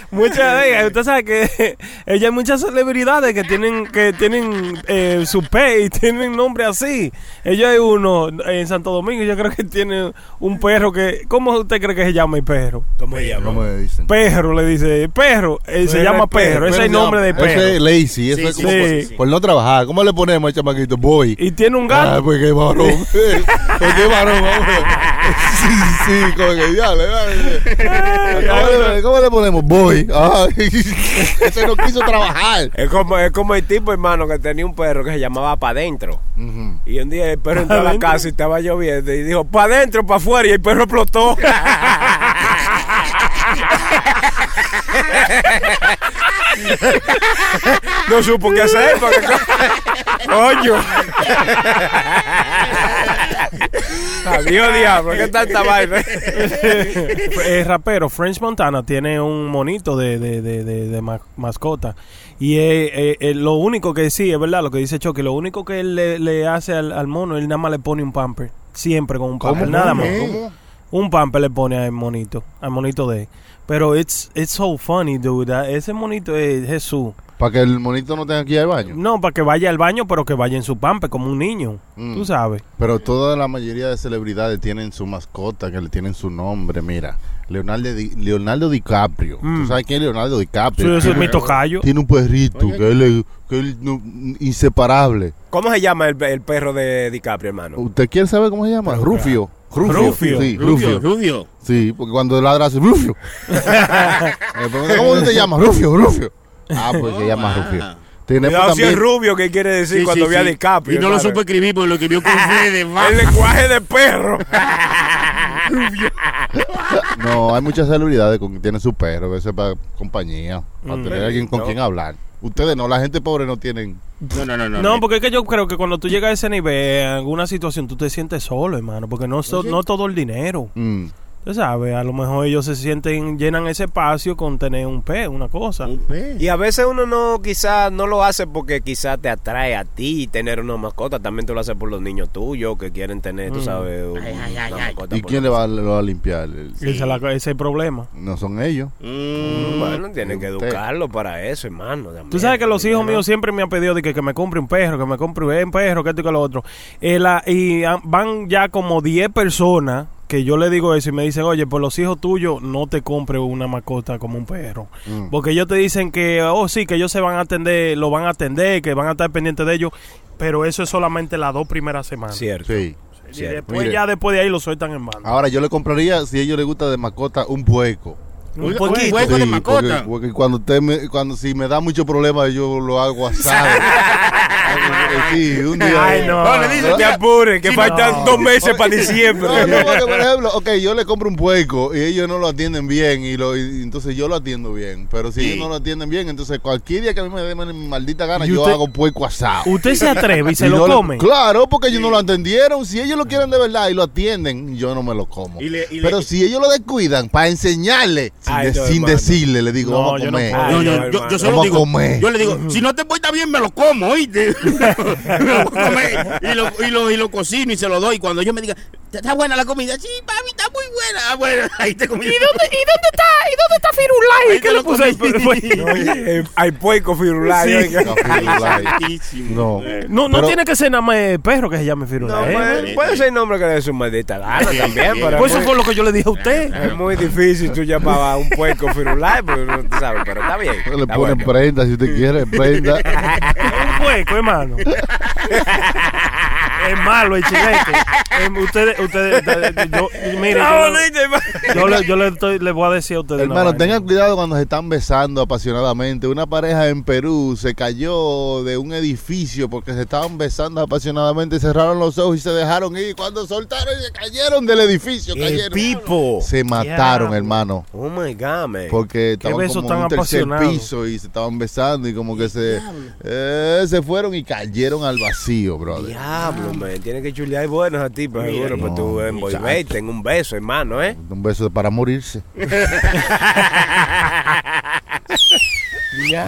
[SPEAKER 2] Muchas veces, usted sabe que ella hay muchas celebridades que tienen que tienen eh, su pez y tienen nombre así. Ella hay uno en Santo Domingo, yo creo que tiene un perro que ¿cómo usted cree que se llama el perro?
[SPEAKER 8] ¿Cómo se llama?
[SPEAKER 6] ¿Cómo le dicen?
[SPEAKER 2] Perro le dice, perro, eh, se llama perro, ese es el nombre de perro.
[SPEAKER 6] Ese es lazy, eso
[SPEAKER 7] Sí,
[SPEAKER 6] es
[SPEAKER 7] sí,
[SPEAKER 6] como
[SPEAKER 2] sí,
[SPEAKER 6] por-
[SPEAKER 2] sí.
[SPEAKER 6] por no trabajar. ¿Cómo le ponemos al chamaquito? Boy.
[SPEAKER 2] Y tiene un
[SPEAKER 6] Ah,
[SPEAKER 2] gato.
[SPEAKER 6] pues qué varón. pues qué varón, hombre. Sí, sí, como que diablo. ¿eh? ¿Cómo, le- cómo le ponemos? Boy. Ah, ese no quiso trabajar.
[SPEAKER 8] Es como, es como el tipo, hermano, que tenía un perro que se llamaba Pa' Dentro.
[SPEAKER 6] Ujú.
[SPEAKER 8] Y un día el perro entró a la
[SPEAKER 2] Adentro.
[SPEAKER 8] casa y estaba lloviendo y dijo, Pa' Dentro, Pa' afuera, y el perro explotó. no supo qué hacer. Porque... co- Coño. Adiós, diablo, ¿qué tanta vaina?
[SPEAKER 2] Eh, rapero French Montana tiene un monito de, de- de- de- de ma- mascota. Y eh, eh, eh, lo único que sí, es verdad lo que dice Chucky, lo único que él le, le hace al, al mono, él nada más le pone un pamper. Siempre con un pamper, nada más.
[SPEAKER 6] ¿Cómo?
[SPEAKER 2] Un pamper le pone al monito, al monito de. él. Pero it's, it's so funny, dude. Ah, Ese monito es Jesús.
[SPEAKER 6] Para que el monito no tenga que ir al baño.
[SPEAKER 2] No, para que vaya al baño, pero que vaya en su pamper como un niño.
[SPEAKER 6] Mm.
[SPEAKER 2] Tú sabes.
[SPEAKER 6] Pero toda la mayoría de celebridades tienen su mascota, que le tienen su nombre, mira. Leonardo, Di- Leonardo DiCaprio.
[SPEAKER 2] Mm.
[SPEAKER 6] ¿Tú sabes quién es Leonardo
[SPEAKER 2] Eso
[SPEAKER 6] DiCaprio?
[SPEAKER 2] eso es
[SPEAKER 6] tiene,
[SPEAKER 2] mi tocayo.
[SPEAKER 6] tiene un perrito que él es que él no- inseparable.
[SPEAKER 8] ¿Cómo se llama el, el perro de DiCaprio, hermano?
[SPEAKER 6] ¿Usted quiere saber cómo se llama? Rufio. Rufio.
[SPEAKER 2] Rufio.
[SPEAKER 6] Sí,
[SPEAKER 7] Rubio,
[SPEAKER 6] Rufio.
[SPEAKER 7] Rubio.
[SPEAKER 6] Sí, porque cuando ladra hace Rufio. Me pregunta, ¿Cómo te llamas? Rufio, Rufio. Ah, pues se llama
[SPEAKER 7] ah.
[SPEAKER 6] Rufio. Tiene pues
[SPEAKER 8] Cuidado si es
[SPEAKER 6] también-
[SPEAKER 8] rubio, ¿qué quiere decir cuando
[SPEAKER 7] sí,
[SPEAKER 8] ve a
[SPEAKER 7] sí.
[SPEAKER 8] DiCaprio?
[SPEAKER 7] Y no lo
[SPEAKER 8] hermano?
[SPEAKER 7] supe escribir porque lo que vio con Fede. va.
[SPEAKER 8] El lenguaje de perro.
[SPEAKER 6] No, hay muchas celebridades con que tienen su perro, a veces para compañía,
[SPEAKER 8] Mm.
[SPEAKER 6] para tener alguien con
[SPEAKER 8] no.
[SPEAKER 6] quien hablar. Ustedes no, la gente pobre no tienen.
[SPEAKER 7] No, no, no, no.
[SPEAKER 2] No, porque es que yo creo que cuando tú llegas a ese nivel, en alguna situación, tú te sientes solo, hermano, porque no, so- no todo el dinero.
[SPEAKER 6] Mm.
[SPEAKER 2] Tú sabes, a lo mejor ellos se sienten, llenan ese espacio con tener un pez, una cosa.
[SPEAKER 7] Un pez.
[SPEAKER 8] Y a veces uno no, quizás no lo hace porque quizás te atrae a ti tener una mascota. También tú lo haces por los niños tuyos que quieren tener,
[SPEAKER 2] Mm.
[SPEAKER 8] tú sabes, un- una mascota. pues,
[SPEAKER 6] ¿Y
[SPEAKER 8] por-
[SPEAKER 6] quién le va, le va a limpiar? El-
[SPEAKER 2] Ese, es la- ese es el problema.
[SPEAKER 6] No son ellos.
[SPEAKER 7] Mm.
[SPEAKER 8] Bueno, tienen que
[SPEAKER 6] Usted.
[SPEAKER 8] educarlo para eso, hermano. también.
[SPEAKER 2] Tú sabes que los hijos míos siempre me han pedido de que, que me compre un perro, que me compre un perro, que esto y que lo otro. Eh, la- y ah, van ya como 10 personas que yo le digo eso y me dicen, oye, por los hijos tuyos no te compre una mascota como un perro.
[SPEAKER 6] Mm.
[SPEAKER 2] Porque ellos te dicen que, oh sí, que ellos se van a atender, lo van a atender, que van a estar pendientes de ellos, pero eso es solamente las dos primeras semanas.
[SPEAKER 8] Ah, Cierto.
[SPEAKER 6] Sí.
[SPEAKER 2] Y
[SPEAKER 8] cierto.
[SPEAKER 2] después
[SPEAKER 6] Mire. Ah,
[SPEAKER 2] ya después de ahí lo sueltan en banda.
[SPEAKER 6] Ahora yo le compraría, si a ellos les gusta de mascota, un pueco.
[SPEAKER 2] Un
[SPEAKER 7] Oiga,
[SPEAKER 2] poquito.
[SPEAKER 7] oiga, Pueco de
[SPEAKER 6] Sí,
[SPEAKER 7] mascota.
[SPEAKER 6] Porque, porque cuando usted me- cuando si me da mucho problema yo lo hago asado. sí, un día.
[SPEAKER 2] Ay, no.
[SPEAKER 8] No, le dicen, te apures, que faltan
[SPEAKER 6] no.
[SPEAKER 8] dos meses para
[SPEAKER 6] No, no,
[SPEAKER 8] diciembre.
[SPEAKER 6] porque, por ejemplo, ok, yo le compro un pueco y ellos no lo atienden bien, y, lo, y entonces yo lo atiendo bien. Pero si ellos no lo atienden bien, entonces cualquier día que a mí me dé mi maldita gana,
[SPEAKER 2] ¿Y
[SPEAKER 6] yo
[SPEAKER 2] usted-
[SPEAKER 6] hago pueco asado.
[SPEAKER 2] Usted se atreve y se
[SPEAKER 6] Y
[SPEAKER 2] lo
[SPEAKER 6] no le-
[SPEAKER 2] come.
[SPEAKER 6] claro, porque ellos no lo entendieron. Si ellos lo quieren de verdad y lo atienden, yo no me lo como.
[SPEAKER 7] Y le- y le-
[SPEAKER 6] Pero si ellos lo descuidan, para enseñarle, sin,
[SPEAKER 8] Ay,
[SPEAKER 6] de-
[SPEAKER 8] no,
[SPEAKER 6] sin
[SPEAKER 8] hermano.
[SPEAKER 6] decirle, le digo,
[SPEAKER 2] No,
[SPEAKER 6] vamos a
[SPEAKER 2] yo no
[SPEAKER 6] comer. Ah,
[SPEAKER 2] puedo.
[SPEAKER 7] No,
[SPEAKER 8] Ay,
[SPEAKER 7] yo-
[SPEAKER 8] no,
[SPEAKER 7] yo, yo
[SPEAKER 8] hermano.
[SPEAKER 7] solo
[SPEAKER 6] Vamos a
[SPEAKER 7] digo,
[SPEAKER 6] comer.
[SPEAKER 7] yo le digo, si no te portas bien, me lo como, oíste. me lo voy a comer y lo, y, lo, y lo cocino y se lo doy. Cuando yo me diga, está buena la comida, sí, papi, está muy buena. Ah, bueno, ahí te comí.
[SPEAKER 10] ¿Y dónde, ¿Y dónde está? ¿Y dónde está Firulai?
[SPEAKER 7] Ahí te
[SPEAKER 10] ¿Qué le
[SPEAKER 7] lo
[SPEAKER 10] puso?
[SPEAKER 7] comí.
[SPEAKER 8] Oye, Hay puerco firulai.
[SPEAKER 2] Sí.
[SPEAKER 8] oiga.
[SPEAKER 6] No.
[SPEAKER 2] No, no
[SPEAKER 6] Pero-
[SPEAKER 2] tiene que ser nada más el perro que se llame Firulais.
[SPEAKER 8] No, puede, puede ser el nombre que le dé su maldita gana
[SPEAKER 7] Sí,
[SPEAKER 8] también,
[SPEAKER 7] sí.
[SPEAKER 8] pero
[SPEAKER 2] Pues eso
[SPEAKER 8] es
[SPEAKER 2] fue
[SPEAKER 8] muy,
[SPEAKER 2] lo que yo le dije a usted.
[SPEAKER 8] es muy difícil tú llamar a un puerco firulai, pero no tú sabes, pero está bien.
[SPEAKER 6] Pues Le
[SPEAKER 8] está
[SPEAKER 6] ponen
[SPEAKER 8] bueno.
[SPEAKER 6] prenda si usted quiere, prenda.
[SPEAKER 2] Un hueco, hermano. es malo el chilete. Em, ustedes, ustedes, ustedes- yo, mire,
[SPEAKER 8] Está
[SPEAKER 2] yo,
[SPEAKER 8] bonito, hermano.
[SPEAKER 2] yo le, yo le, estoy- le voy a decir a ustedes. una
[SPEAKER 6] Hermano,
[SPEAKER 2] vaina.
[SPEAKER 6] tengan cuidado cuando se están besando apasionadamente. Una pareja en Perú se cayó de un edificio porque se estaban besando apasionadamente, cerraron los ojos y se dejaron ir. Cuando soltaron, se cayeron del edificio.
[SPEAKER 8] El
[SPEAKER 6] Cayeron.
[SPEAKER 8] pipo.
[SPEAKER 6] Se mataron,
[SPEAKER 2] Diablo.
[SPEAKER 6] hermano.
[SPEAKER 8] Oh my god, man.
[SPEAKER 6] Porque estaban
[SPEAKER 2] beso
[SPEAKER 6] como
[SPEAKER 2] tan
[SPEAKER 6] en un tercer
[SPEAKER 2] apasionado.
[SPEAKER 6] piso y se estaban besando y como que se, eh, se fueron y cayeron al vacío, brother.
[SPEAKER 8] Diablo, man. Tienes que chulear buenos a ti, pero seguro, para tú envolverte en un beso, hermano, ¿eh?
[SPEAKER 6] Un beso para morirse.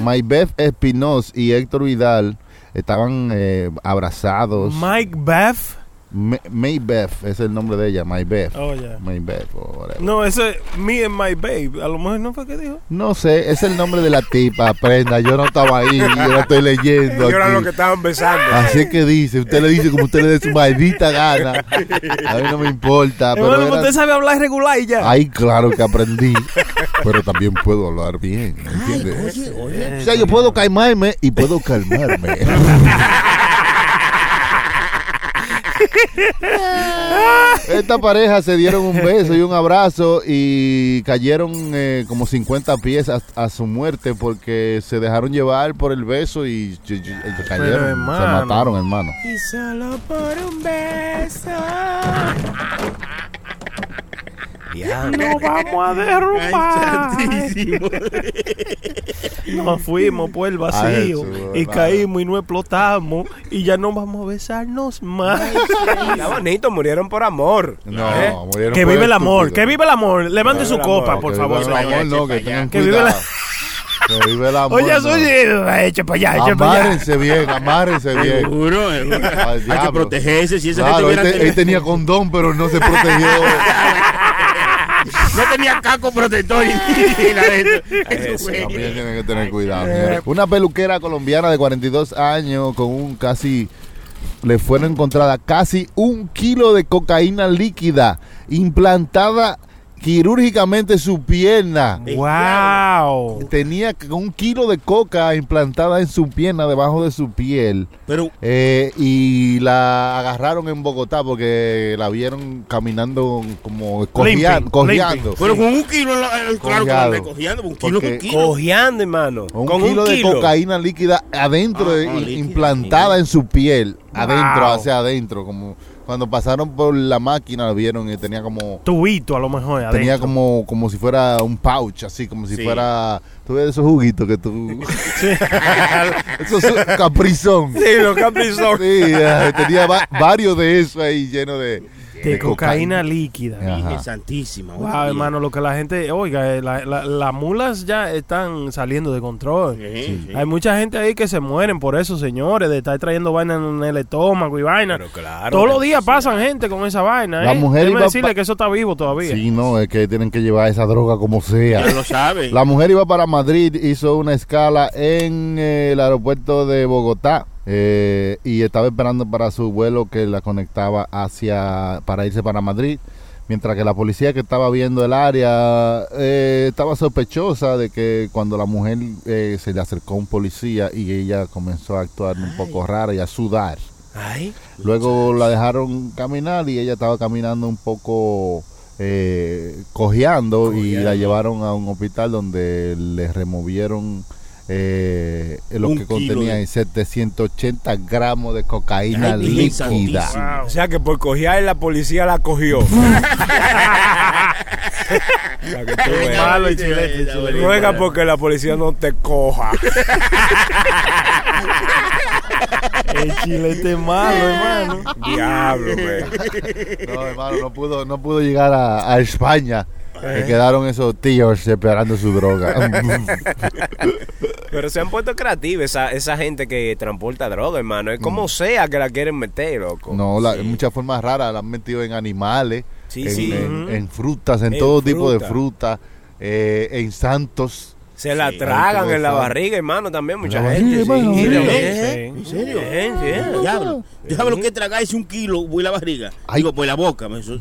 [SPEAKER 6] Maybeth Espinoz y Héctor Vidal estaban eh, abrazados.
[SPEAKER 2] Mike Beth.
[SPEAKER 6] Ma- Maybeth es el nombre de ella, Maybeth.
[SPEAKER 2] Oh, yeah.
[SPEAKER 6] Maybeth, o whatever.
[SPEAKER 2] No, ese es Me and My Babe. A lo mejor no fue que dijo.
[SPEAKER 6] No sé, es el nombre de la tipa, prenda. Yo no estaba ahí, yo lo estoy leyendo.
[SPEAKER 8] Y ahora
[SPEAKER 6] aquí. Ah.
[SPEAKER 8] lo que estaban besando.
[SPEAKER 6] Así que dice, usted le dice como usted le dé su maldita gana. A mí no me importa. Pero Ah.
[SPEAKER 2] Hermano,
[SPEAKER 6] eran-
[SPEAKER 2] usted sabe hablar regular y ya.
[SPEAKER 6] Ay, claro que aprendí, pero también puedo hablar bien, ¿entiendes? o sea, yo puedo calmarme y puedo calmarme. Esta pareja se dieron un beso y un abrazo y cayeron eh, como 50 pies a, a su muerte porque se dejaron llevar por el beso y, y- y- y cayeron, se
[SPEAKER 2] hermano.
[SPEAKER 6] mataron, hermano.
[SPEAKER 8] Y solo por un beso. Diablo.
[SPEAKER 2] No vamos a derrumbar. Nos fuimos por el vacío
[SPEAKER 6] Ay, chulo,
[SPEAKER 2] y
[SPEAKER 6] hermano.
[SPEAKER 2] caímos y no explotamos y ya no vamos a besarnos más.
[SPEAKER 8] Está bonito, murieron por amor.
[SPEAKER 6] No,
[SPEAKER 8] ¿Eh?
[SPEAKER 6] murieron
[SPEAKER 2] Que
[SPEAKER 6] por
[SPEAKER 2] vive el amor,
[SPEAKER 6] estúpido.
[SPEAKER 2] que vive el amor. Levante su
[SPEAKER 8] el
[SPEAKER 2] copa,
[SPEAKER 8] amor,
[SPEAKER 2] por
[SPEAKER 6] Ah, que
[SPEAKER 2] favor.
[SPEAKER 6] Vive el amor, no, que tengan
[SPEAKER 2] Que vive
[SPEAKER 6] cuidado.
[SPEAKER 2] la-
[SPEAKER 6] Que vive el amor.
[SPEAKER 2] Oye,
[SPEAKER 6] no.
[SPEAKER 2] oye, eche para allá, eche para allá.
[SPEAKER 6] Amárense bien, amárense bien.
[SPEAKER 7] Seguro, seguro.
[SPEAKER 6] Al
[SPEAKER 7] Hay que
[SPEAKER 6] diablo.
[SPEAKER 7] protegerse. Si esa
[SPEAKER 6] Claro,
[SPEAKER 7] gente
[SPEAKER 6] él,
[SPEAKER 7] hubiera
[SPEAKER 6] te- él
[SPEAKER 7] tenido-
[SPEAKER 6] tenía condón, pero no se protegió.
[SPEAKER 7] No tenía caco protector y ni nada de eso. Eso fue.
[SPEAKER 6] También tienen que tener cuidado. señores. Una peluquera colombiana de 42 años con un casi... Le fueron encontrada casi un kilo de cocaína líquida implantada quirúrgicamente en su pierna.
[SPEAKER 2] ¡Wow!
[SPEAKER 6] Tenía un kilo de coca implantada en su pierna, debajo de su piel.
[SPEAKER 11] Pero
[SPEAKER 6] Eh, y la agarraron en Bogotá porque la vieron caminando como correan-
[SPEAKER 2] Limping,
[SPEAKER 6] correando.
[SPEAKER 11] pero con un kilo, en la- en- claro, que
[SPEAKER 6] Colgado.
[SPEAKER 11] andé cojeando, un kilo
[SPEAKER 6] Porque-
[SPEAKER 11] con kilo.
[SPEAKER 8] Cojeando, hermano.
[SPEAKER 6] Un
[SPEAKER 8] con
[SPEAKER 6] kilo
[SPEAKER 8] un
[SPEAKER 6] de
[SPEAKER 8] kilo.
[SPEAKER 6] cocaína líquida adentro,
[SPEAKER 11] Ah,
[SPEAKER 6] de-
[SPEAKER 11] ah,
[SPEAKER 6] i-
[SPEAKER 11] líquida,
[SPEAKER 6] implantada en su piel, adentro,
[SPEAKER 2] Wow.
[SPEAKER 6] hacia adentro, como cuando pasaron por la máquina la vieron y tenía como
[SPEAKER 2] Tubito, a lo mejor. Adentro.
[SPEAKER 6] tenía como como si fuera un pouch, así como si
[SPEAKER 11] Sí.
[SPEAKER 6] fuera tú ves esos juguitos que tú esos caprizón.
[SPEAKER 8] Sí, los Capri-Sun.
[SPEAKER 6] Sí, eh, tenía va- varios de esos ahí llenos de,
[SPEAKER 2] de cocaína
[SPEAKER 6] líquida.
[SPEAKER 2] líquida.
[SPEAKER 6] Ajá.
[SPEAKER 11] Virgen Santísima.
[SPEAKER 2] Wow,
[SPEAKER 11] oye.
[SPEAKER 2] hermano, lo que la gente. Oiga, eh, la- la- las mulas ya están saliendo de control.
[SPEAKER 11] Sí, sí.
[SPEAKER 2] Hay mucha gente ahí que se mueren por eso, señores, de estar trayendo vaina en el estómago y vaina.
[SPEAKER 8] Pero claro.
[SPEAKER 2] Todos los días pasan gente con esa vaina.
[SPEAKER 6] La
[SPEAKER 2] ¿eh?
[SPEAKER 6] mujer
[SPEAKER 2] Déjeme
[SPEAKER 6] iba pa-
[SPEAKER 2] decirle que eso está vivo todavía.
[SPEAKER 6] Sí, no, es que tienen que llevar esa droga como sea.
[SPEAKER 11] Ya lo sabe.
[SPEAKER 6] La mujer iba para Madrid, hizo una escala en eh, el aeropuerto de Bogotá eh, y estaba esperando para su vuelo que la conectaba hacia para irse para Madrid. Mientras que la policía que estaba viendo el área eh, estaba sospechosa de que cuando la mujer eh, se le acercó un policía y ella comenzó a actuar un poco rara y a sudar.
[SPEAKER 8] Ay.
[SPEAKER 6] Luego la dejaron caminar y ella estaba caminando un poco eh, cojeando y la llevaron a un hospital donde le removieron eh, lo
[SPEAKER 11] Un
[SPEAKER 6] que
[SPEAKER 11] kilo
[SPEAKER 6] contenía
[SPEAKER 11] de-
[SPEAKER 6] 780 gramos de cocaína
[SPEAKER 11] Ay, Virgen
[SPEAKER 6] líquida.
[SPEAKER 11] Santísima.
[SPEAKER 8] O sea que por cojear la policía la cogió. Para que tú veas.
[SPEAKER 2] Malo y chilete, chilete.
[SPEAKER 8] Ruega porque la policía no te coja.
[SPEAKER 2] El chilete malo, hermano.
[SPEAKER 8] Diablo, güey.
[SPEAKER 6] No, hermano, no pudo, no pudo llegar a, a España.
[SPEAKER 11] Eh.
[SPEAKER 6] Se quedaron esos tíos esperando su droga.
[SPEAKER 8] Pero se han puesto creativos esa, esa gente que transporta droga, hermano. Es como sea que la quieren meter, loco.
[SPEAKER 6] No, la- muchas formas raras la han metido en animales,
[SPEAKER 8] Sí,
[SPEAKER 6] en,
[SPEAKER 8] sí.
[SPEAKER 6] en- en frutas, en,
[SPEAKER 8] En
[SPEAKER 6] todo tipo de
[SPEAKER 8] fruta.
[SPEAKER 6] frutas, eh, en santos.
[SPEAKER 8] Se la
[SPEAKER 11] Sí.
[SPEAKER 8] tragan en la
[SPEAKER 6] Interesante.
[SPEAKER 8] barriga, hermano, también mucha
[SPEAKER 6] la
[SPEAKER 8] gente.
[SPEAKER 6] barriga, hermano,
[SPEAKER 8] sí.
[SPEAKER 6] en la
[SPEAKER 11] barriga.
[SPEAKER 8] Sí.
[SPEAKER 11] ¿En serio?
[SPEAKER 8] Sí, sí.
[SPEAKER 11] Diablo. Diablo que tragáis un kilo, voy la barriga.
[SPEAKER 6] Ay.
[SPEAKER 11] Digo, voy la boca. Eso,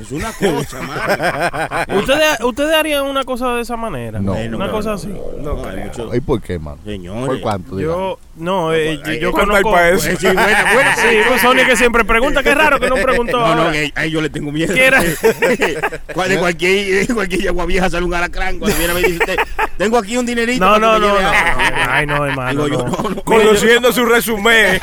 [SPEAKER 11] es una cosa, mano.
[SPEAKER 2] ¿Ustedes, ¿Ustedes harían una cosa de esa manera?
[SPEAKER 6] No.
[SPEAKER 11] Eh, no,
[SPEAKER 2] Una
[SPEAKER 11] no,
[SPEAKER 2] cosa
[SPEAKER 11] no,
[SPEAKER 2] así.
[SPEAKER 11] No, no, hay mucho-
[SPEAKER 6] ¿Y por qué, mano?
[SPEAKER 11] Señores.
[SPEAKER 6] ¿Por cuánto? digamos?
[SPEAKER 2] Yo, no, eh,
[SPEAKER 7] pues,
[SPEAKER 2] yo, yo
[SPEAKER 8] ¿Cuánto hay
[SPEAKER 2] conozco.
[SPEAKER 8] pa' eso?
[SPEAKER 11] eh, Sí, bueno, bueno.
[SPEAKER 2] Sí, pues Sony que siempre pregunta, qué raro que no preguntó.
[SPEAKER 11] No, no,
[SPEAKER 2] ahora.
[SPEAKER 11] que a yo le tengo miedo.
[SPEAKER 2] ¿Qué era?
[SPEAKER 11] Cual- de cualquier, de cualquier yagua vieja sale un alacrán. Cuando viene me dice usted, tengo aquí un dinerito.
[SPEAKER 2] no,
[SPEAKER 11] para
[SPEAKER 2] no,
[SPEAKER 11] que me
[SPEAKER 2] no,
[SPEAKER 11] lleve
[SPEAKER 2] no.
[SPEAKER 11] algo".
[SPEAKER 2] Ay, no, hermano.
[SPEAKER 11] Digo yo,
[SPEAKER 2] no.
[SPEAKER 11] no, no.
[SPEAKER 8] Conociendo su resumen.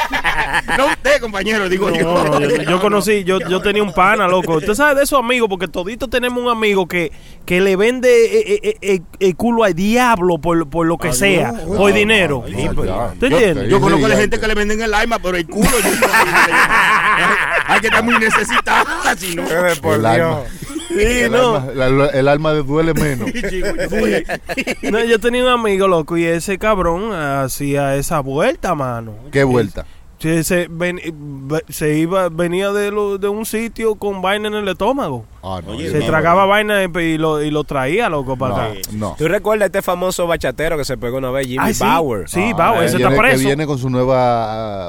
[SPEAKER 11] No usted, compañero, digo yo.
[SPEAKER 2] No, no, yo, yo conocí, yo, yo tenía un pana, loco. Usted sabe de esos amigos, porque todito tenemos un amigo que, que le vende eh, eh, eh, el culo al diablo por, por lo que sea, por dinero.
[SPEAKER 6] Ay, no, ya.
[SPEAKER 2] ¿Tú entiendes?
[SPEAKER 11] Yo conozco a la
[SPEAKER 6] sí,
[SPEAKER 11] gente que le venden el alma, pero el culo. Yo, no. hay que estar muy necesitado, si no.
[SPEAKER 8] Por
[SPEAKER 6] El
[SPEAKER 8] Dios.
[SPEAKER 6] alma,
[SPEAKER 2] Sí,
[SPEAKER 6] el,
[SPEAKER 2] no.
[SPEAKER 6] alma, la- el alma de duele menos.
[SPEAKER 2] No, yo tenía un amigo, loco, y ese cabrón hacía esa vuelta, mano.
[SPEAKER 6] ¿Qué vuelta?
[SPEAKER 2] Sí, se, ven- ve- se iba, venía de, lo- de un sitio con vaina en el estómago.
[SPEAKER 6] Ah, no,
[SPEAKER 11] Oye,
[SPEAKER 6] yo
[SPEAKER 2] Se
[SPEAKER 6] no.
[SPEAKER 2] tragaba vaina y, y lo, y lo traía, loco, para
[SPEAKER 6] No,
[SPEAKER 2] acá.
[SPEAKER 6] no.
[SPEAKER 8] ¿Tú recuerdas este famoso bachatero que se pegó una vez, Jimmy
[SPEAKER 2] Ah, sí,
[SPEAKER 8] Bauer?
[SPEAKER 2] Sí,
[SPEAKER 6] Ah,
[SPEAKER 2] Bauer, ese está
[SPEAKER 6] viene- Que
[SPEAKER 2] preso.
[SPEAKER 6] viene con su nueva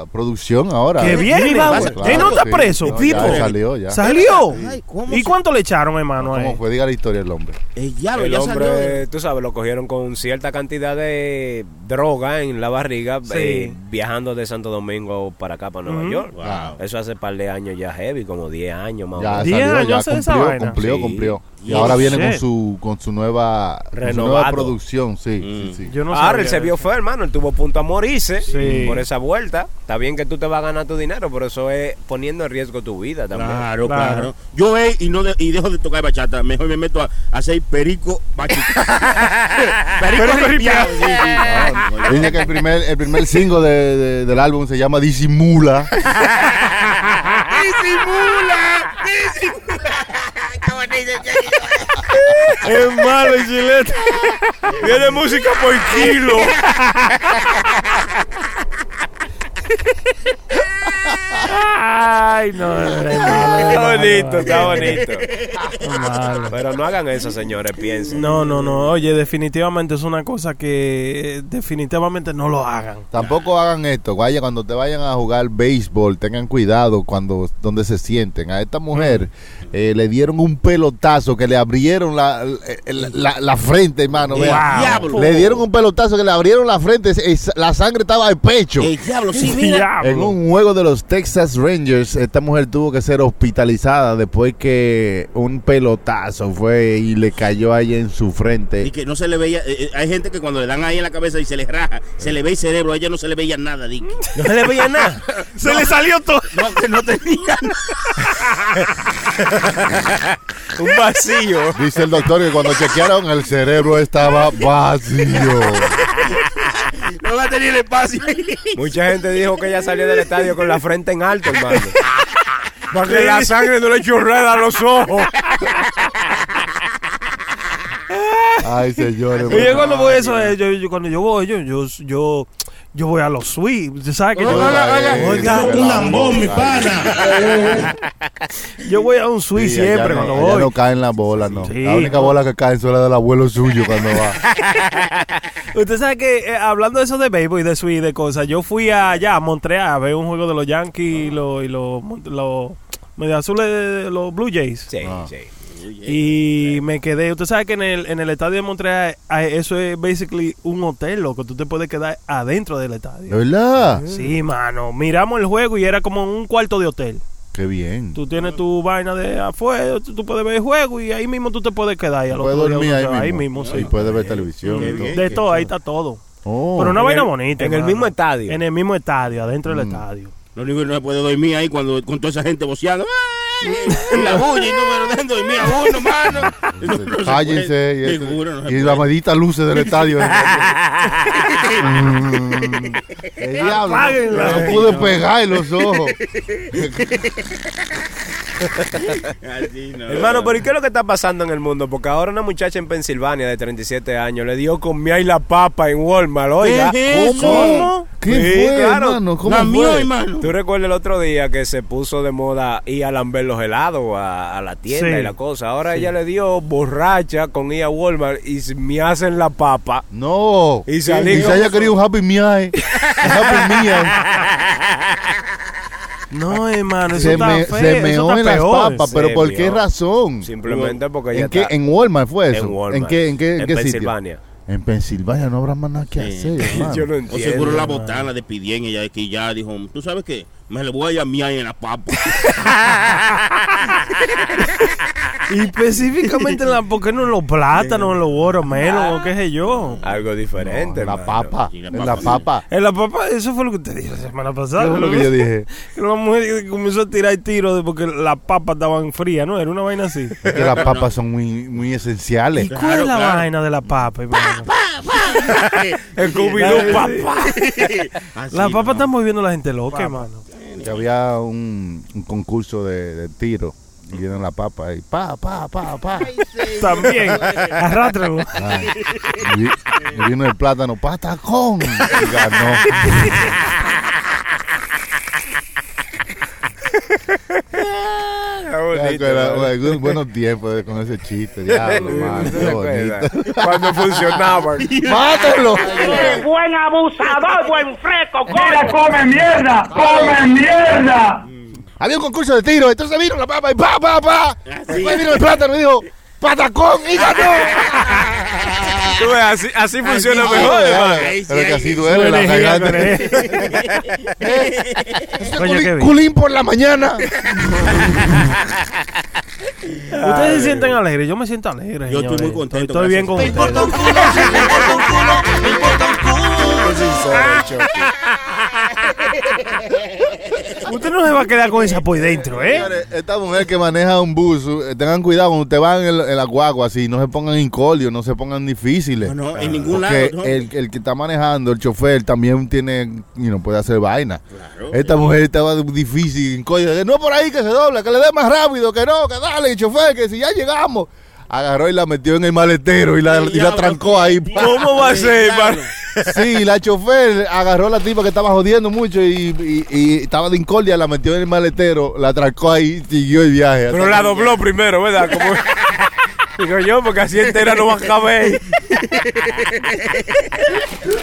[SPEAKER 6] ah, producción ahora.
[SPEAKER 2] Que
[SPEAKER 6] Eh,
[SPEAKER 2] viene,
[SPEAKER 11] Jimmy
[SPEAKER 2] Bauer.
[SPEAKER 11] Bauer.
[SPEAKER 6] claro,
[SPEAKER 2] Eh, no está
[SPEAKER 6] sí.
[SPEAKER 2] preso,
[SPEAKER 6] No,
[SPEAKER 2] tipo.
[SPEAKER 6] ya salió, ya.
[SPEAKER 2] ¿Salió?
[SPEAKER 11] Ay, ¿cómo
[SPEAKER 2] ¿Y
[SPEAKER 11] se-
[SPEAKER 2] cuánto le echaron, hermano? a
[SPEAKER 6] ¿Cómo
[SPEAKER 2] él?
[SPEAKER 6] fue? Diga la historia del hombre.
[SPEAKER 2] Eh,
[SPEAKER 11] El diablo,
[SPEAKER 8] El
[SPEAKER 11] ya salió.
[SPEAKER 8] hombre, tú sabes, lo cogieron con cierta cantidad de droga en la barriga
[SPEAKER 2] Sí.
[SPEAKER 8] eh, viajando de Santo Domingo para acá, para Nueva
[SPEAKER 2] Ujú.
[SPEAKER 8] York.
[SPEAKER 11] Wow.
[SPEAKER 8] Eso hace par de años ya heavy, como 10 años más o
[SPEAKER 6] Ya
[SPEAKER 8] menos.
[SPEAKER 2] Diez
[SPEAKER 6] salió, ya
[SPEAKER 2] años hace esa
[SPEAKER 6] cumplió,
[SPEAKER 2] vaina.
[SPEAKER 6] cumplió,
[SPEAKER 8] Sí.
[SPEAKER 6] cumplió. Y
[SPEAKER 11] Yes.
[SPEAKER 6] ahora viene con
[SPEAKER 2] Shit.
[SPEAKER 6] su con su nueva, con su nueva
[SPEAKER 8] Renovado. Mm.
[SPEAKER 6] producción, sí, sí, sí.
[SPEAKER 2] Yo no
[SPEAKER 8] Ahora
[SPEAKER 2] sabía
[SPEAKER 8] él Ah, se
[SPEAKER 2] eso.
[SPEAKER 8] vio feo, hermano. Él tuvo punto a morirse
[SPEAKER 2] Sí.
[SPEAKER 8] por esa vuelta. Está bien que tú te vas a ganar tu dinero, pero eso es poniendo en riesgo tu vida también.
[SPEAKER 11] Claro,
[SPEAKER 2] Claro.
[SPEAKER 11] claro, Yo ve y no de- y dejo de tocar bachata. Mejor me meto a, a hacer perico bachata. perico ripiado, sí, sí. Ah, no,
[SPEAKER 6] Dice que el primer, el primer single de- de- del álbum se llama Disimula.
[SPEAKER 11] ¡Disimula! ¡Disimula! ¡Qué bonito!
[SPEAKER 2] Es malo el chilete.
[SPEAKER 8] Tiene música por kilo.
[SPEAKER 2] Ay, no.
[SPEAKER 8] Está bonito, está bonito. Pero no hagan eso, señores, piensen.
[SPEAKER 2] No, no, no. Oye, definitivamente es una cosa que eh, definitivamente no lo hagan.
[SPEAKER 6] Tampoco hagan esto, vaya, cuando te vayan a jugar béisbol, tengan cuidado cuando donde se sienten. A esta mujer
[SPEAKER 2] Mm.
[SPEAKER 6] eh, le dieron un pelotazo que le abrieron la, la, la- la frente, hermano.
[SPEAKER 11] El
[SPEAKER 6] vea.
[SPEAKER 11] diablo.
[SPEAKER 6] Le dieron un pelotazo que le abrieron la frente, es- es- la sangre estaba al pecho.
[SPEAKER 11] El diablo, sí,
[SPEAKER 2] El
[SPEAKER 11] mira.
[SPEAKER 2] diablo.
[SPEAKER 6] En un juego de los Texas Rangers, esta mujer tuvo que ser hospitalizada después que un pelotazo fue y le cayó ahí en su
[SPEAKER 11] Y
[SPEAKER 6] frente.
[SPEAKER 11] que no se le veía. eh, eh, hay gente que cuando le dan ahí en la cabeza y se le raja, se le ve el cerebro, a ella no se le veía nada, Dick.
[SPEAKER 8] No se le veía nada.
[SPEAKER 2] Se le salió todo.
[SPEAKER 11] No, que no tenía nada.
[SPEAKER 8] Un vacío.
[SPEAKER 6] Dice el doctor que cuando chequearon el cerebro estaba vacío.
[SPEAKER 11] No va a tener espacio ahí.
[SPEAKER 8] Mucha gente dijo que ella salió del estadio con la frente en alto, hermano. Para que la sangre no le chorrera a los ojos.
[SPEAKER 6] Ay, señores.
[SPEAKER 2] Oye,
[SPEAKER 6] por
[SPEAKER 2] cuando
[SPEAKER 6] favor.
[SPEAKER 2] voy a eso, eh, yo, yo- cuando yo voy, yo, yo, yo, yo voy a los sweeps. ¿Tú ¿Sabes que yo,
[SPEAKER 6] Oiga, eh,
[SPEAKER 2] Oiga,
[SPEAKER 6] oiga,
[SPEAKER 2] un
[SPEAKER 6] lambón, mi pana.
[SPEAKER 2] yo voy a un sweep
[SPEAKER 6] Sí, allá
[SPEAKER 2] siempre
[SPEAKER 6] no,
[SPEAKER 2] cuando
[SPEAKER 6] allá
[SPEAKER 2] voy?
[SPEAKER 6] no caen las bolas, no.
[SPEAKER 2] Sí.
[SPEAKER 6] La única bola que cae es la del abuelo suyo cuando va.
[SPEAKER 2] Usted sabe que eh, hablando de eso de béisbol y de sweep y de cosas, yo fui allá a Montreal a ver un juego de los Yankees y los, y los, Mon- los medio azules, los Blue Jays.
[SPEAKER 8] Sí, sí.
[SPEAKER 2] Y me quedé, usted sabe que en el, en el estadio de Montreal ah, eso es basically un hotel, loco. Tú te puedes quedar adentro del
[SPEAKER 6] ¿De
[SPEAKER 2] estadio.
[SPEAKER 6] verdad?
[SPEAKER 2] Sí, mano. Miramos el juego y era como un cuarto de hotel.
[SPEAKER 6] Qué bien.
[SPEAKER 2] Tú tienes tu vaina de afuera, tú tú puedes ver el juego y ahí mismo tú te puedes quedar. Y al
[SPEAKER 6] Puedes
[SPEAKER 2] otro día
[SPEAKER 6] dormir
[SPEAKER 2] uno
[SPEAKER 6] ahí
[SPEAKER 2] se
[SPEAKER 6] mismo.
[SPEAKER 2] va sí.
[SPEAKER 6] Y puedes ver televisión. y todo.
[SPEAKER 2] de todo, ahí está todo.
[SPEAKER 6] Oh.
[SPEAKER 2] Pero una vaina
[SPEAKER 8] el-
[SPEAKER 2] bonita.
[SPEAKER 8] en el
[SPEAKER 2] hermano.
[SPEAKER 8] mismo estadio.
[SPEAKER 2] En el mismo estadio, adentro
[SPEAKER 6] Mm.
[SPEAKER 2] del estadio.
[SPEAKER 11] Lo único que no se puede dormir ahí cuando con toda esa gente boceando. En la bulla y no me lo dejan dormir a uno, mano. No, no se
[SPEAKER 6] Cállense.
[SPEAKER 11] puede.
[SPEAKER 6] y este-
[SPEAKER 11] Seguro, no se
[SPEAKER 6] y, las
[SPEAKER 11] puede.
[SPEAKER 6] malditas luces del estadio. Mm, el diablo,
[SPEAKER 2] Apáguenla.
[SPEAKER 6] no pude pegar en los ojos.
[SPEAKER 11] Así no.
[SPEAKER 8] Hermano, pero ¿y qué es lo que está pasando en el mundo? Porque ahora una muchacha en Pensilvania de 37 años le dio con mía y la papa en Walmart, oiga.
[SPEAKER 11] ¿Qué es eso?
[SPEAKER 8] ¿Cómo?
[SPEAKER 6] ¿Qué
[SPEAKER 8] Sí,
[SPEAKER 6] fue,
[SPEAKER 8] claro.
[SPEAKER 6] hermano? ¿Cómo
[SPEAKER 11] La
[SPEAKER 6] fue?
[SPEAKER 11] mío, hermano.
[SPEAKER 8] ¿Tú recuerdas el otro día que se puso de moda ir a lamber los helados a, a la tienda
[SPEAKER 2] Sí.
[SPEAKER 8] y la cosa? Ahora ella le dio borracha con ir a Walmart y s- me hacen la papa.
[SPEAKER 6] No.
[SPEAKER 8] Y salí
[SPEAKER 6] Quizá
[SPEAKER 8] con-
[SPEAKER 6] ella quería un Happy Meal. eh. Un Happy Meal.
[SPEAKER 2] No, hermano, eso
[SPEAKER 6] Se,
[SPEAKER 2] está
[SPEAKER 6] me,
[SPEAKER 2] feo,
[SPEAKER 6] se
[SPEAKER 2] eso
[SPEAKER 6] meó
[SPEAKER 2] está
[SPEAKER 6] en las
[SPEAKER 2] peor.
[SPEAKER 6] papas,
[SPEAKER 8] Se
[SPEAKER 6] pero ¿por qué
[SPEAKER 8] meó.
[SPEAKER 6] razón?
[SPEAKER 8] Simplemente porque ella
[SPEAKER 6] ¿En, qué,
[SPEAKER 8] está
[SPEAKER 6] ¿En Walmart fue eso?
[SPEAKER 8] en Walmart.
[SPEAKER 6] qué, en qué, en
[SPEAKER 8] en
[SPEAKER 6] qué sitio?
[SPEAKER 8] Pensilvania.
[SPEAKER 6] En Pensilvania no habrá más nada que
[SPEAKER 11] Sí.
[SPEAKER 6] hacer. hermano.
[SPEAKER 8] Yo no
[SPEAKER 11] O
[SPEAKER 8] entiendo.
[SPEAKER 11] seguro la botana despidieron y ya que ya dijo, tú sabes qué, me le voy a llamar en la papa.
[SPEAKER 2] Y específicamente, en la, ¿por qué no en los plátanos, en los watermelon o qué sé yo?
[SPEAKER 8] Algo diferente.
[SPEAKER 6] En la
[SPEAKER 8] hermano.
[SPEAKER 6] papa.
[SPEAKER 11] Sí, la
[SPEAKER 6] En
[SPEAKER 11] papa,
[SPEAKER 6] la
[SPEAKER 11] sí.
[SPEAKER 6] papa.
[SPEAKER 2] En la papa, eso fue lo que usted dijo la semana pasada.
[SPEAKER 6] Eso fue lo que yo dije.
[SPEAKER 2] Que la mujer comenzó a tirar tiros de- porque las papas estaban frías, ¿no? Era una vaina así.
[SPEAKER 6] Es que las papas son muy, muy
[SPEAKER 2] ¿Y
[SPEAKER 6] esenciales.
[SPEAKER 2] cuál es la
[SPEAKER 11] claro.
[SPEAKER 2] vaina de la papa? hermano?
[SPEAKER 8] El
[SPEAKER 2] Claro,
[SPEAKER 8] cubidú,
[SPEAKER 2] sí.
[SPEAKER 8] papá.
[SPEAKER 11] Así
[SPEAKER 2] Las papas
[SPEAKER 11] no.
[SPEAKER 2] están moviendo a la gente loca, hermano.
[SPEAKER 6] Que había un, un concurso de, de tiro. Y dieron la papa. Y pa, pa, pa, pa.
[SPEAKER 2] También. Arrástralo.
[SPEAKER 6] Ay, y vi- y vino el plátano. ¡Patacón! Y ganó.
[SPEAKER 8] Está bonito,
[SPEAKER 6] Era-
[SPEAKER 8] hermano.
[SPEAKER 6] era- buenos tiempos de- con ese chiste. Diablo, mano,
[SPEAKER 8] ¿Te
[SPEAKER 6] qué
[SPEAKER 8] acuerdas?
[SPEAKER 6] bonito.
[SPEAKER 8] Cuando funcionaban.
[SPEAKER 6] ¡Mátalo!
[SPEAKER 4] Eres buen abusador, buen freco, coño.
[SPEAKER 9] come mierda! ¡Come mierda!
[SPEAKER 6] Había un concurso de tiro. Entonces vino la papa y pa, pa, pa. Después vino el plátano y dijo ¡Patacón! ¡Y ganó!
[SPEAKER 8] Tú ves, así, así funciona
[SPEAKER 11] Ah,
[SPEAKER 6] Así
[SPEAKER 8] mejor, hermano.
[SPEAKER 6] duele, Pero
[SPEAKER 11] Ay, sí,
[SPEAKER 6] que así
[SPEAKER 11] ay,
[SPEAKER 6] duele la garganta. Ese
[SPEAKER 2] Coño,
[SPEAKER 6] culín-
[SPEAKER 2] qué bien.
[SPEAKER 6] culín por la mañana.
[SPEAKER 2] Ustedes se sienten alegres. Yo me siento alegre.
[SPEAKER 11] Yo estoy
[SPEAKER 2] señores.
[SPEAKER 11] muy contento,
[SPEAKER 2] Estoy, estoy bien con
[SPEAKER 11] gracias.
[SPEAKER 2] ustedes. Usted no se va a quedar con esa por dentro, ¿eh?
[SPEAKER 6] Señores, Esta mujer que maneja un bus, eh, tengan cuidado cuando ustedes van en, el- en la guagua, así no se pongan incordios, no se pongan difíciles.
[SPEAKER 11] No, no, en ningún
[SPEAKER 6] Porque
[SPEAKER 11] lado. ¿no?
[SPEAKER 6] el, el que está manejando, el chofer, también tiene y no puede hacer vaina. Esta mujer estaba difícil, incordio. de, No por ahí que se dobla, que le dé más rápido, que no, que dale, chofer, que si ya llegamos. Agarró y la metió en el maletero y la, y la
[SPEAKER 11] Diablo.
[SPEAKER 6] trancó ahí.
[SPEAKER 11] ¿Cómo va a ser, hermano?
[SPEAKER 6] Sí, la chofer agarró a la tipa que estaba jodiendo mucho y, y- y estaba de incordia, la metió en el maletero, la atracó ahí y siguió el viaje.
[SPEAKER 2] Pero la dobló primero, ¿verdad? Como... Digo yo, porque así entera no va a caber.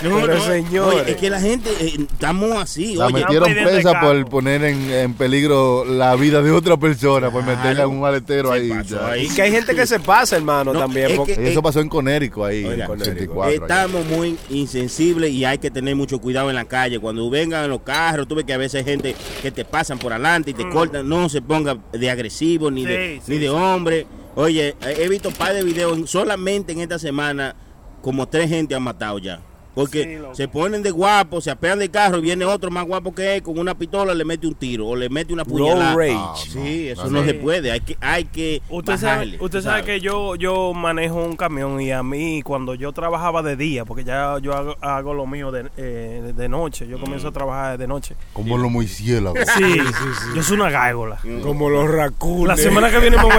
[SPEAKER 2] Pero, señores.
[SPEAKER 7] Oye, es que la gente, eh, estamos así.
[SPEAKER 6] La
[SPEAKER 7] oye.
[SPEAKER 6] metieron presa por poner en, en peligro la vida de otra persona, por meterla en un maletero ahí. ya.
[SPEAKER 8] Y que hay gente que se pasa, hermano,
[SPEAKER 7] No,
[SPEAKER 8] también.
[SPEAKER 7] es
[SPEAKER 8] porque-
[SPEAKER 7] que-
[SPEAKER 6] Y eso pasó en Conérico ahí,
[SPEAKER 7] Oiga,
[SPEAKER 6] en 84.
[SPEAKER 7] Estamos muy insensibles y hay que tener mucho cuidado en la calle. Cuando vengan los carros, tú ves que a veces hay gente que te pasan por adelante y
[SPEAKER 2] Mm.
[SPEAKER 7] te cortan. No se ponga de agresivo ni, de,
[SPEAKER 12] Sí, sí,
[SPEAKER 7] ni de
[SPEAKER 12] sí.
[SPEAKER 7] hombre. Oye, he he visto un par de videos en- solamente en esta semana, como tres gente han matado ya. Porque se ponen de guapo, se apean del carro, y viene otro más guapo que él con una pistola, le mete un tiro o le mete una puñalada.
[SPEAKER 8] rage.
[SPEAKER 7] Ah, sí, eso
[SPEAKER 2] no,
[SPEAKER 7] no
[SPEAKER 2] no.
[SPEAKER 7] se puede. Hay que, hay que
[SPEAKER 2] Usted sabe,
[SPEAKER 7] bajarle,
[SPEAKER 2] usted
[SPEAKER 7] tú
[SPEAKER 2] sabe
[SPEAKER 7] sabes.
[SPEAKER 2] que yo, yo manejo un camión y a mí cuando yo trabajaba de día, porque ya yo hago, hago lo mío de, eh, de noche, yo comienzo a trabajar de noche.
[SPEAKER 6] Como lo muy cielo.
[SPEAKER 2] Sí, yo soy una gárgola.
[SPEAKER 8] Como los racunes.
[SPEAKER 2] La semana que viene me voy.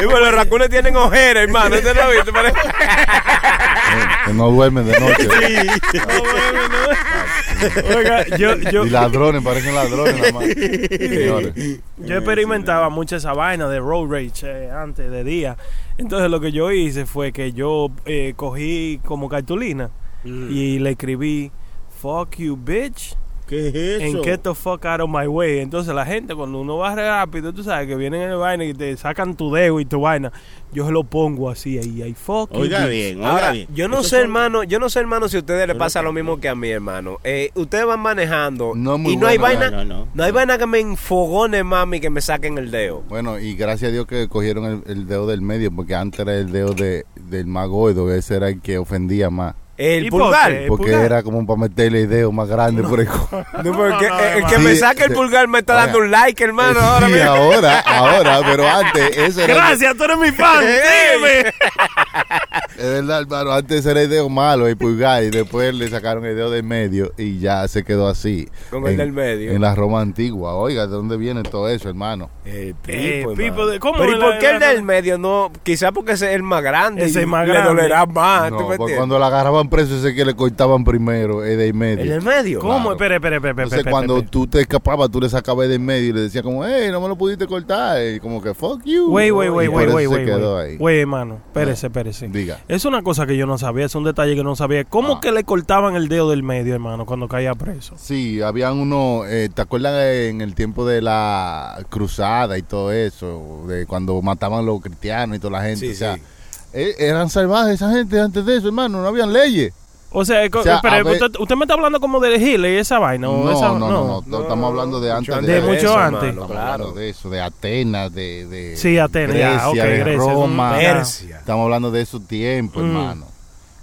[SPEAKER 8] Y bueno, los racunes tienen ojeras, hermano. ¿Usted lo ha visto? Parece-
[SPEAKER 6] Que no duermen de noche.
[SPEAKER 2] Oiga, yo, yo,
[SPEAKER 6] Y ladrones, parecen ladrones nada más. Señores.
[SPEAKER 7] Eh,
[SPEAKER 2] Yo experimentaba mucho esa vaina de road rage eh, antes de día. Entonces lo que yo hice fue que yo eh, cogí como cartulina
[SPEAKER 7] Mm.
[SPEAKER 2] y le escribí fuck you bitch.
[SPEAKER 7] ¿Qué es eso?
[SPEAKER 2] En get the fuck out of my way. Entonces la gente cuando uno va rápido, tú sabes que vienen en el vaina y te sacan tu dedo y tu vaina. Yo se lo pongo así ahí, ahí fuck you,
[SPEAKER 7] Oiga
[SPEAKER 2] bitch.
[SPEAKER 7] bien, oiga
[SPEAKER 8] Ahora,
[SPEAKER 7] bien.
[SPEAKER 8] yo no
[SPEAKER 7] Esos
[SPEAKER 8] sé,
[SPEAKER 7] son-
[SPEAKER 8] hermano, yo no sé, hermano, si a ustedes les pasa lo mismo que a mí, hermano. Eh, ustedes van manejando
[SPEAKER 6] No es muy
[SPEAKER 8] y no hay
[SPEAKER 6] bueno,
[SPEAKER 8] vaina,
[SPEAKER 7] no,
[SPEAKER 8] no,
[SPEAKER 7] no, no.
[SPEAKER 8] hay vaina que me enfogone, mami, que me saquen el dedo.
[SPEAKER 6] Bueno, y gracias a Dios que cogieron el, el dedo del medio, porque antes era el dedo de, del magoido, ese era el que ofendía más.
[SPEAKER 8] El
[SPEAKER 2] ¿Y por
[SPEAKER 8] pulgar.
[SPEAKER 2] qué?
[SPEAKER 6] Porque
[SPEAKER 2] pulgar.
[SPEAKER 6] era como para meterle el dedo más grande por el co-
[SPEAKER 8] No, porque
[SPEAKER 2] no,
[SPEAKER 8] el
[SPEAKER 2] hermano.
[SPEAKER 8] que me
[SPEAKER 6] Sí,
[SPEAKER 8] saque el
[SPEAKER 6] sí.
[SPEAKER 8] pulgar me está
[SPEAKER 6] Oiga.
[SPEAKER 8] dando un like, hermano. ahora
[SPEAKER 6] Sí,
[SPEAKER 8] mismo.
[SPEAKER 6] ahora, ahora, pero antes ese era el-
[SPEAKER 2] Gracias, tú eres mi fan. sígueme.
[SPEAKER 6] Es verdad, hermano. Antes era el dedo malo, el pulgar, y después le sacaron el dedo del medio y ya se quedó así.
[SPEAKER 8] Con el del medio.
[SPEAKER 6] En la Roma antigua. Oiga, ¿de dónde viene todo eso, hermano?
[SPEAKER 8] El pipo,
[SPEAKER 2] Eh,
[SPEAKER 8] hermano.
[SPEAKER 2] pipo de- ¿cómo
[SPEAKER 8] Pero ¿y
[SPEAKER 2] la-
[SPEAKER 8] por qué el
[SPEAKER 2] la-
[SPEAKER 8] del medio no? Quizás porque ese es el más grande.
[SPEAKER 2] Ese
[SPEAKER 8] y
[SPEAKER 2] es más
[SPEAKER 8] le
[SPEAKER 2] grande.
[SPEAKER 8] dolerá más. Ah, ¿tú
[SPEAKER 6] No,
[SPEAKER 8] me
[SPEAKER 6] porque
[SPEAKER 8] entiendes?
[SPEAKER 6] cuando la agarraban preso, ese que le cortaban primero, el del medio.
[SPEAKER 8] ¿El del medio?
[SPEAKER 2] ¿Cómo?
[SPEAKER 6] Claro.
[SPEAKER 2] Espera, espera, espera.
[SPEAKER 6] Entonces,
[SPEAKER 2] espera,
[SPEAKER 6] cuando
[SPEAKER 2] espera.
[SPEAKER 6] tú te escapabas, tú le sacabas el del medio y le decías como, hey, no me lo pudiste cortar. Y como que, fuck you.
[SPEAKER 2] Güey, güey,
[SPEAKER 6] Y
[SPEAKER 2] güey,
[SPEAKER 6] por
[SPEAKER 2] güey,
[SPEAKER 6] eso
[SPEAKER 2] güey,
[SPEAKER 6] se
[SPEAKER 2] güey,
[SPEAKER 6] quedó
[SPEAKER 2] güey.
[SPEAKER 6] ahí. Eh,
[SPEAKER 2] Güey, hermano, espérese, espérese.
[SPEAKER 6] Diga.
[SPEAKER 2] Es una cosa que yo no sabía, es un detalle que no sabía. ¿Cómo
[SPEAKER 6] Ah.
[SPEAKER 2] que le cortaban el dedo del medio, hermano, cuando caía preso?
[SPEAKER 6] Sí, habían uno, eh, ¿te acuerdas en el tiempo de la cruzada y todo eso? De cuando mataban los cristianos y toda la gente.
[SPEAKER 8] Sí,
[SPEAKER 6] o sea,
[SPEAKER 8] sí.
[SPEAKER 6] eh, eran salvajes esa gente antes de eso, hermano, no habían leyes.
[SPEAKER 2] O sea, co-
[SPEAKER 6] O sea,
[SPEAKER 2] espera,
[SPEAKER 6] a ver-
[SPEAKER 2] usted, usted me está hablando como de Hitler y esa vaina. o
[SPEAKER 6] No,
[SPEAKER 2] esa-
[SPEAKER 6] no, no, no,
[SPEAKER 8] No,
[SPEAKER 6] estamos hablando de
[SPEAKER 8] mucho
[SPEAKER 6] antes
[SPEAKER 8] antes
[SPEAKER 2] de
[SPEAKER 6] de,
[SPEAKER 2] mucho
[SPEAKER 6] eso,
[SPEAKER 2] antes.
[SPEAKER 6] hermano, Estamos
[SPEAKER 8] Claro.
[SPEAKER 6] hablando de eso, de Atenas, de, de
[SPEAKER 2] Sí, Atenas, ya,
[SPEAKER 6] Grecia,
[SPEAKER 2] ok,
[SPEAKER 6] de
[SPEAKER 2] Grecia, es un- Mm.
[SPEAKER 6] Roma.
[SPEAKER 2] ya.
[SPEAKER 6] Estamos hablando de esos tiempos, hermano.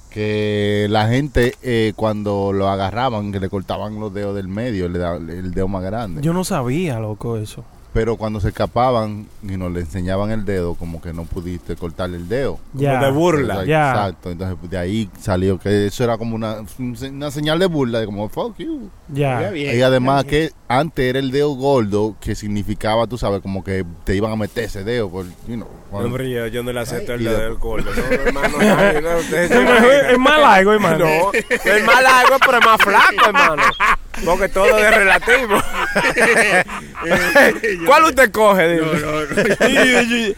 [SPEAKER 6] Que la gente, eh, cuando lo agarraban, que le cortaban los dedos del medio, le daban el dedo más grande.
[SPEAKER 2] Yo no sabía, loco, eso.
[SPEAKER 6] Pero cuando se escapaban y nos le enseñaban el dedo, como que no pudiste cortarle el dedo.
[SPEAKER 2] Ya.
[SPEAKER 8] de burla.
[SPEAKER 6] Entonces,
[SPEAKER 2] Ya.
[SPEAKER 6] Exacto. Entonces de ahí salió que eso era como una, una señal de burla, de como fuck you.
[SPEAKER 2] Ya.
[SPEAKER 6] Y además que antes era el dedo gordo, que significaba, tú sabes, como que te iban a meter ese dedo. Por, you know,
[SPEAKER 8] No,
[SPEAKER 6] cuando-
[SPEAKER 8] hombre, yo, yo no le acepto
[SPEAKER 6] Ay,
[SPEAKER 8] el
[SPEAKER 6] y
[SPEAKER 8] dedo
[SPEAKER 6] de-
[SPEAKER 8] del gordo. No, hermano, no, no, ustedes se imaginan.
[SPEAKER 2] es más largo, hermano.
[SPEAKER 8] No, es más largo, pero es más flaco, hermano. Porque todo es relativo. ¿Cuál usted coge? Dime?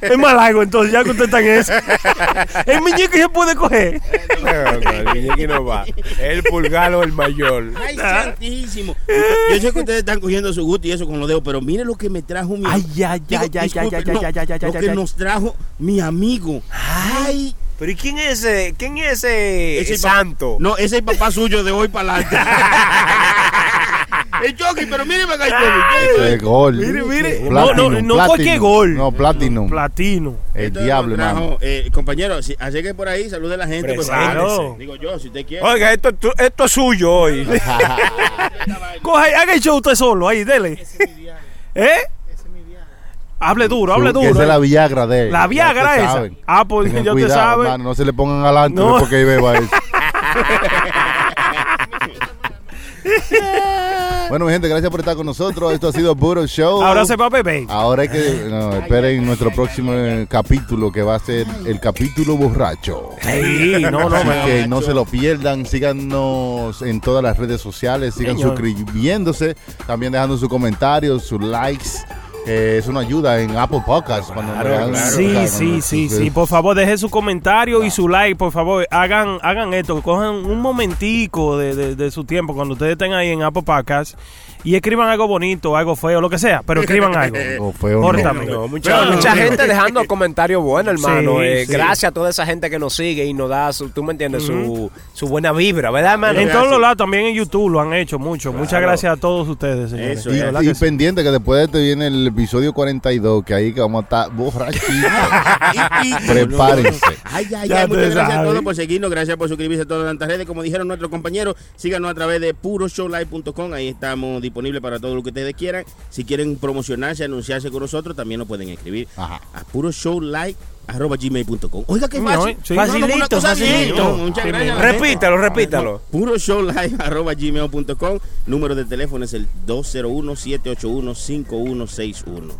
[SPEAKER 2] es más largo, entonces, ya que usted está en eso. El muñeco se puede coger.
[SPEAKER 8] Eh, No, no, el muñequín no va. El pulgar o el mayor.
[SPEAKER 7] Ay,
[SPEAKER 13] Ah.
[SPEAKER 7] santísimo. Yo sé que ustedes están cogiendo su gusto y eso con los dedos, pero mire lo que me trajo mi
[SPEAKER 13] Ay, ya, ya,
[SPEAKER 7] Digo,
[SPEAKER 13] ya, ya,
[SPEAKER 7] disculpe,
[SPEAKER 13] ya,
[SPEAKER 7] no,
[SPEAKER 13] ya, ya, ya, ya,
[SPEAKER 7] Lo
[SPEAKER 13] ya,
[SPEAKER 7] que
[SPEAKER 13] ya.
[SPEAKER 7] nos trajo mi amigo. Ay,
[SPEAKER 8] Pero ¿y quién es ese? ¿Quién es ese, santo?
[SPEAKER 7] no, ese es el papá suyo de hoy para adelante. el Chucky, pero mire para acá, Chucky.
[SPEAKER 6] El gol.
[SPEAKER 2] Mire, mire.
[SPEAKER 6] Platinum,
[SPEAKER 2] No, no, no
[SPEAKER 6] platinum.
[SPEAKER 2] cualquier gol.
[SPEAKER 6] No, Platinum.
[SPEAKER 2] Platino.
[SPEAKER 6] el
[SPEAKER 7] Esto nos
[SPEAKER 6] diablo,
[SPEAKER 7] trajo,
[SPEAKER 6] hermano.
[SPEAKER 7] eh, compañero, si, así que por ahí, salude a la gente. Pues,
[SPEAKER 2] Presente.
[SPEAKER 7] ahí. Digo yo, si usted quiere.
[SPEAKER 8] Oiga, esto, es tu- esto es suyo hoy.
[SPEAKER 2] Coge, haga el show usted solo, ahí, dele. ¿Eh? Hable duro, hable
[SPEAKER 6] Su-
[SPEAKER 2] duro.
[SPEAKER 6] Esa es la
[SPEAKER 2] eh.
[SPEAKER 6] Viagra de él.
[SPEAKER 2] La
[SPEAKER 6] ya
[SPEAKER 2] Viagra
[SPEAKER 6] te
[SPEAKER 2] esa.
[SPEAKER 6] saben.
[SPEAKER 2] Ah, pues,
[SPEAKER 6] Tengan
[SPEAKER 2] ya te
[SPEAKER 6] cuidado,
[SPEAKER 2] saben.
[SPEAKER 6] hermano, no se le pongan adelante
[SPEAKER 2] No.
[SPEAKER 6] porque ahí beba eso. Bueno, mi gente, gracias por estar con nosotros. Esto ha sido Puro Show.
[SPEAKER 2] Ahora se va a beber.
[SPEAKER 6] Ahora hay que. No, esperen nuestro próximo eh, capítulo que va a ser el capítulo borracho.
[SPEAKER 2] Sí, no, no,
[SPEAKER 6] Así
[SPEAKER 2] me-
[SPEAKER 6] que no se lo pierdan. Síganos en todas las redes sociales. Sigan
[SPEAKER 2] Señor.
[SPEAKER 6] suscribiéndose. También dejando sus comentarios, sus likes. Eh, eso nos ayuda en Apple Podcasts. cuando nos
[SPEAKER 2] Claro,
[SPEAKER 6] dan-
[SPEAKER 2] sí,
[SPEAKER 6] o sea,
[SPEAKER 2] sí,
[SPEAKER 6] cuando-
[SPEAKER 2] sí, sí. Por favor, deje su comentario y su like, por favor. Hagan, hagan esto, cojan un momentico de, de- de su tiempo cuando ustedes estén ahí en Apple Podcast y escriban algo bonito, algo feo, lo que sea, pero escriban algo.
[SPEAKER 6] O feo, no.
[SPEAKER 2] Córtame.
[SPEAKER 8] No, mucha, mucha gente dejando comentarios buenos, hermano.
[SPEAKER 2] Sí,
[SPEAKER 8] Eh,
[SPEAKER 2] sí.
[SPEAKER 8] Gracias a toda esa gente que nos sigue y nos da, su, tú me entiendes, su, su buena vibra, ¿verdad, hermano?
[SPEAKER 2] En todos los lados, también en YouTube lo han hecho mucho. Muchas gracias a todos ustedes, señores.
[SPEAKER 7] Eso
[SPEAKER 2] De
[SPEAKER 7] es.
[SPEAKER 2] verdad
[SPEAKER 6] Y,
[SPEAKER 2] que
[SPEAKER 6] y pendiente que después de este viene el episodio 42, que ahí que vamos a estar borrachitos. Prepárense.
[SPEAKER 7] Ay, ay,
[SPEAKER 2] Ya
[SPEAKER 7] ay, muchas
[SPEAKER 2] te
[SPEAKER 7] gracias a
[SPEAKER 2] sabes.
[SPEAKER 7] todos por seguirnos, gracias por suscribirse a todas las redes. Como dijeron nuestros compañeros, síganos a través de puroshowlive.com. Ahí estamos disponibles para todo lo que ustedes quieran. Si quieren promocionarse, anunciarse con nosotros, también nos pueden escribir
[SPEAKER 6] Ajá.
[SPEAKER 7] a puroshowlive.com. Oiga, qué
[SPEAKER 2] No,
[SPEAKER 7] fácil.
[SPEAKER 2] eh, sí.
[SPEAKER 7] Vamos a una
[SPEAKER 8] Facilito,
[SPEAKER 7] cosa bien.
[SPEAKER 8] facilito.
[SPEAKER 7] No, Muchas
[SPEAKER 2] Sí,
[SPEAKER 7] gracias.
[SPEAKER 8] Repítalo, repítalo.
[SPEAKER 7] puroshowlive.gmail.com. Número de teléfono es el 201-781-5161.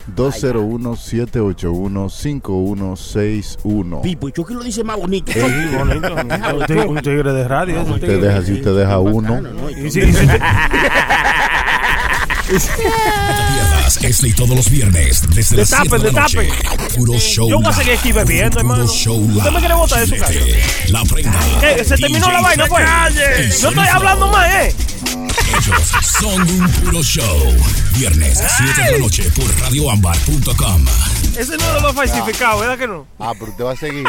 [SPEAKER 6] 201-781-5161.
[SPEAKER 7] Pipo, ¿y yo qué lo dice más bonito?
[SPEAKER 2] sí, bonito. Un tigre- Un tigre de radio. ese
[SPEAKER 6] Te
[SPEAKER 2] tigre.
[SPEAKER 6] deja, si te deja uno.
[SPEAKER 7] Bacano, ¿no?
[SPEAKER 2] Y si- y si te-
[SPEAKER 1] Pierdas este y todos los viernes desde las 7
[SPEAKER 2] Destapen,
[SPEAKER 1] de la noche. Puro show.
[SPEAKER 2] Yo voy a
[SPEAKER 1] Live.
[SPEAKER 2] seguir aquí
[SPEAKER 1] Puro
[SPEAKER 2] bebiendo, hermano.
[SPEAKER 1] show
[SPEAKER 2] ¿Usted me
[SPEAKER 1] live.
[SPEAKER 2] quiere botar de su casa?
[SPEAKER 1] Chilete, La prenda.
[SPEAKER 2] Eh, se terminó la vaina, pues. No estoy hablando más, eh.
[SPEAKER 1] Ellos son un puro show. Viernes, 7 de la noche por radioambar.com.
[SPEAKER 2] Ese no lo falsificado, ¿verdad que no?
[SPEAKER 6] Ah, pero te va a seguir.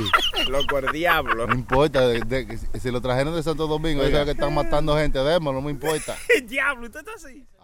[SPEAKER 8] Loco, el diablo.
[SPEAKER 6] No importa. de- de- si lo trajeron de Santo Domingo, ellos que están matando gente, démoslo, no me importa.
[SPEAKER 2] El diablo, usted está así.